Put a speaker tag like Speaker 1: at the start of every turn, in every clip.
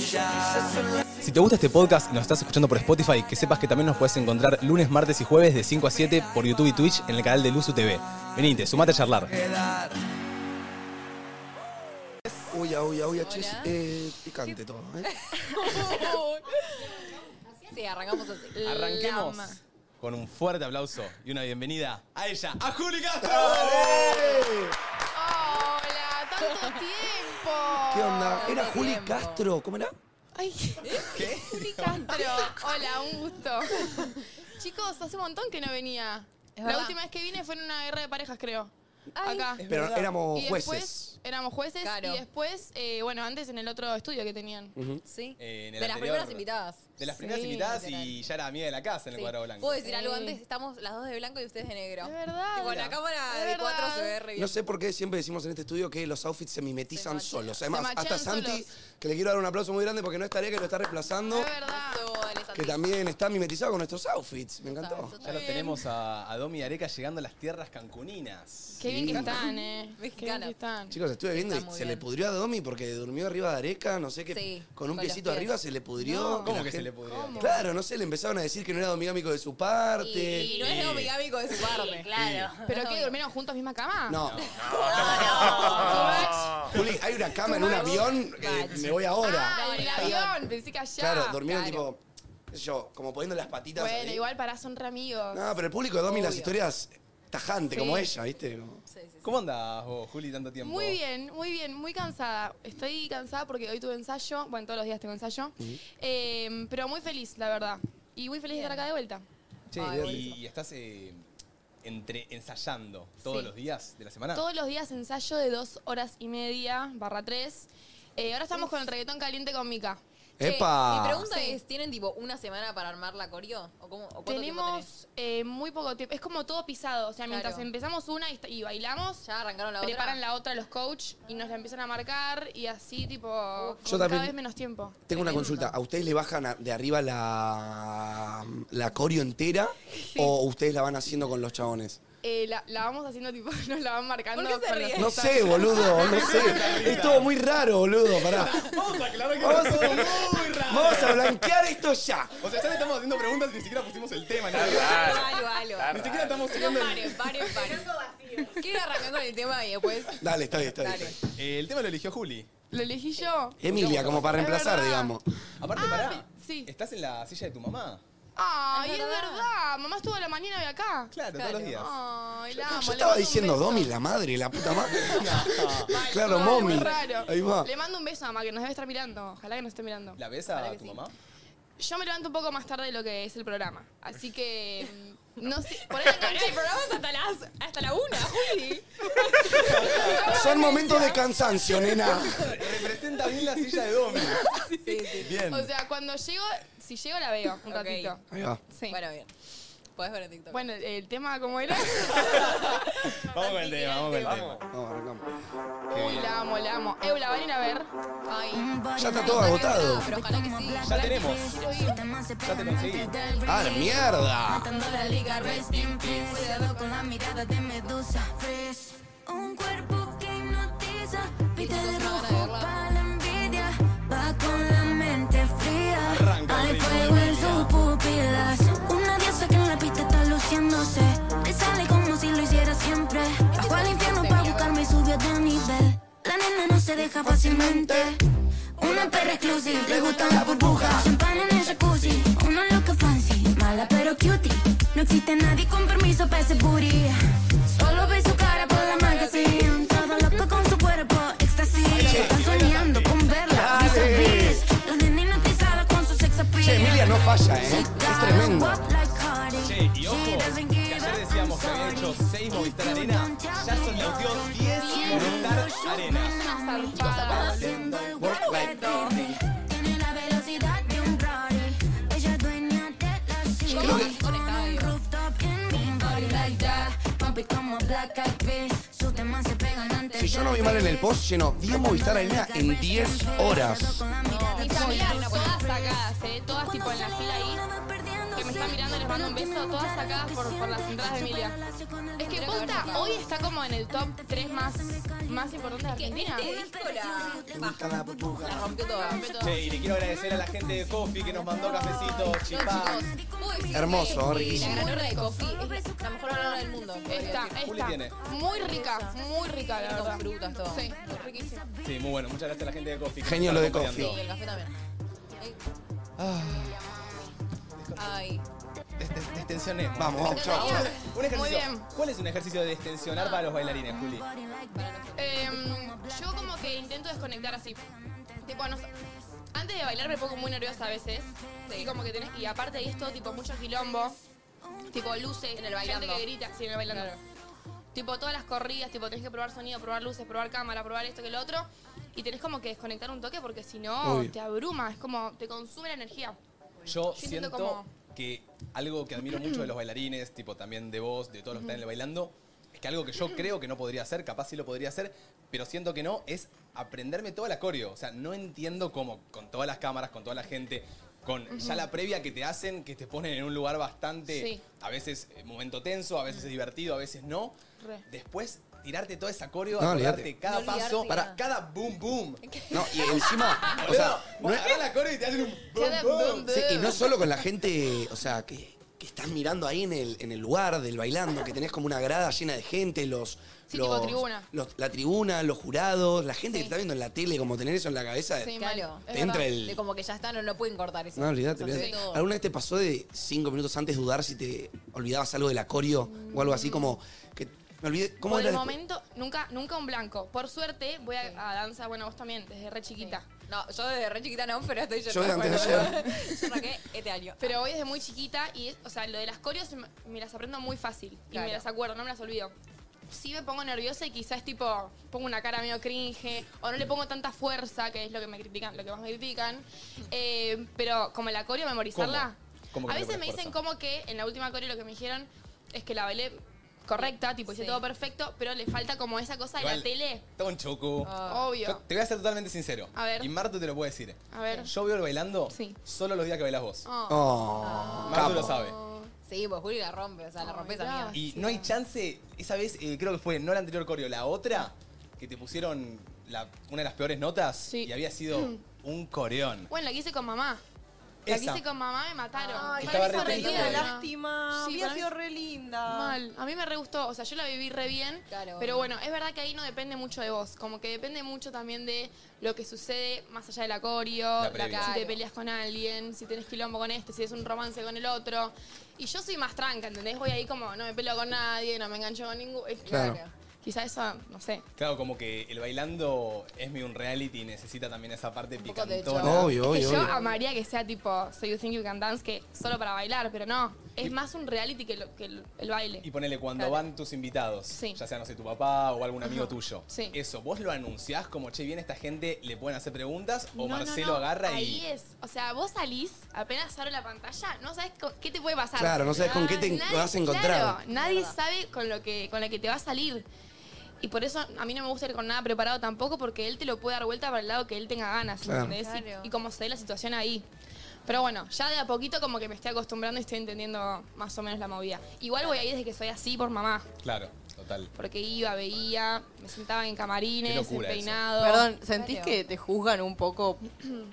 Speaker 1: Si te gusta este podcast y nos estás escuchando por Spotify, que sepas que también nos puedes encontrar lunes, martes y jueves de 5 a 7 por YouTube y Twitch en el canal de Luzu TV. Venite, sumate a charlar.
Speaker 2: Uy, uy, uy, chis, eh, picante todo, ¿eh?
Speaker 3: Sí, arrancamos así.
Speaker 1: Arranquemos
Speaker 3: Lama.
Speaker 1: con un fuerte aplauso y una bienvenida a ella, a Juli Castro.
Speaker 3: Hola, tanto tiempo.
Speaker 2: ¿Qué onda?
Speaker 3: Tanto
Speaker 2: ¿Era Juli
Speaker 3: tiempo.
Speaker 2: Castro? ¿Cómo era?
Speaker 3: Ay, ¿Qué? Juli Castro. Hola, un gusto. Chicos, hace un montón que no venía. La
Speaker 4: verdad.
Speaker 3: última vez que vine fue en una guerra de parejas, creo. Acá.
Speaker 2: Pero verdad. éramos
Speaker 3: Y
Speaker 2: jueces.
Speaker 3: Después, éramos jueces
Speaker 4: Claro.
Speaker 3: y después, eh, bueno, antes en el otro estudio que tenían.
Speaker 4: Sí.
Speaker 1: Eh, en el
Speaker 4: de las
Speaker 1: anterior-
Speaker 4: primeras invitadas.
Speaker 1: De las primeras
Speaker 3: Sí,
Speaker 1: invitadas y ya era amiga de la casa en el
Speaker 4: Sí.
Speaker 1: cuadro blanco.
Speaker 4: Puedo decir algo
Speaker 3: Sí.
Speaker 4: antes, estamos las dos de blanco y ustedes de negro.
Speaker 3: Es verdad.
Speaker 4: Tipo, la cámara
Speaker 3: Es
Speaker 4: de cuatro
Speaker 3: verdad.
Speaker 4: se ve re bien.
Speaker 2: No sé por qué siempre decimos en este estudio que los outfits se mimetizan
Speaker 4: Se
Speaker 2: solos.
Speaker 4: machean.
Speaker 2: Además,
Speaker 3: Se
Speaker 2: hasta
Speaker 3: machean
Speaker 2: Santi,
Speaker 3: solos.
Speaker 2: que le quiero dar un aplauso muy grande porque no estaría que lo está reemplazando,
Speaker 3: Es verdad.
Speaker 4: Eso, Vanessa,
Speaker 2: que también está mimetizado con nuestros outfits. Me encantó.
Speaker 4: Total,
Speaker 1: Ya lo
Speaker 3: Bien.
Speaker 1: tenemos a, a Domi y Areca llegando a las tierras cancuninas.
Speaker 3: Qué bien que están, eh. Qué bien
Speaker 4: Mexicana.
Speaker 3: que están.
Speaker 2: Chicos, estuve viendo y
Speaker 4: muy
Speaker 2: se le
Speaker 4: bien.
Speaker 2: pudrió a Domi porque durmió arriba de Areca, no sé qué.
Speaker 4: Sí,
Speaker 2: con un
Speaker 4: con los
Speaker 2: piecito
Speaker 4: pies.
Speaker 2: arriba se le pudrió.
Speaker 1: ¿Cómo que
Speaker 2: La
Speaker 1: se
Speaker 2: gente-
Speaker 1: le pudrió?
Speaker 2: Claro, no sé, le empezaron a decir que no era domigámico de su parte. Eh,
Speaker 4: Y no es lo amigámico de su parte.
Speaker 5: Claro.
Speaker 3: ¿Pero qué? ¿Durmieron juntos misma cama?
Speaker 2: No,
Speaker 3: Ah. Too much.
Speaker 2: Juli, hay una cama en un avión, eh, me voy ahora.
Speaker 3: Ah, en el avión, pensé que allá.
Speaker 2: Claro, dormieron
Speaker 3: Claro.
Speaker 2: tipo, qué sé yo, como poniendo las patitas.
Speaker 3: Bueno,
Speaker 2: ahí.
Speaker 3: igual para son re amigos.
Speaker 2: No, pero el público de Domi las
Speaker 4: Obvio.
Speaker 2: historias tajante,
Speaker 3: Sí.
Speaker 2: como ella, ¿viste? Como-
Speaker 1: ¿Cómo andas vos, Juli, tanto tiempo?
Speaker 3: Muy bien, muy bien, muy cansada. Estoy cansada porque hoy tuve ensayo. Bueno, todos los días tengo ensayo. Eh, pero muy feliz, la verdad. Y muy feliz de estar acá de vuelta.
Speaker 1: Che,
Speaker 4: Ay,
Speaker 1: y-
Speaker 4: buenísimo.
Speaker 1: y, estás eh, entre, ensayando todos
Speaker 3: Sí.
Speaker 1: los días de la semana.
Speaker 3: Todos los días ensayo de dos horas y media, barra tres. Eh, ahora estamos con el reggaetón caliente con Eh, Mika.
Speaker 4: Che,
Speaker 2: ¡Epa!
Speaker 4: Mi pregunta
Speaker 3: Sí.
Speaker 4: es, ¿tienen tipo una semana para armar la coreo? ¿O, cómo, o cuánto tiempo tenés?
Speaker 3: Tenemos eh, muy poco tiempo. Es como todo pisado. O sea, mientras
Speaker 4: Claro.
Speaker 3: empezamos una y, y bailamos,
Speaker 4: ¿Ya arrancaron la
Speaker 3: preparan
Speaker 4: otra?
Speaker 3: la otra los coach y nos la empiezan a marcar y así, tipo, con
Speaker 2: Yo también-
Speaker 3: cada vez menos tiempo.
Speaker 2: Tengo una
Speaker 4: Tremendo.
Speaker 2: consulta. ¿A ustedes le bajan a- de arriba la, la corio entera o ustedes la van haciendo con los chabones?
Speaker 3: Eh, la, la vamos haciendo, tipo, nos la van marcando.
Speaker 4: ¿Por qué se
Speaker 3: con
Speaker 4: ríe?
Speaker 3: los
Speaker 2: No
Speaker 3: contactos.
Speaker 2: sé, boludo, no sé. Es todo muy raro, boludo, pará.
Speaker 1: Vamos a aclarar que
Speaker 2: Vamos
Speaker 1: todo
Speaker 2: a-
Speaker 1: muy raro.
Speaker 2: Vamos a blanquear esto ya.
Speaker 1: O sea, ya le estamos haciendo preguntas y ni siquiera pusimos el tema. ¿no?
Speaker 4: Algo, algo.
Speaker 1: Ni siquiera estamos
Speaker 4: No,
Speaker 1: siguiendo el...
Speaker 4: paren, paren, paren. Quiero arrancar con el tema y después...
Speaker 2: Dale, está bien, está bien. está
Speaker 4: Dale.
Speaker 2: bien.
Speaker 1: Eh, el tema lo eligió Juli.
Speaker 3: Lo elegí yo.
Speaker 2: Emilia, como para
Speaker 3: Es
Speaker 2: reemplazar,
Speaker 3: verdad.
Speaker 2: digamos.
Speaker 1: Aparte,
Speaker 3: Ah,
Speaker 1: pará,
Speaker 3: pe- sí.
Speaker 1: estás en la silla de tu mamá.
Speaker 3: Ay, es
Speaker 4: Es
Speaker 3: verdad.
Speaker 4: verdad.
Speaker 3: Mamá estuvo a la mañana hoy acá.
Speaker 1: Claro, todos
Speaker 4: Claro.
Speaker 1: los días.
Speaker 3: Ay, la amo,
Speaker 2: Yo
Speaker 3: le
Speaker 2: estaba
Speaker 3: mando un
Speaker 2: diciendo
Speaker 3: beso.
Speaker 2: Domi, la madre, la puta madre. Claro,
Speaker 3: Ay,
Speaker 2: mommy.
Speaker 3: muy raro.
Speaker 2: Ahí va.
Speaker 3: Le mando un beso a mamá que nos debe estar mirando. Ojalá que nos esté mirando.
Speaker 1: ¿La ves a tu mamá?
Speaker 3: Yo me levanto un poco más tarde de lo que es el programa. Así que. mm, No sé. Por ahí enganché.
Speaker 4: Vamos hasta, las, hasta la una, Juli.
Speaker 2: Son momentos de cansancio, nena.
Speaker 1: Representa bien la silla de Domi.
Speaker 4: Sí, sí.
Speaker 1: Bien.
Speaker 3: O sea, cuando llego, si llego la veo un
Speaker 4: Ok.
Speaker 3: ratito.
Speaker 2: Ahí va.
Speaker 3: Sí. Bueno,
Speaker 4: Bueno, bien. Podés ver en TikTok.
Speaker 3: el tema, ¿cómo era?
Speaker 1: vamos con el tema, vamos con el tema.
Speaker 2: Vamos, arrancamos.
Speaker 3: Uy, la amo, la amo. Eu, la van a ir a ver.
Speaker 4: Ay.
Speaker 2: Ya está todo agotado.
Speaker 4: Pero ojalá que sí.
Speaker 1: Ya tenemos. Ya te conseguí.
Speaker 2: ¡Ah, mierda!
Speaker 6: la liga, rest in peace. Cuidado con la mirada de medusa, fresh. Un cuerpo que hipnotiza, pide de rojo para la envidia. Va con la mente fría,
Speaker 1: Arranca el
Speaker 6: hay
Speaker 1: ritmo
Speaker 6: fuego en sus pupilas. Una diosa que en la pista está luciéndose. Le sale como si lo hiciera siempre. Bajó al infierno para buscarme y subió de nivel. La nena no se deja fácilmente. Una perra exclusiva, le gustan las burbujas. Champán en el jacuzzi, una loca fancy. Mala pero cutie. No existe nadie con permiso para ese booty. Solo ve su cara por la magazine. Todo loco con su cuerpo, éxtasis. Están soñando con verla. vis a
Speaker 2: Dale.
Speaker 6: vis. La nena hipnotizada con su sex appeal.
Speaker 2: Che, Emilia no falla, ¿eh? Es tremendo.
Speaker 1: Che, y ojo, que ayer decíamos que había hecho 6 Movistar Arena, ya son la 10 Movistar Arena.
Speaker 2: Work like
Speaker 6: Tiene la velocidad de un Ferrari. Ella es dueña de la city.
Speaker 4: Creo que-
Speaker 6: Con un rooftop en mi body like that. Papi, como Black Eyed Peas. Sus temas se pegan antes
Speaker 2: Si yo no vi
Speaker 6: del
Speaker 2: mal en el
Speaker 6: beat.
Speaker 2: post, llenó 10 Movistar Arena en 10 horas.
Speaker 6: Con la mirada
Speaker 3: Mis
Speaker 6: como
Speaker 3: amigas
Speaker 6: Luna,
Speaker 3: todas sacadas, eh, todas tipo en la fila ahí.
Speaker 6: cuando
Speaker 3: Que me están mirando, les mando un beso. Todas acá por, por las entradas de Emilia. Es que Posta hoy está como en el top 3 más, más importantes de
Speaker 4: Que en
Speaker 3: Argentina.
Speaker 4: este disco la,
Speaker 2: Puta la pupuja.
Speaker 4: la rompió toda.
Speaker 3: Rompe todo.
Speaker 1: Che, y le quiero agradecer a la gente de Coffee que nos mandó cafecitos,
Speaker 4: No,
Speaker 1: chipá.
Speaker 4: chicos, puedo decir
Speaker 2: Hermoso,
Speaker 4: que
Speaker 2: riquísimo.
Speaker 4: La granola de coffee es la mejor granola del mundo. podría
Speaker 3: Esta,
Speaker 4: decir.
Speaker 1: Juli tiene.
Speaker 3: esta. Muy rica, muy rica, la verdad.
Speaker 4: Con frutas, todo.
Speaker 3: Sí, riquísima.
Speaker 1: Sí, muy bueno. Muchas gracias a la gente de Coffee. que
Speaker 2: Genio
Speaker 1: nos
Speaker 2: lo
Speaker 1: está
Speaker 2: de
Speaker 4: Sí,
Speaker 1: acompañando.
Speaker 4: el café también. Eh,
Speaker 2: Ah.
Speaker 4: Ay,
Speaker 1: Des- des- Destensioné.
Speaker 2: Vamos, vamos, chao.
Speaker 4: Vamos.
Speaker 1: Un ejercicio.
Speaker 3: Muy bien.
Speaker 1: ¿Cuál es un ejercicio de destensionar para los bailarines, Juli?
Speaker 3: Em, yo como que intento desconectar así. Tipo, no sé, antes de bailar me pongo muy nerviosa a veces. Y como que tenés, y aparte de esto, tipo, mucho quilombo. Tipo, luces, en el
Speaker 4: bailando.
Speaker 3: gente que grita, sí, en el bailando. Tipo, todas las corridas, tipo, tenés que probar sonido, probar luces, probar cámara, probar esto que lo otro. Y tenés como que desconectar un toque porque si no,
Speaker 2: Obvio.
Speaker 3: te abruma, es como, te consume la energía.
Speaker 1: Yo
Speaker 3: Yo
Speaker 1: siento
Speaker 3: intento como-
Speaker 1: que algo que admiro mucho de los bailarines, tipo también de vos, de todos los que están en el bailando, es que algo que yo creo que no podría hacer, capaz sí lo podría hacer, pero siento que no, es aprenderme toda la coreo. O sea, no entiendo cómo, con todas las cámaras, con toda la gente, con ya la previa que te hacen, que te ponen en un lugar bastante,
Speaker 3: Sí.
Speaker 1: a veces eh, momento tenso, a veces divertido, a veces no.
Speaker 3: Re.
Speaker 1: Después, tirarte toda esa coreo,
Speaker 2: No,
Speaker 1: acordarte
Speaker 2: olvídate.
Speaker 1: cada
Speaker 4: No
Speaker 1: paso,
Speaker 4: olvidarte
Speaker 1: para
Speaker 4: nada.
Speaker 1: cada boom boom.
Speaker 2: No, y encima, o sea, no es-
Speaker 1: agarrás la coreo y te hacen un
Speaker 3: Cada
Speaker 1: boom. boom.
Speaker 3: boom,
Speaker 2: Sí, y no solo con la gente, o sea, que, que estás mirando ahí en el, en el lugar del bailando, que tenés como una grada llena de gente, los.
Speaker 3: Sí,
Speaker 2: los-
Speaker 3: tipo tribuna.
Speaker 2: los- la tribuna, los jurados, la gente que está viendo en la tele, como tener eso en la cabeza.
Speaker 3: Sí,
Speaker 4: Claro.
Speaker 3: mal.
Speaker 4: Te
Speaker 3: Es
Speaker 2: entra
Speaker 3: verdad.
Speaker 2: el-
Speaker 4: de como que ya está, no lo pueden cortar eso.
Speaker 2: No, olvidate,
Speaker 4: Eso se
Speaker 2: olvidate.
Speaker 4: ve todo.
Speaker 2: ¿Alguna vez te pasó de cinco minutos antes dudar si te olvidabas algo del acorio o algo así como que me olvidé? ¿Cómo
Speaker 3: Por
Speaker 2: era
Speaker 3: el
Speaker 2: la-
Speaker 3: momento, nunca, nunca un blanco. Por suerte, voy a, a danza, bueno, vos también, desde re chiquita.
Speaker 4: No, yo desde re chiquita no, pero estoy yo.
Speaker 2: Yo de antes de
Speaker 4: Yo arranqué este año.
Speaker 3: Pero voy desde muy chiquita y, es- o sea, lo de las coreos me- me las aprendo muy fácil y
Speaker 4: Claro.
Speaker 3: me las acuerdo, no me las olvido. Sí me pongo nerviosa y quizás tipo pongo una cara medio cringe o no le pongo tanta fuerza, que es lo que me critican, lo que más me critican. Eh, pero como la coreo, memorizarla.
Speaker 1: ¿Cómo? ¿Cómo que
Speaker 3: a
Speaker 1: le
Speaker 3: veces
Speaker 1: pones
Speaker 3: me dicen
Speaker 1: fuerza?
Speaker 3: como que en la última coreo lo que me dijeron es que la bailé correcta, tipo hice
Speaker 4: Sí.
Speaker 3: todo perfecto, pero le falta como esa cosa de
Speaker 1: Igual,
Speaker 3: la tele.
Speaker 1: Todo un choco.
Speaker 3: Ah. Obvio.
Speaker 1: Yo te voy a ser totalmente sincero.
Speaker 3: A ver.
Speaker 1: Y Martu te lo puede decir.
Speaker 3: A ver.
Speaker 1: Yo veo el bailando
Speaker 3: Sí.
Speaker 1: solo los días que bailas vos.
Speaker 3: Oh.
Speaker 2: Oh,
Speaker 1: Martu lo
Speaker 2: capo.
Speaker 1: sabe.
Speaker 4: Sí, pues Juli la rompe, o sea, la rompe esa
Speaker 3: mirá.
Speaker 4: mía.
Speaker 1: Y no hay chance, esa vez eh, creo que fue, no la anterior coreo, la otra, que te pusieron la- una de las peores notas
Speaker 3: Sí. Mm.
Speaker 1: y había sido un coreón.
Speaker 3: Bueno, la quise con mamá. La
Speaker 1: Esa.
Speaker 3: quise con mamá, me mataron.
Speaker 1: que
Speaker 5: Ay,
Speaker 1: estaba
Speaker 5: para mí
Speaker 1: re
Speaker 5: fue re
Speaker 1: triste.
Speaker 5: linda,
Speaker 1: Claro.
Speaker 5: lástima.
Speaker 3: Sí,
Speaker 5: Había
Speaker 3: para mí-
Speaker 5: sido re linda.
Speaker 3: Mal. A mí me re gustó. O sea, yo la viví re bien.
Speaker 4: Claro.
Speaker 3: Pero bueno, es verdad que ahí no depende mucho de vos. Como que depende mucho también de lo que sucede más allá del acorio.
Speaker 1: La
Speaker 3: la-
Speaker 1: previa.
Speaker 3: si te
Speaker 4: Claro.
Speaker 3: peleas con alguien, si tenés quilombo con este, si es un romance con el otro. Y yo soy más tranca, ¿entendés? Voy ahí como, no me peleo con nadie, no me engancho con ningún...
Speaker 2: Claro.
Speaker 3: Quizá eso, no sé.
Speaker 1: Claro, como que el bailando es mi un reality y necesita también esa parte
Speaker 4: poco de
Speaker 1: picantona.
Speaker 4: show.
Speaker 2: Obvio,
Speaker 3: que
Speaker 2: obvio,
Speaker 3: yo
Speaker 2: obvio.
Speaker 3: amaría que sea tipo So You Think You Can Dance, que solo para bailar, pero no. Es más un reality que, lo- que el, el baile.
Speaker 1: Y ponele cuando
Speaker 4: Claro.
Speaker 1: van tus invitados,
Speaker 3: Sí.
Speaker 1: ya sea, no sé, tu papá o algún amigo
Speaker 3: Ajá.
Speaker 1: tuyo.
Speaker 3: Sí.
Speaker 1: Eso, vos lo anunciás como, che, viene esta gente, le pueden hacer preguntas o
Speaker 3: No, no,
Speaker 1: Marcelo
Speaker 3: no,
Speaker 1: agarra y...
Speaker 3: Ahí es. O sea, vos salís, apenas abre la pantalla, no sabes co- qué te puede pasar.
Speaker 2: Claro, no sabes con qué te en-
Speaker 3: Nadie-
Speaker 2: vas a encontrar.
Speaker 3: Claro, nadie sabe con lo que con la que te va a salir. Y por eso a mí no me gusta ir con nada preparado tampoco, porque él te lo puede dar vuelta para el lado que él tenga ganas,
Speaker 2: Claro.
Speaker 3: ¿entendés? Y-
Speaker 4: Claro.
Speaker 3: Y, como se dé la situación ahí. Pero bueno, ya de a poquito como que me estoy acostumbrando y estoy entendiendo más o menos la movida. Igual voy ahí desde que soy así por mamá,
Speaker 1: Claro, total.
Speaker 3: porque iba, veía, me sentaba en
Speaker 1: Qué
Speaker 3: camarines, en
Speaker 1: locura eso.
Speaker 3: peinado.
Speaker 7: Perdón, ¿sentís
Speaker 4: Claro.
Speaker 7: que te juzgan un poco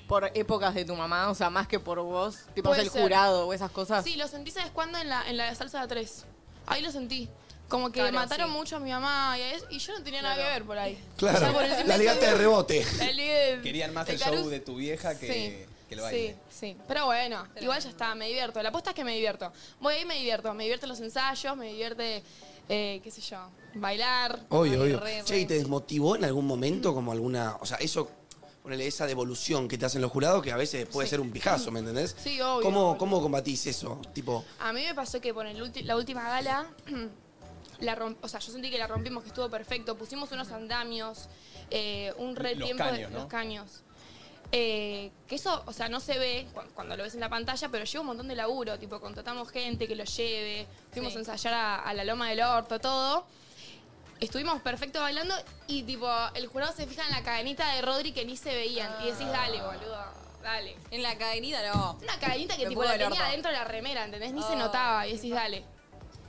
Speaker 7: por épocas de tu mamá? O sea, más que por vos, tipo
Speaker 3: Puede
Speaker 7: el
Speaker 3: ser.
Speaker 7: jurado o esas cosas.
Speaker 3: Sí, lo sentí, ¿sabes cuándo? En la, en la salsa de tres. Ahí lo sentí. Como que
Speaker 4: Claro,
Speaker 3: mataron
Speaker 4: sí.
Speaker 3: mucho a mi mamá y, a eso, y yo no tenía nada que ver por ahí. Ya
Speaker 2: Claro,
Speaker 3: por encima
Speaker 2: la ligaste de rebote.
Speaker 3: la liga de-
Speaker 1: Querían más el
Speaker 3: Caruso.
Speaker 1: show de tu vieja que,
Speaker 3: Sí,
Speaker 1: que el baile.
Speaker 3: Sí, sí. Pero bueno, igual ya está, me divierto. La apuesta es que me divierto. Voy ahí y me divierto. Me divierten los ensayos, me divierte, eh, qué sé yo, bailar.
Speaker 2: Obvio, obvio.
Speaker 4: re,
Speaker 2: Che, ¿y te desmotivó en algún momento como alguna, o sea, eso, ponele esa devolución que te hacen los jurados que a veces puede ser un pijazo, ¿me entendés?
Speaker 3: Sí, obvio,
Speaker 2: ¿Cómo,
Speaker 3: obvio.
Speaker 2: cómo combatís eso? Tipo,
Speaker 3: A mí me pasó que por el ulti- la última gala, la romp- o sea, yo sentí que la rompimos, que estuvo perfecto. Pusimos unos andamios, eh, un re
Speaker 1: Los
Speaker 3: tiempo
Speaker 1: caños,
Speaker 3: de
Speaker 1: ¿no?
Speaker 3: los caños. Eh, que eso, o sea, no se ve cu- cuando lo ves en la pantalla, pero lleva un montón de laburo. Tipo, contratamos gente que lo lleve, fuimos
Speaker 4: Sí.
Speaker 3: a ensayar a, a la Loma del Orto, todo. Estuvimos perfecto
Speaker 8: Ah.
Speaker 3: bailando y, tipo, el jurado se fija en la cadenita de Rodri que ni se veían. Y decís, dale, boludo. dale.
Speaker 4: En la cadenita no.
Speaker 3: Una cadenita que
Speaker 4: Me
Speaker 3: tipo
Speaker 4: pudo
Speaker 3: la
Speaker 4: el
Speaker 3: tenía
Speaker 4: orto.
Speaker 3: dentro de la remera, ¿entendés? Ni se
Speaker 4: Oh.
Speaker 3: notaba. Y decís, dale.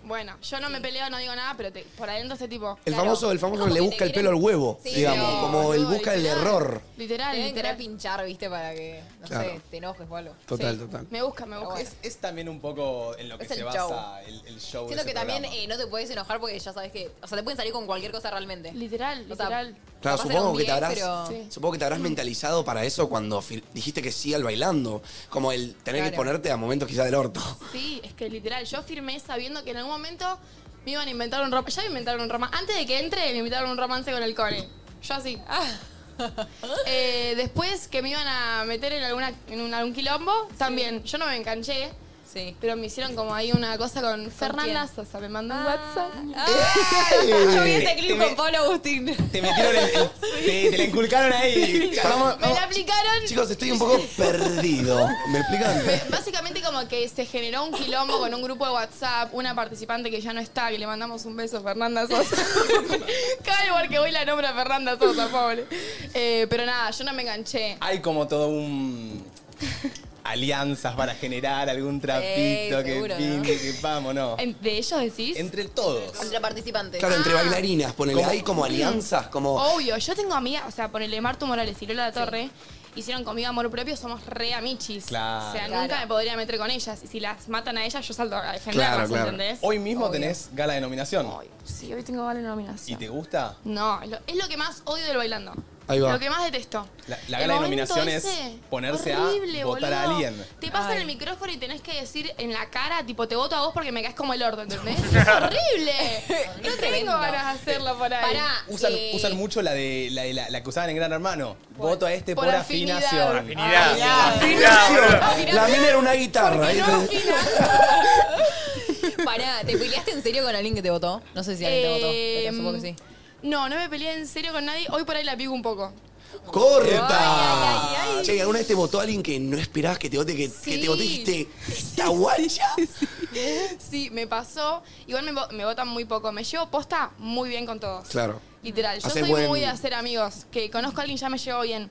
Speaker 3: Bueno, yo no me peleo, no digo nada, pero te- por adentro este tipo.
Speaker 2: El
Speaker 4: Claro.
Speaker 2: famoso, el famoso que
Speaker 4: Como
Speaker 2: le
Speaker 4: que
Speaker 2: busca
Speaker 4: te
Speaker 2: el pelo al
Speaker 4: quieren-
Speaker 2: huevo,
Speaker 4: Sí,
Speaker 2: digamos,
Speaker 4: no,
Speaker 2: como él
Speaker 3: boludo,
Speaker 2: busca el
Speaker 3: literal.
Speaker 2: error.
Speaker 3: Literal,
Speaker 4: Te deben querer
Speaker 3: literal.
Speaker 4: pinchar, viste, para que, no
Speaker 2: Claro.
Speaker 4: sé, te enojes o algo.
Speaker 2: Total,
Speaker 3: Sí.
Speaker 2: total.
Speaker 3: Me busca, me
Speaker 4: Pero
Speaker 3: busca.
Speaker 4: bueno.
Speaker 1: Es, es también un poco en lo que
Speaker 4: Es
Speaker 1: se
Speaker 4: el
Speaker 1: basa el, el show. de
Speaker 4: Siento
Speaker 1: ese
Speaker 4: que también
Speaker 1: programa.
Speaker 4: eh, no te puedes enojar porque ya sabes que. O sea, te pueden salir con cualquier cosa realmente.
Speaker 3: Literal,
Speaker 4: O sea,
Speaker 3: literal.
Speaker 2: Claro,
Speaker 4: capaz era
Speaker 2: supongo
Speaker 4: un
Speaker 2: que te
Speaker 4: 10,
Speaker 2: habrás,
Speaker 4: pero-
Speaker 3: Sí.
Speaker 2: supongo que te habrás mentalizado para eso cuando fil- dijiste que sí al bailando. Como el tener que
Speaker 4: Claro.
Speaker 2: ponerte a momentos quizás del orto.
Speaker 3: Sí, es que literal, yo firmé sabiendo que en algún momento me iban a inventar un romance. Ya me inventaron un romance. Antes de que entre, me inventaron un romance con el core. Yo así. ah. Eh, después que me iban a meter en, alguna, en un, algún quilombo, también. Yo no me enganché,
Speaker 4: Sí.
Speaker 3: pero me hicieron como ahí una cosa con Fernanda Sosa. Me mandó
Speaker 4: Ah.
Speaker 3: un WhatsApp.
Speaker 4: Yo vi ese clip con Pablo Agustín.
Speaker 1: Eh, Te metieron el. el- te, te la inculcaron ahí.
Speaker 2: Vamos-
Speaker 3: Me
Speaker 2: vamos-
Speaker 3: la aplicaron.
Speaker 2: Chicos, estoy un poco perdido. ¿Me explican?
Speaker 3: Básicamente como que se generó un quilombo con un grupo de WhatsApp, una participante que ya no está, que le mandamos un beso, Fernanda Sosa. Cada lugar que voy la nombra Fernanda Sosa, pobre. Eh, pero nada, yo no me enganché.
Speaker 1: Hay como todo un. Alianzas para generar algún trapito que
Speaker 4: seguro,
Speaker 1: pinte,
Speaker 4: ¿no?
Speaker 1: que vamos, no.
Speaker 3: ¿En- ¿De ellos decís? Ah,
Speaker 1: Entre todos.
Speaker 4: Entre participantes.
Speaker 2: Claro, entre bailarinas, ponele.
Speaker 1: ¿Cómo?
Speaker 2: Hay como alianzas,
Speaker 4: Oh.
Speaker 2: como.
Speaker 3: Obvio, yo tengo amigas, o sea, ponele Martu Morales y Lola de la Torre, hicieron conmigo amor propio, somos re amichis.
Speaker 1: Claro.
Speaker 3: O sea,
Speaker 4: Claro.
Speaker 3: nunca me podría meter con ellas. Y si las matan a ellas, yo salto a defenderlas,
Speaker 2: Claro, claro.
Speaker 3: ¿entendés?
Speaker 1: Hoy mismo tenés gala de nominación.
Speaker 3: Ay, sí, hoy tengo vale
Speaker 1: ¿Y
Speaker 3: nominación.
Speaker 1: te gusta?
Speaker 3: No, es lo, es lo que más odio del bailando.
Speaker 2: Ahí va.
Speaker 3: Lo que más detesto.
Speaker 1: La- la
Speaker 3: El
Speaker 1: gala de
Speaker 3: momento
Speaker 1: nominación es
Speaker 3: ese,
Speaker 1: ponerse a votar a alguien.
Speaker 3: Te pasan
Speaker 4: Ay.
Speaker 3: el micrófono y tenés que decir en la cara, tipo, te voto a vos porque me caes como el orto, ¿entendés? ¡Es horrible!
Speaker 4: Es
Speaker 3: no tengo
Speaker 4: tremendo.
Speaker 3: ganas de hacerlo por ahí.
Speaker 4: Pará.
Speaker 1: Usan,
Speaker 4: eh,
Speaker 1: usan mucho la de la, la- la que usaban en Gran Hermano. Voto a este por,
Speaker 3: Por afinidad.
Speaker 1: afinación.
Speaker 5: Afinidad.
Speaker 2: La mina era una guitarra.
Speaker 3: Porque
Speaker 2: ¿eh?
Speaker 3: no afina.
Speaker 4: Pará, ¿te peleaste en serio con alguien que te votó? No sé si
Speaker 3: Eh,
Speaker 4: alguien te votó, pero supongo que sí.
Speaker 3: No, no me peleé en serio con nadie. Hoy por ahí la pico un poco.
Speaker 2: ¡Corta!
Speaker 4: Ay, ay, ay, ay.
Speaker 2: Che, ¿alguna vez te votó alguien que no esperabas que te vote, que, que te vote y dijiste, ¡Esta guacha!
Speaker 3: Sí, me pasó. Igual me, vo- me votan muy poco. Me llevo posta muy bien con todos.
Speaker 2: Claro.
Speaker 3: Literal, yo
Speaker 2: Hacés
Speaker 3: soy
Speaker 2: buen-
Speaker 3: muy de hacer amigos, que conozco a alguien ya me llevo bien.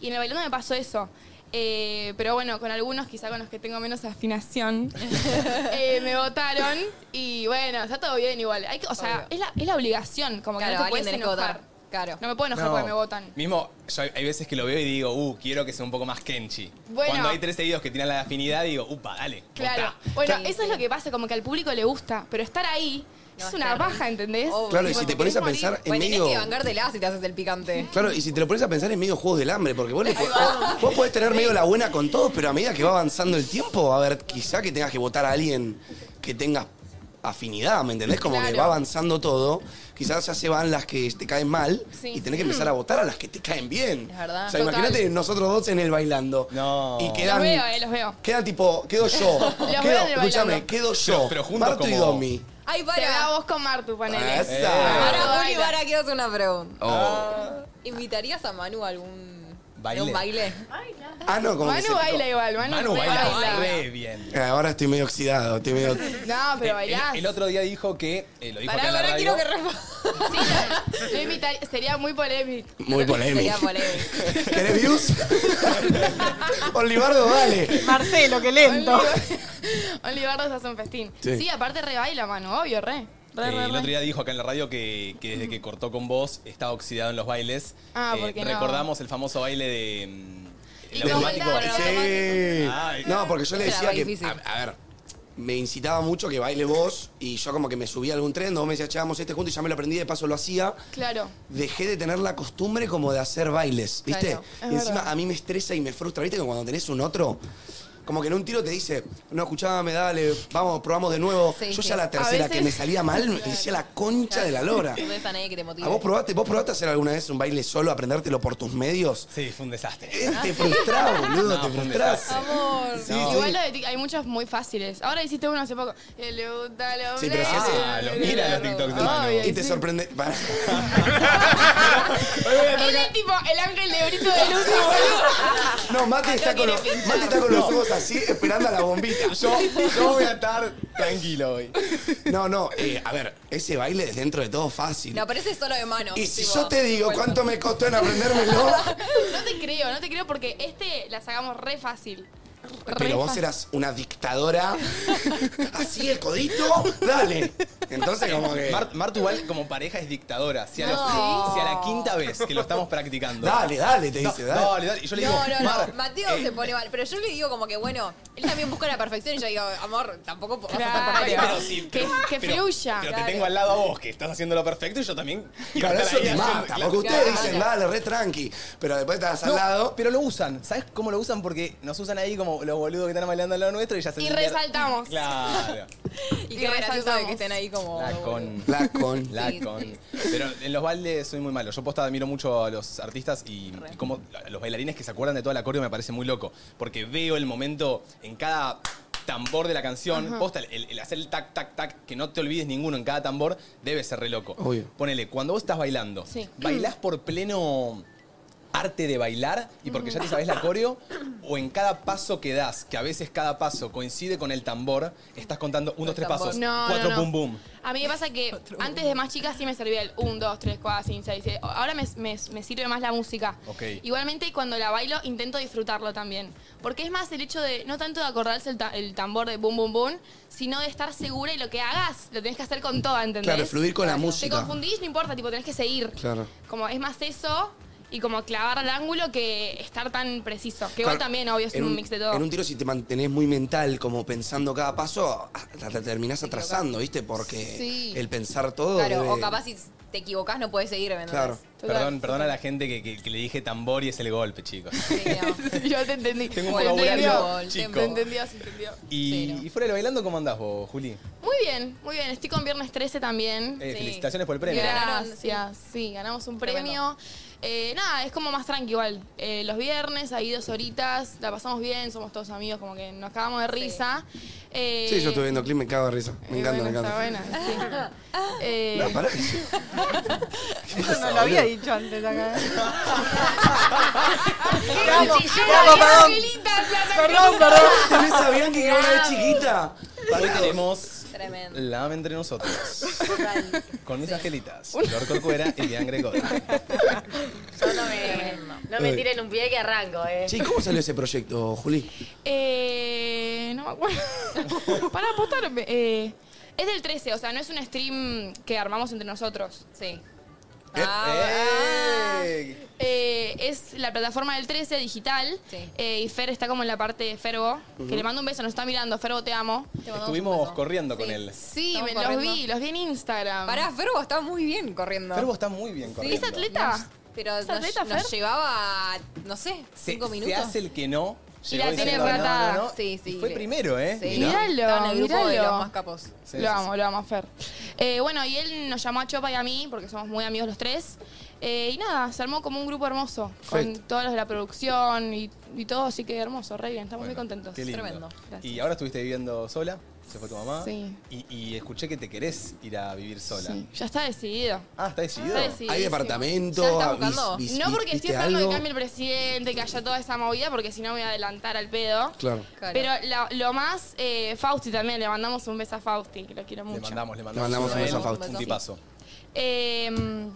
Speaker 3: Y en el bailando me pasó eso. Eh, pero bueno, con algunos, quizá con los que tengo menos afinación, eh, me votaron y bueno, está todo bien igual. Hay que, o sea,
Speaker 4: Obvio.
Speaker 3: es la, es la obligación, como que
Speaker 4: Claro,
Speaker 3: no te
Speaker 4: alguien
Speaker 3: puedes
Speaker 4: tenés que
Speaker 3: enojar.
Speaker 4: votar. Claro.
Speaker 3: No me puedo enojar
Speaker 1: No.
Speaker 3: porque me votan.
Speaker 1: Mismo, yo hay, hay veces que lo veo y digo, uh, quiero que sea un poco más Kenchi.
Speaker 3: Bueno.
Speaker 1: Cuando hay tres seguidos que tiran la de afinidad, digo, upa, dale.
Speaker 3: Claro.
Speaker 1: votá.
Speaker 3: Bueno,
Speaker 4: Sí,
Speaker 3: eso es
Speaker 4: sí.
Speaker 3: lo que pasa, como que al público le gusta, pero estar ahí
Speaker 4: No,
Speaker 3: es una
Speaker 4: estar-
Speaker 3: baja, ¿entendés?
Speaker 4: Obvio.
Speaker 2: Claro, y
Speaker 4: Tipo,
Speaker 2: si te
Speaker 4: te
Speaker 2: pones a
Speaker 3: querés
Speaker 2: pensar en
Speaker 4: Bueno, tenés que
Speaker 2: medio.
Speaker 4: bancártela si te haces el picante.
Speaker 2: Claro, y si te lo pones a pensar en medio juegos del hambre, porque vos, le po- vos podés tener medio la buena con todos, pero a medida que va avanzando el tiempo, a ver, quizá que tengas que votar a alguien que tengas afinidad, ¿me entendés? Como que
Speaker 3: Claro.
Speaker 2: va avanzando todo, quizás ya se van las que te caen mal
Speaker 3: Sí.
Speaker 2: y tenés que empezar a votar a las que te caen bien.
Speaker 4: Es verdad.
Speaker 2: O sea,
Speaker 3: Total.
Speaker 2: imagínate nosotros dos en el bailando.
Speaker 1: No.
Speaker 4: Oh.
Speaker 2: Y
Speaker 3: Los
Speaker 2: quedan
Speaker 3: veo, eh, los veo.
Speaker 2: Queda tipo, quedo yo.
Speaker 3: veo
Speaker 2: quedo,
Speaker 3: en el
Speaker 2: escúchame,
Speaker 3: bailando.
Speaker 2: quedo yo.
Speaker 1: Pero- pero juntos
Speaker 2: Marto y
Speaker 1: como-
Speaker 2: Domi.
Speaker 4: Ay,
Speaker 3: Te veo a
Speaker 4: para.
Speaker 3: vos con Martu,
Speaker 2: Ah,
Speaker 3: ponele.
Speaker 2: Esa.
Speaker 4: Para, Ah, Juli,
Speaker 3: Baila.
Speaker 4: para, quiero hacer una
Speaker 1: Eh.
Speaker 4: pregunta.
Speaker 2: Oh.
Speaker 4: ¿Invitarías a Manu a algún
Speaker 1: Baile.
Speaker 4: a un baile?
Speaker 2: Ah, no, como que
Speaker 3: Manu
Speaker 2: se-
Speaker 3: baila igual, Manu,
Speaker 1: Manu
Speaker 3: re
Speaker 1: baila, re bien.
Speaker 2: Ah, Ahora estoy medio oxidado, estoy medio.
Speaker 3: No, pero
Speaker 1: El,
Speaker 3: bailás.
Speaker 1: el otro día dijo que, eh, lo dijo acá
Speaker 4: Pará,
Speaker 1: en la
Speaker 4: pará,
Speaker 1: radio,
Speaker 4: quiero que responda.
Speaker 3: Sí, no, no invitaría- sería muy polémico.
Speaker 2: Muy
Speaker 4: Sería
Speaker 2: polémico.
Speaker 4: polémico.
Speaker 2: ¿Querés views? Olivardo, dale.
Speaker 7: Marcelo, qué lento.
Speaker 3: Olivardo se hace un festín.
Speaker 2: Sí.
Speaker 3: Sí, aparte re baila, mano, obvio, re. Re,
Speaker 1: eh,
Speaker 3: re,
Speaker 1: el
Speaker 3: re.
Speaker 1: otro día dijo acá en la radio que, que desde que cortó con vos está oxidado en los bailes. Eh,
Speaker 3: Ah, ¿por qué no?
Speaker 1: Recordamos el famoso baile de. mm,
Speaker 3: Y
Speaker 1: El automático. Ah, Sí.
Speaker 3: comentar,
Speaker 2: Sí.
Speaker 1: Ay.
Speaker 2: No, porque yo le
Speaker 4: Esa
Speaker 2: decía
Speaker 4: era re
Speaker 2: que.
Speaker 4: difícil.
Speaker 2: A, a ver. Me incitaba mucho que baile vos y yo como que me subía a algún tren, vos me decías, che, vamos este junto y ya me lo aprendí, de paso lo hacía.
Speaker 3: Claro.
Speaker 2: dejé de tener la costumbre como de hacer bailes, ¿viste?
Speaker 4: Claro,
Speaker 2: Y encima a mí me estresa y me frustra, ¿viste? Que cuando tenés un otro, como que en un tiro te dice, no, escuchame, dale, vamos, probamos de nuevo.
Speaker 4: Sí,
Speaker 2: Yo
Speaker 4: sí.
Speaker 2: ya la tercera
Speaker 3: A veces-
Speaker 2: que me salía mal, me decía la concha de la lora.
Speaker 4: No ves a nadie que te motive.
Speaker 2: ¿A vos probaste, vos probaste hacer alguna vez un baile solo, aprendértelo por tus medios?
Speaker 1: Sí, fue un desastre.
Speaker 2: Eh, Te frustrás, boludo,
Speaker 1: No,
Speaker 2: te
Speaker 1: fue un
Speaker 2: frustrás.
Speaker 1: desastre.
Speaker 4: Amor.
Speaker 2: Sí, sí.
Speaker 3: Igual lo de tic- hay muchos muy fáciles. Ahora hiciste uno hace poco. Que le gusta lo
Speaker 2: Sí, pero si hace-
Speaker 1: Ah, lo mira los TikToks de Manu.
Speaker 3: Obvio.
Speaker 2: Y te sorprende. pará.
Speaker 3: Él es tipo el ángel de Brito de Luz.
Speaker 2: No, Mati está, con los, Mati está con los ojos así, esperando a la bombita.
Speaker 1: Yo, yo voy a estar tranquilo hoy.
Speaker 2: No, no, eh, a ver, ese baile es dentro de todo fácil.
Speaker 4: No, pero ese es solo de mano.
Speaker 2: y si
Speaker 4: tipo,
Speaker 2: yo te digo cuánto me costó en aprendérmelo,
Speaker 3: No te creo, no te creo porque este la sacamos re fácil. Re
Speaker 2: pero vos
Speaker 3: fácil.
Speaker 2: eras una dictadora, así el codito, dale. Entonces como que...
Speaker 1: Mar- Martu igual como pareja es dictadora. Si a, los- si a la quinta vez que lo estamos practicando.
Speaker 2: Dale, dale, te
Speaker 1: No,
Speaker 2: dice, dale.
Speaker 1: dale, dale. Y yo le digo,
Speaker 4: No, no,
Speaker 1: Mar,
Speaker 4: no. Mateo
Speaker 2: eh.
Speaker 4: se pone mal. Pero yo le digo como que, bueno, él también busca la perfección y yo digo, amor, tampoco vas a
Speaker 3: Claro.
Speaker 4: estar perfecto.
Speaker 1: pero sí,
Speaker 3: Que-
Speaker 1: pero-
Speaker 3: que
Speaker 1: pero-
Speaker 3: fluya.
Speaker 1: Pero
Speaker 3: Claro.
Speaker 1: te tengo al lado a vos, que estás haciendo lo perfecto, y yo también. quiero
Speaker 2: Claro,
Speaker 1: estar
Speaker 2: eso
Speaker 1: ahí
Speaker 2: te
Speaker 1: haciendo-
Speaker 2: mata,
Speaker 1: claro.
Speaker 2: porque ustedes
Speaker 4: claro.
Speaker 2: dicen, dale, re tranqui, pero después te vas al
Speaker 1: No,
Speaker 2: lado...
Speaker 1: pero lo usan. ¿Sabes cómo lo usan? Porque nos usan ahí como los boludos que están bailando al lado nuestro y ya se
Speaker 3: Y
Speaker 1: sienten-
Speaker 3: resaltamos.
Speaker 1: Claro.
Speaker 4: Y
Speaker 3: Y
Speaker 4: qué gracioso de
Speaker 3: resaltamos.
Speaker 4: que estén ahí como.
Speaker 1: La con.
Speaker 2: La con...
Speaker 1: La
Speaker 4: Sí,
Speaker 1: con.
Speaker 4: sí.
Speaker 1: Pero en los bailes soy muy malo. Yo posta admiro mucho a los artistas y, y como los bailarines que se acuerdan de toda la coreo me parece muy loco. Porque veo el momento en cada tambor de la canción, posta, el, el hacer el tac, tac, tac, que no te olvides ninguno en cada tambor, debe ser re loco.
Speaker 2: Obvio.
Speaker 1: Ponele, cuando vos estás bailando,
Speaker 3: Sí.
Speaker 1: ¿bailás por pleno arte de bailar y porque ya te sabes la coreo o en cada paso que das, que a veces cada paso coincide con el tambor, estás contando unos tres
Speaker 4: tambor.
Speaker 1: pasos,
Speaker 3: No,
Speaker 1: cuatro
Speaker 3: no, no.
Speaker 1: boom boom.
Speaker 3: A mí me pasa que antes de más chicas sí me servía el 1, 2, 3, 4, 5, 6, 7. Ahora me, me- me sirve más la música.
Speaker 1: Ok.
Speaker 3: Igualmente cuando la bailo intento disfrutarlo también. Porque es más el hecho de no tanto de acordarse el, ta- el tambor de boom, boom, boom, sino de estar segura y lo que hagas lo tenés que hacer con toda, ¿entendés?
Speaker 2: Claro, fluir con la
Speaker 3: Te
Speaker 2: música.
Speaker 3: confundís, no importa, tipo tenés que seguir.
Speaker 2: Claro.
Speaker 3: Como es más eso y como clavar al ángulo que estar tan preciso. Que igual
Speaker 2: Claro,
Speaker 3: también, obvio, es
Speaker 2: en
Speaker 3: un, mix de todo.
Speaker 2: En un tiro, si te mantenés muy mental, como pensando cada paso, hasta te terminás atrasando, ¿viste? Porque
Speaker 4: Sí.
Speaker 2: el pensar todo. debe-
Speaker 4: Claro, o capaz si te equivocás no puedes seguir, ¿me entendés?
Speaker 2: Claro.
Speaker 3: Total.
Speaker 1: Perdón, perdón a la gente que, que- que le dije tambor y es el golpe, chicos.
Speaker 4: Sí, no.
Speaker 7: Yo te entendí.
Speaker 1: Tengo un
Speaker 4: Bueno,
Speaker 1: vocabulario
Speaker 4: el
Speaker 1: chico.
Speaker 4: tiempo.
Speaker 7: Se entendió, se entendió.
Speaker 1: Y,
Speaker 4: Sí, no.
Speaker 1: y fuera de lo bailando, ¿cómo andás vos, Juli?
Speaker 3: Muy bien, muy bien. Estoy con Viernes 13 también.
Speaker 1: Eh,
Speaker 4: Sí.
Speaker 1: Felicitaciones por el premio.
Speaker 4: Gracias.
Speaker 3: Gracias, sí, ganamos un
Speaker 4: Tremendo.
Speaker 3: premio. Eh, nada, es como más tranqui igual. Eh, los viernes, ahí dos horitas, la pasamos bien, somos todos amigos, como que nos cagamos de risa. Eh,
Speaker 2: Sí, yo estuve viendo clip, me cago de risa. Me
Speaker 3: eh,
Speaker 2: encanta, me
Speaker 3: bueno,
Speaker 2: encanta.
Speaker 3: Está buena, sí. Eh,
Speaker 2: No, pará.
Speaker 7: Eso no lo había dicho antes acá.
Speaker 3: ¡Ay,
Speaker 7: Vamos,
Speaker 3: ay,
Speaker 7: vamos,
Speaker 3: las
Speaker 7: perdón.
Speaker 3: angelitas, las
Speaker 7: Perdón, perdón.
Speaker 2: ¿Ustedes sabían que era una vez chiquita?
Speaker 1: Hoy tenemos
Speaker 4: Tremendo.
Speaker 1: la ave entre nosotros. Con mis angelitas, Flor Corcuera y Diane Gregorio.
Speaker 5: Yo no me, no me tiren un pie que arranco, eh.
Speaker 2: Che, ¿cómo salió ese proyecto, Juli?
Speaker 3: Eh, no me acuerdo. Para apostarme. Eh, es del 13, o sea, no es un stream que armamos entre nosotros.
Speaker 4: Sí.
Speaker 2: Eh,
Speaker 4: Ah,
Speaker 1: ¡Ey!
Speaker 3: Eh, es la plataforma del 13 digital.
Speaker 4: Sí.
Speaker 3: Eh, y Fer está como en la parte de Ferbo. Que le mando un beso, nos está mirando. Ferbo, te amo.
Speaker 4: te mandamos un
Speaker 1: Estuvimos
Speaker 4: beso.
Speaker 1: corriendo con
Speaker 4: Sí.
Speaker 1: él.
Speaker 3: Sí,
Speaker 4: Estamos
Speaker 3: me los
Speaker 4: corriendo.
Speaker 3: vi, los vi en Instagram.
Speaker 4: Pará, Ferbo está muy bien corriendo.
Speaker 1: Ferbo está muy bien
Speaker 3: ¿Es
Speaker 1: corriendo.
Speaker 3: atleta?
Speaker 4: Pero
Speaker 3: ¿Es
Speaker 4: nos,
Speaker 3: atleta,
Speaker 4: nos
Speaker 3: Fer?
Speaker 4: llevaba, no sé,
Speaker 1: Se,
Speaker 4: cinco
Speaker 1: se
Speaker 4: minutos.
Speaker 1: hace el que no.
Speaker 3: Y
Speaker 1: llegó
Speaker 3: la tiene
Speaker 1: diciendo, "No,
Speaker 3: ratada".
Speaker 1: no, no".
Speaker 4: Sí, sí.
Speaker 1: Y fue primero, ¿eh?
Speaker 4: Sí.
Speaker 3: Mirá. Míralo,
Speaker 4: Estaba en el grupo de
Speaker 3: míralo.
Speaker 4: los más capos.
Speaker 1: Sí, sí,
Speaker 3: lo amo, lo amo, a Fer. Eh, bueno, y él nos llamó a Chopa y a mí, porque somos muy amigos los tres. Eh, y nada, se armó como un grupo hermoso,
Speaker 2: Perfecto.
Speaker 3: con todos los de la producción y, y todo, así que hermoso, re bien, estamos
Speaker 1: Bueno,
Speaker 3: muy contentos.
Speaker 1: qué lindo.
Speaker 4: Tremendo.
Speaker 1: Y
Speaker 3: Gracias.
Speaker 1: ahora estuviste viviendo sola, se fue tu mamá.
Speaker 3: Sí.
Speaker 1: Y, y escuché que te querés ir a vivir sola.
Speaker 3: Sí, ya está decidido.
Speaker 1: Ah, ¿está decidido?
Speaker 3: Está decidido.
Speaker 2: ¿Hay
Speaker 4: ¿Ya
Speaker 2: departamento?
Speaker 4: está
Speaker 2: Ah,
Speaker 4: buscando?
Speaker 2: vis- vis-
Speaker 3: No porque
Speaker 2: viste
Speaker 3: estoy esperando
Speaker 2: algo?
Speaker 3: que cambie el presidente, que haya toda esa movida, porque si no me voy a adelantar al pedo.
Speaker 2: Claro.
Speaker 4: Claro.
Speaker 3: Pero la- lo más, eh, Fausti también, le mandamos un beso a Fausti, que lo quiero mucho.
Speaker 1: Le mandamos, le mandamos,
Speaker 2: mandamos
Speaker 1: uno
Speaker 2: un
Speaker 1: a
Speaker 2: beso
Speaker 1: él,
Speaker 2: a Fausto.
Speaker 1: Un
Speaker 4: Sí.
Speaker 1: tipazo.
Speaker 3: Eh,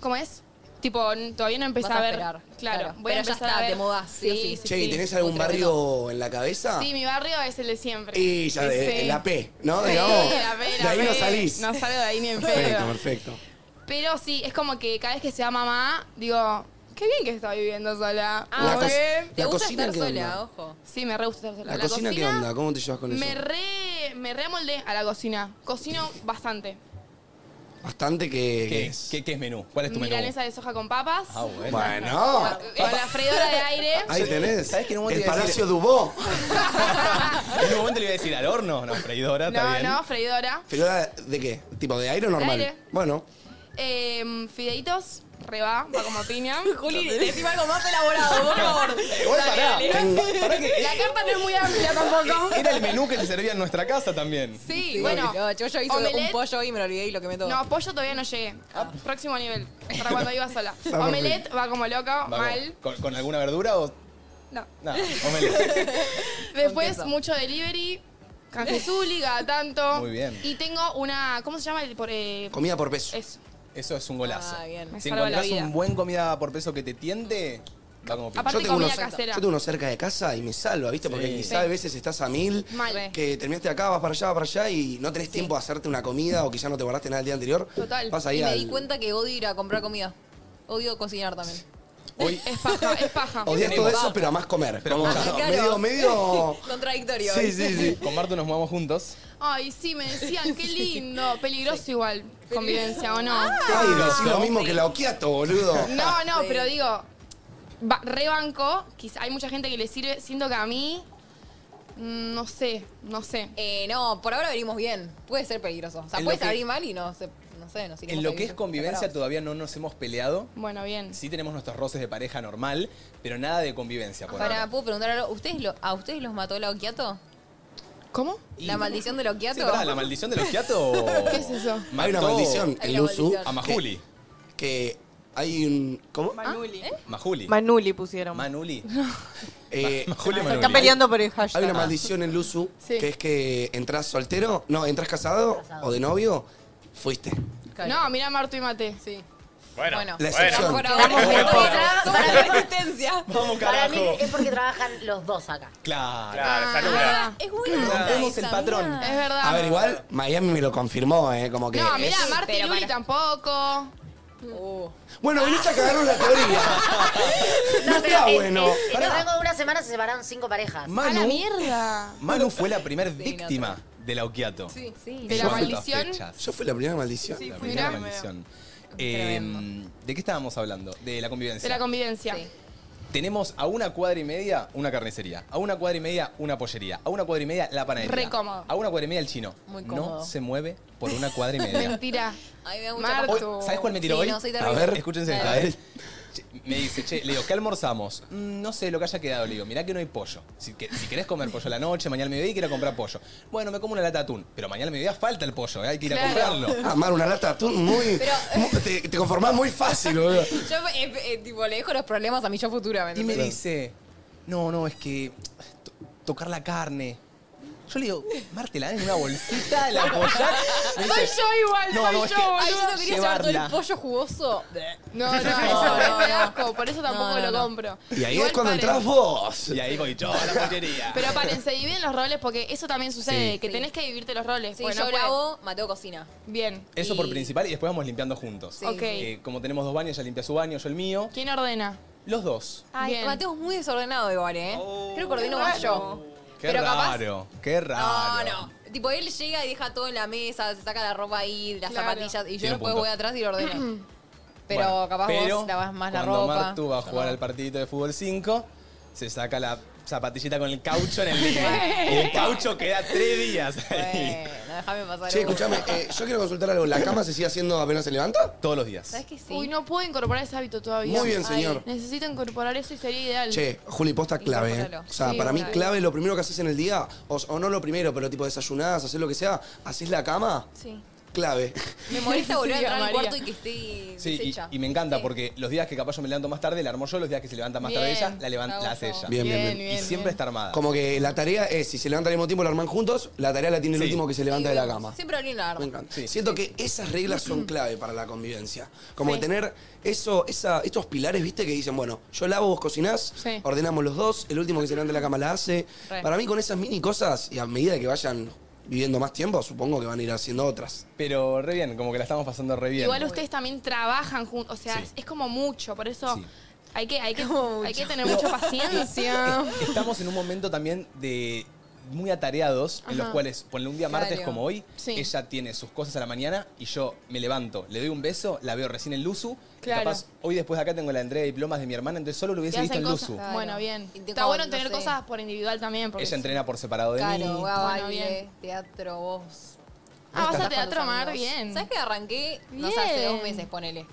Speaker 3: ¿Cómo es? Tipo, n- todavía no empecé
Speaker 4: Vas a
Speaker 3: ver.
Speaker 4: esperar,
Speaker 3: Claro,
Speaker 4: claro.
Speaker 3: voy a
Speaker 4: Pero ya
Speaker 3: empezar
Speaker 4: está,
Speaker 3: a ver.
Speaker 4: te mudás, sí o sí.
Speaker 2: Che, ¿y ¿tenés algún
Speaker 4: Otro
Speaker 2: barrio en la cabeza?
Speaker 3: Sí, mi barrio es el de siempre.
Speaker 2: Y ya, de,
Speaker 3: Sí.
Speaker 2: la P, ¿no?
Speaker 3: Sí,
Speaker 2: Digamos,
Speaker 3: la P,
Speaker 2: de
Speaker 3: la
Speaker 2: ahí no
Speaker 3: P.
Speaker 2: salís.
Speaker 3: No salgo de ahí ni en
Speaker 2: Perfecto,
Speaker 3: pedo.
Speaker 2: perfecto.
Speaker 3: Pero sí, es como que cada vez que se va mamá, digo, qué bien que estoy viviendo
Speaker 2: La
Speaker 3: sola. Ah,
Speaker 2: cos-
Speaker 3: bien.
Speaker 4: ¿Te
Speaker 2: La
Speaker 4: gusta
Speaker 2: cocina,
Speaker 4: estar
Speaker 2: ¿qué onda?
Speaker 4: sola, ojo?
Speaker 3: Sí, me re gusta estar sola.
Speaker 2: ¿La, cocina, qué onda? ¿Cómo te llevas con eso?
Speaker 3: Me re, me re amoldé a la cocina. Cocino bastante.
Speaker 2: Bastante que... que
Speaker 1: ¿Qué,
Speaker 2: es.
Speaker 1: qué, qué es menú? ¿Cuál es tu menú?
Speaker 3: Milanesa de soja con papas.
Speaker 1: Ah, bueno.
Speaker 2: Bueno,
Speaker 3: Eh, Con la freidora de aire.
Speaker 2: ahí tenés.
Speaker 1: ¿Sabés que en un momento
Speaker 2: El
Speaker 1: iba a decir-
Speaker 2: Palacio Dubó.
Speaker 1: En un momento le iba a decir al horno, no, freidora, está
Speaker 3: No,
Speaker 1: bien.
Speaker 3: no, freidora.
Speaker 2: ¿Pero era de qué? ¿Tipo de aire o normal?
Speaker 3: aire.
Speaker 2: Bueno,
Speaker 3: Eh, fideitos. re va, va como piña.
Speaker 4: Juli, decime algo más elaborado, por favor.
Speaker 1: Igual pará. Tengo- pará que-
Speaker 3: La carta no es muy amplia tampoco.
Speaker 1: Era el menú que se servía en nuestra casa también.
Speaker 3: Sí, bueno.
Speaker 4: No, yo, yo hice un
Speaker 3: omelette.
Speaker 4: pollo y me lo olvidé y lo quemé todo.
Speaker 3: No, pollo todavía no llegué.
Speaker 4: Ah.
Speaker 3: Próximo nivel. Para cuando iba sola.
Speaker 2: perfecto.
Speaker 3: Omelette va como loco, mal.
Speaker 1: Vamos, ¿Con, con alguna verdura o.?
Speaker 3: No.
Speaker 1: No, omelette.
Speaker 3: Después,
Speaker 4: queso.
Speaker 3: mucho delivery. Canjesuli, cada tanto.
Speaker 1: Muy bien.
Speaker 3: Y tengo una. ¿Cómo se llama? El, por, eh,
Speaker 2: Comida por peso.
Speaker 3: eso.
Speaker 1: Eso es un golazo.
Speaker 4: Ah, bien.
Speaker 3: Me
Speaker 1: Si
Speaker 3: salva la
Speaker 1: encontrás
Speaker 3: vida.
Speaker 1: un buen comida por peso que te tiende, va como pinche.
Speaker 3: Aparte,
Speaker 2: yo, tengo
Speaker 3: comida
Speaker 2: uno,
Speaker 3: casera.
Speaker 2: yo tengo uno cerca de casa y me salva, ¿viste? Porque
Speaker 1: Sí.
Speaker 2: quizás a veces estás a mil,
Speaker 3: Mal.
Speaker 2: que terminaste acá, vas para allá, vas para allá y no tenés tiempo de hacerte una comida o quizás no te guardaste nada el día anterior.
Speaker 3: Total.
Speaker 2: Vas ahí
Speaker 4: Y me
Speaker 2: al-
Speaker 4: di cuenta que odio ir a comprar comida. Odio cocinar también.
Speaker 1: Hoy,
Speaker 3: Es paja, es paja.
Speaker 2: Odias todo eso, pero a más comer.
Speaker 1: Pero
Speaker 2: Como
Speaker 1: más
Speaker 2: que
Speaker 4: Claro.
Speaker 2: medio, medio.
Speaker 4: Contradictorio.
Speaker 2: Sí, sí, sí.
Speaker 1: con Marto nos mudamos juntos.
Speaker 3: Ay, sí, me decían, qué lindo. Peligroso igual, convivencia, ¿o no?
Speaker 2: Ay, decís lo mismo que la Okiato, boludo.
Speaker 3: No, no,
Speaker 4: Sí.
Speaker 3: pero digo, ba- rebanco, quizá hay mucha gente que le sirve, siento que a mí, mm, no sé, no sé.
Speaker 4: Eh, no, por ahora venimos bien. Puede ser peligroso. O sea,
Speaker 1: En
Speaker 4: puedes
Speaker 1: lo que-
Speaker 4: abrir mal y no sé, no sé. Nos iremos
Speaker 1: En lo
Speaker 4: a
Speaker 1: que es
Speaker 4: vivir
Speaker 1: convivencia
Speaker 4: separados.
Speaker 1: todavía no nos hemos peleado.
Speaker 3: Bueno, bien.
Speaker 1: Sí tenemos nuestros roces de pareja normal, pero nada de convivencia. Por
Speaker 4: Para,
Speaker 1: ahora.
Speaker 4: ¿puedo preguntar algo? ¿Ustedes lo- ¿A ustedes los mató la Okiato?
Speaker 3: ¿Cómo?
Speaker 4: ¿La maldición de la Okiato?
Speaker 1: Sí, pará, la maldición de los quiato.
Speaker 3: ¿Qué es eso?
Speaker 2: Hay una
Speaker 1: mató
Speaker 2: maldición
Speaker 4: Hay
Speaker 2: en
Speaker 4: una
Speaker 2: Luzu
Speaker 4: maldición.
Speaker 1: A Majuli.
Speaker 2: que hay un. ¿Cómo?
Speaker 7: Manuli.
Speaker 1: Majuli.
Speaker 7: Manuli pusieron.
Speaker 1: Manuli.
Speaker 2: Eh,
Speaker 1: Majuli o
Speaker 7: Se están
Speaker 1: Manuli.
Speaker 7: peleando por el hashtag.
Speaker 2: hay una maldición en Luzu
Speaker 3: Sí.
Speaker 2: que es que entras soltero, no, entras casado, o de novio, fuiste.
Speaker 3: No, mira Martu y Mate.
Speaker 4: Sí.
Speaker 9: Bueno,
Speaker 4: Bueno.
Speaker 2: La excepción.
Speaker 4: Por ahora,
Speaker 5: Muy
Speaker 4: somos-
Speaker 5: poco.
Speaker 4: somos la resistencia.
Speaker 1: Vamos,
Speaker 5: Para mí
Speaker 1: carajo.
Speaker 5: es porque trabajan los dos acá.
Speaker 1: Claro.
Speaker 9: claro,
Speaker 3: Ah,
Speaker 9: esa
Speaker 3: es
Speaker 9: luna.
Speaker 3: verdad,
Speaker 4: Es buena.
Speaker 1: Rompemos
Speaker 4: esa,
Speaker 1: el patrón.
Speaker 4: mirá.
Speaker 3: es verdad.
Speaker 2: A ver, igual Miami me lo confirmó, ¿eh? Como que.
Speaker 3: No,
Speaker 2: es-
Speaker 3: mira, Marta y
Speaker 4: pero
Speaker 3: Luli
Speaker 4: para.
Speaker 3: tampoco.
Speaker 4: Uh.
Speaker 2: Bueno, viniste a cagarnos la teoría. No
Speaker 5: pero
Speaker 2: está
Speaker 5: en-
Speaker 2: bueno.
Speaker 5: En, en el
Speaker 2: Pará.
Speaker 5: rango de una semana se separaron cinco parejas.
Speaker 3: A la
Speaker 1: Manu,
Speaker 3: mierda.
Speaker 1: Manu fue la primer víctima de la Okiato.
Speaker 4: Sí, sí.
Speaker 3: De la
Speaker 1: Yo-
Speaker 3: maldición.
Speaker 1: Fechas.
Speaker 2: Yo fui la primera maldición.
Speaker 1: La
Speaker 3: fui
Speaker 1: primera
Speaker 3: yo.
Speaker 1: maldición. Eh, ¿De qué estábamos hablando? De la convivencia.
Speaker 3: De la convivencia.
Speaker 4: Sí.
Speaker 1: Tenemos a una cuadra y media una carnicería, a una cuadra y media una pollería, a una cuadra y media la panadería.
Speaker 3: Re cómodo.
Speaker 1: A una cuadra y media el chino.
Speaker 4: Muy
Speaker 1: No
Speaker 4: cómodo.
Speaker 1: se mueve por una cuadra y media.
Speaker 3: Mentira.
Speaker 4: A mí me da mucha paja.
Speaker 3: Martu.
Speaker 1: Hoy- ¿Sabes cuál me tiró
Speaker 4: Sí,
Speaker 1: hoy?
Speaker 4: no, soy
Speaker 2: A
Speaker 4: terrible.
Speaker 2: ver,
Speaker 1: Escúchense esta, ¿eh? Che, Me dice, che, le digo, ¿qué almorzamos? "Mm, no sé, lo que haya quedado. Le digo, mirá que no hay pollo. Si, que- si querés comer pollo a la noche, mañana al mediodía y quiero comprar pollo. Bueno, me como una lata de atún. Pero mañana al mediodía falta el pollo, ¿eh? hay que ir a
Speaker 3: Claro.
Speaker 1: comprarlo.
Speaker 2: Amar Ah, una lata de atún muy. mu- te, te conformás muy fácil, boludo.
Speaker 4: Yo eh, eh, tipo, le dejo los problemas a mi yo futura. ¿me
Speaker 1: Y me
Speaker 4: entendés?
Speaker 1: dice, no, no, es que to- tocar la carne. Yo le digo, Marte, la dan en una bolsita, la apoyás. Me
Speaker 3: Soy
Speaker 1: dice,
Speaker 3: yo igual,
Speaker 1: No,
Speaker 3: soy
Speaker 1: no, es
Speaker 3: yo,
Speaker 1: que-
Speaker 4: Ay, yo
Speaker 3: boludo.
Speaker 4: no quería llevar todo
Speaker 1: Llevarla.
Speaker 4: el pollo jugoso.
Speaker 3: No, no, no,
Speaker 4: no,
Speaker 3: me da
Speaker 4: no.
Speaker 3: asco, por eso tampoco
Speaker 4: No,
Speaker 3: lo
Speaker 4: no, no.
Speaker 3: compro.
Speaker 2: Y ahí
Speaker 3: Igual
Speaker 2: es cuando
Speaker 3: paren.
Speaker 2: entras vos.
Speaker 1: Y ahí voy yo a la pollería.
Speaker 3: Pero paren, se dividen los roles porque eso también sucede,
Speaker 1: Sí.
Speaker 3: que tenés que vivirte los roles.
Speaker 4: Sí,
Speaker 3: porque
Speaker 4: yo
Speaker 3: no puede-
Speaker 4: grabo, Mateo cocina.
Speaker 3: Bien.
Speaker 1: Eso por
Speaker 4: y-
Speaker 1: principal y después vamos limpiando juntos.
Speaker 4: Sí.
Speaker 3: Ok.
Speaker 1: Eh, como tenemos dos baños, ella limpia su baño, yo el mío.
Speaker 3: ¿Quién ordena?
Speaker 1: Los dos.
Speaker 4: Ay,
Speaker 3: Bien.
Speaker 4: Mateo es muy desordenado igual, ¿eh?
Speaker 1: Oh,
Speaker 4: Creo que ordeno más yo.
Speaker 1: Qué
Speaker 4: Pero capaz-
Speaker 1: raro, qué
Speaker 4: No,
Speaker 1: raro.
Speaker 4: no. Tipo, él llega y deja todo en la mesa, se saca la ropa ahí, las
Speaker 3: Claro.
Speaker 4: zapatillas, y yo
Speaker 1: Tiene un
Speaker 4: después
Speaker 1: punto.
Speaker 4: voy atrás y lo ordeno. Pero
Speaker 1: Bueno,
Speaker 4: capaz
Speaker 1: pero
Speaker 4: vos lavas más la
Speaker 1: cuando
Speaker 4: ropa.
Speaker 1: Martu va a jugar al partidito de fútbol 5, se saca la zapatillita con el caucho en el Lima. y el caucho queda tres días ahí.
Speaker 4: Bueno, Eh, déjame pasar.
Speaker 2: Che,
Speaker 4: una.
Speaker 2: escúchame, eh, yo quiero consultar algo. ¿La cama se sigue haciendo apenas se levanta?
Speaker 1: Todos los días.
Speaker 4: ¿Sabes qué sí?
Speaker 3: Uy, no puedo incorporar ese hábito todavía.
Speaker 2: Muy bien, señor.
Speaker 3: Necesito incorporar eso y sería ideal.
Speaker 2: Che, Juli, posta clave. ¿eh?
Speaker 4: Incorpóralo.
Speaker 2: O sea,
Speaker 3: Sí,
Speaker 2: para mí
Speaker 3: clave.
Speaker 2: clave lo primero que haces en el día, o, o no lo primero, pero tipo desayunás, haces lo que sea, haces la cama,
Speaker 3: Sí.
Speaker 2: clave.
Speaker 4: Me molesta volver a
Speaker 3: Sí,
Speaker 4: entrar al
Speaker 3: María.
Speaker 4: cuarto y que esté
Speaker 1: Sí, y-
Speaker 4: deshecha.
Speaker 1: y, me encanta
Speaker 4: Sí.
Speaker 1: porque los días que capaz yo me levanto más tarde, la armo yo, los días que se levanta más tarde
Speaker 3: Bien,
Speaker 1: ella, la, levan-
Speaker 4: la
Speaker 1: la hace
Speaker 4: uso.
Speaker 1: ella.
Speaker 2: Bien, bien, bien.
Speaker 1: Y siempre está armada.
Speaker 2: Como que la tarea es, si se levanta al mismo tiempo, la arman juntos, la tarea la tiene el
Speaker 1: Sí.
Speaker 2: último que se levanta de la cama.
Speaker 4: Siempre abrí la
Speaker 2: Me
Speaker 4: arma.
Speaker 2: encanta.
Speaker 1: Sí.
Speaker 2: Siento que esas reglas son clave para la convivencia. Como que tener eso, esa, estos pilares, viste, que dicen, bueno, yo lavo, vos cocinás,
Speaker 3: Sí.
Speaker 2: ordenamos los dos, el último que se levanta de la cama la hace.
Speaker 4: Re.
Speaker 2: Para mí con esas mini cosas, y a medida que vayan viviendo más tiempo, supongo que van a ir haciendo otras.
Speaker 1: Pero re bien, como que la estamos pasando re bien.
Speaker 3: Igual ustedes también trabajan juntos, o sea,
Speaker 1: Sí.
Speaker 3: es- es como mucho, por eso
Speaker 1: Sí.
Speaker 3: hay, que, hay, que,
Speaker 4: Como
Speaker 3: hay que tener mucha paciencia.
Speaker 1: Estamos en un momento también de muy atareados, en los
Speaker 3: Ajá.
Speaker 1: cuales, ponle un día martes
Speaker 4: Claro.
Speaker 1: como hoy,
Speaker 3: Sí.
Speaker 1: ella tiene sus cosas a la mañana y yo me levanto, le doy un beso, la veo recién en Luzu. y
Speaker 3: Claro.
Speaker 1: Capaz, hoy después de acá tengo la entrega de diplomas de mi hermana, entonces solo lo
Speaker 3: Y
Speaker 1: hubiese visto
Speaker 3: hacen
Speaker 1: en
Speaker 3: cosas.
Speaker 1: Luzu.
Speaker 4: Claro.
Speaker 3: Bueno, bien.
Speaker 4: Y
Speaker 3: Está bueno
Speaker 4: no
Speaker 3: tener
Speaker 4: sé.
Speaker 3: cosas por individual también. Porque
Speaker 1: Ella entrena por separado de
Speaker 4: Claro,
Speaker 1: mí.
Speaker 4: voy a
Speaker 3: Bueno,
Speaker 4: baile,
Speaker 3: bien.
Speaker 4: teatro, vos.
Speaker 3: Ah, vas a
Speaker 4: Estás con
Speaker 3: teatro
Speaker 4: tus
Speaker 3: mar,
Speaker 4: amigos.
Speaker 3: bien.
Speaker 4: ¿Sabes que arranqué? No sé, hace
Speaker 3: Bien.
Speaker 4: dos meses, ponele.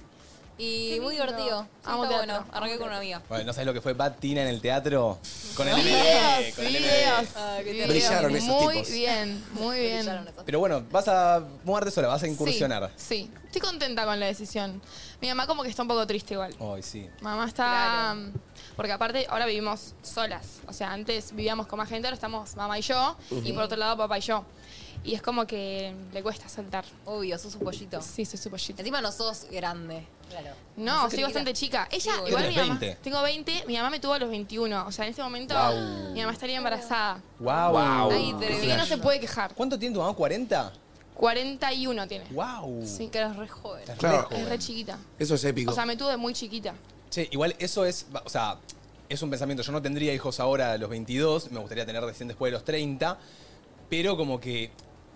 Speaker 4: Y muy divertido. Sí,
Speaker 10: Amo
Speaker 4: está
Speaker 10: teatro.
Speaker 4: bueno. Arranqué con una amiga.
Speaker 1: Bueno, ¿no sabes lo que fue Bad Tina en el teatro? Con el
Speaker 4: Sí,
Speaker 1: MD, con el MD.
Speaker 4: Ah, qué
Speaker 3: Videos.
Speaker 2: Brillaron esos
Speaker 3: Muy
Speaker 2: tipos.
Speaker 3: bien, muy bien.
Speaker 1: Pero bueno, vas a moverte sola, vas a incursionar.
Speaker 3: Sí, sí. estoy contenta con la decisión. Mi mamá como que está un poco triste igual.
Speaker 1: Ay, sí.
Speaker 3: Mamá está... Porque aparte ahora vivimos solas. O sea, antes vivíamos con más gente, ahora estamos mamá y yo. Y por otro lado papá y yo. Y es como que le cuesta soltar.
Speaker 4: Obvio, sos un pollito.
Speaker 3: Sí, soy súper shit.
Speaker 4: Encima no sos grande. Claro.
Speaker 3: No,
Speaker 4: Sos
Speaker 3: soy
Speaker 4: chiquita.
Speaker 3: bastante chica. Ella,
Speaker 4: Tú
Speaker 3: igual mi
Speaker 1: tenés
Speaker 3: mamá.
Speaker 1: 20.
Speaker 3: Tengo 20, mi mamá me tuvo a los 21. O sea, en este momento
Speaker 1: Guau.
Speaker 3: mi mamá estaría embarazada.
Speaker 1: Wow.
Speaker 2: Guau.
Speaker 4: Ay, te-
Speaker 3: Así que no
Speaker 4: Flash.
Speaker 3: se puede quejar.
Speaker 1: ¿Cuánto tiene tu mamá? ¿40?
Speaker 3: 41 tiene.
Speaker 1: Wow.
Speaker 3: Sí,
Speaker 4: Que eres re joven.
Speaker 1: Estás re
Speaker 2: Claro.
Speaker 3: es
Speaker 1: joven.
Speaker 3: re chiquita.
Speaker 2: Eso es épico.
Speaker 3: O sea, me tuvo de muy chiquita.
Speaker 1: Che, igual eso es, o sea, es un pensamiento. Yo no tendría hijos ahora a los 22, me gustaría tener recién después de los 30, pero como que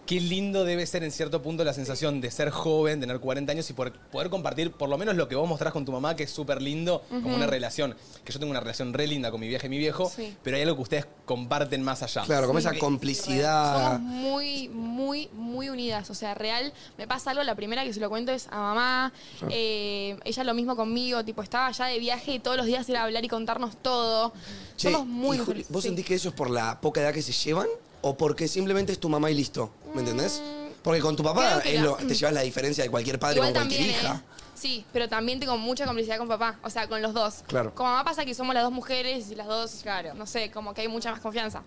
Speaker 1: qué lindo debe ser en cierto punto la sensación de ser joven, tener 40 años y poder, poder compartir por lo menos lo que vos mostrás con tu mamá, que es súper lindo, como una relación. Que yo tengo una relación re linda con mi vieja y mi viejo,
Speaker 3: Sí.
Speaker 1: pero hay algo que ustedes comparten más allá.
Speaker 2: claro, como esa
Speaker 3: Somos
Speaker 2: complicidad.
Speaker 3: muy, muy, muy unidas. O sea, real, me pasa algo, la primera que se lo cuento es a mamá. eh, ella lo mismo conmigo, tipo, estaba allá de viaje y todos los días era a hablar y contarnos todo.
Speaker 2: Che,
Speaker 3: Somos muy
Speaker 2: y Juli,
Speaker 3: mujeres,
Speaker 2: ¿Vos
Speaker 3: sí.
Speaker 2: sentís que eso es por la poca edad que se llevan o porque simplemente es tu mamá y listo? ¿Me entendés? Porque con tu papá
Speaker 3: Mm, Creo que
Speaker 2: es
Speaker 3: la-
Speaker 2: lo- te llevas la diferencia de cualquier padre
Speaker 3: Igual
Speaker 2: con cualquier
Speaker 3: también,
Speaker 2: hija.
Speaker 3: ¿eh? Sí, pero también tengo mucha complicidad con papá, o sea, con los dos.
Speaker 2: Claro.
Speaker 3: Con mamá pasa que somos las dos mujeres y las dos, claro. no sé, como que hay mucha más confianza.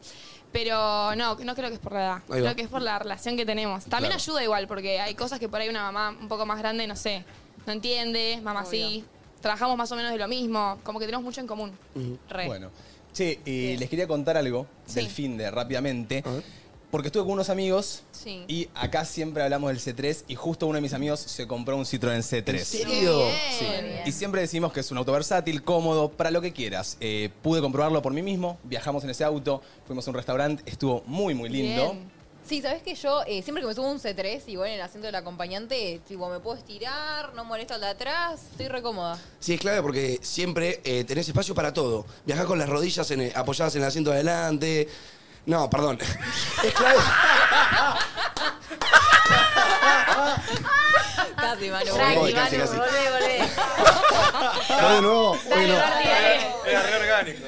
Speaker 3: Pero no, no creo que es por la edad,
Speaker 2: va.
Speaker 3: creo que es por la relación que tenemos. También
Speaker 1: Claro.
Speaker 3: ayuda igual, porque hay cosas que por ahí una mamá un poco más grande, no sé, no entiende, mamá sí. Trabajamos más o menos de lo mismo, como que tenemos mucho en común.
Speaker 4: Re.
Speaker 1: Bueno, che, y les quería contar algo del
Speaker 3: Sí.
Speaker 1: fin de rápidamente.
Speaker 2: A ver.
Speaker 1: Porque estuve con unos amigos
Speaker 4: Sí.
Speaker 1: y acá siempre hablamos del C3 y justo uno de mis amigos se compró un Citroën C3.
Speaker 2: ¿En serio?
Speaker 1: Sí. Y siempre decimos que es un auto versátil, cómodo, para lo que quieras. Eh, pude comprobarlo por mí mismo, viajamos en ese auto, fuimos a un restaurante, estuvo muy, muy lindo.
Speaker 3: Bien.
Speaker 4: Sí, sabes que yo eh, siempre que me subo a un C3 y voy en el asiento del acompañante, tipo, me puedo estirar, no molesto al de atrás, estoy re cómoda.
Speaker 2: Sí, es clave porque siempre eh, tenés espacio para todo. Viajás con las rodillas en el- apoyadas en el asiento de adelante. No, perdón. es clave.
Speaker 4: Casi, mano.
Speaker 2: Tranqui,
Speaker 3: Tranqui,
Speaker 4: Voy.
Speaker 2: casi,
Speaker 3: Manu,
Speaker 2: casi.
Speaker 3: volvé, volvé.
Speaker 2: ¿Voy de nuevo? Voy de
Speaker 3: Dale,
Speaker 2: nuevo.
Speaker 3: Bardi, dale.
Speaker 11: Era re orgánico.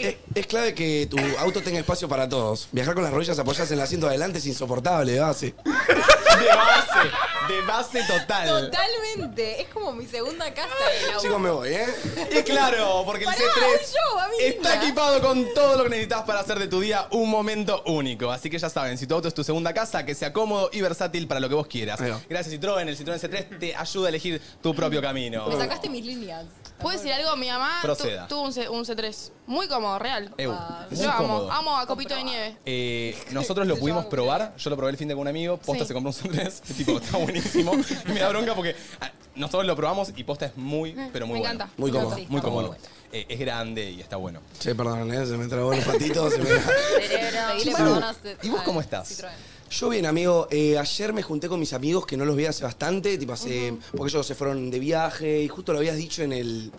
Speaker 2: Es, eh, es clave que tu auto tenga espacio para todos. Viajar con las rodillas apoyadas en el asiento de adelante es insoportable, de base.
Speaker 1: De base, de base total.
Speaker 4: Totalmente, es como mi segunda casa el auto.
Speaker 2: Chicos, me voy, ¿eh?
Speaker 1: Y claro, porque el
Speaker 4: Pará,
Speaker 1: C3
Speaker 4: voy yo, va mi
Speaker 1: está
Speaker 4: vida.
Speaker 1: equipado con todo lo que necesitas para hacer de tu día un momento único. Así que ya saben, si tu auto es tu segunda casa, que sea cómodo y versátil para lo que vos quieras.
Speaker 2: Ahí va.
Speaker 1: Gracias Citroën, el Citroën C3 te ayuda a elegir tu propio camino.
Speaker 4: Me sacaste mis líneas.
Speaker 3: ¿Puedo decir algo? Mi mamá tu-
Speaker 1: Proceda.
Speaker 3: tuvo un, C, 3 muy cómodo, real.
Speaker 1: Eu,
Speaker 4: Ah,
Speaker 1: muy
Speaker 3: Yo amo,
Speaker 1: cómodo.
Speaker 3: amo a Copito de Nieve.
Speaker 1: Eh, nosotros lo pudimos probar, yo lo probé el fin de con un amigo, Posta
Speaker 3: Sí.
Speaker 1: se compró un Sunrise, que tipo, está buenísimo. Y me da bronca porque ah, nosotros lo probamos y Posta es muy, Eh, pero muy
Speaker 3: Me
Speaker 1: bueno.
Speaker 3: encanta.
Speaker 2: Muy cómodo.
Speaker 4: Mm, Sí,
Speaker 1: Muy
Speaker 4: está
Speaker 1: cómodo.
Speaker 4: bueno.
Speaker 1: Eh, es grande y está bueno.
Speaker 2: Che, perdón, ¿eh? se me trabó los patitos. se me-
Speaker 4: Pedile
Speaker 1: Manu,
Speaker 4: perdón a C-
Speaker 1: ¿y vos
Speaker 4: al
Speaker 1: cómo estás?
Speaker 4: Citroën.
Speaker 2: Yo bien, amigo. Eh, ayer me junté con mis amigos que no los vi hace bastante, tipo hace, porque ellos se fueron de viaje y justo lo habías dicho en el,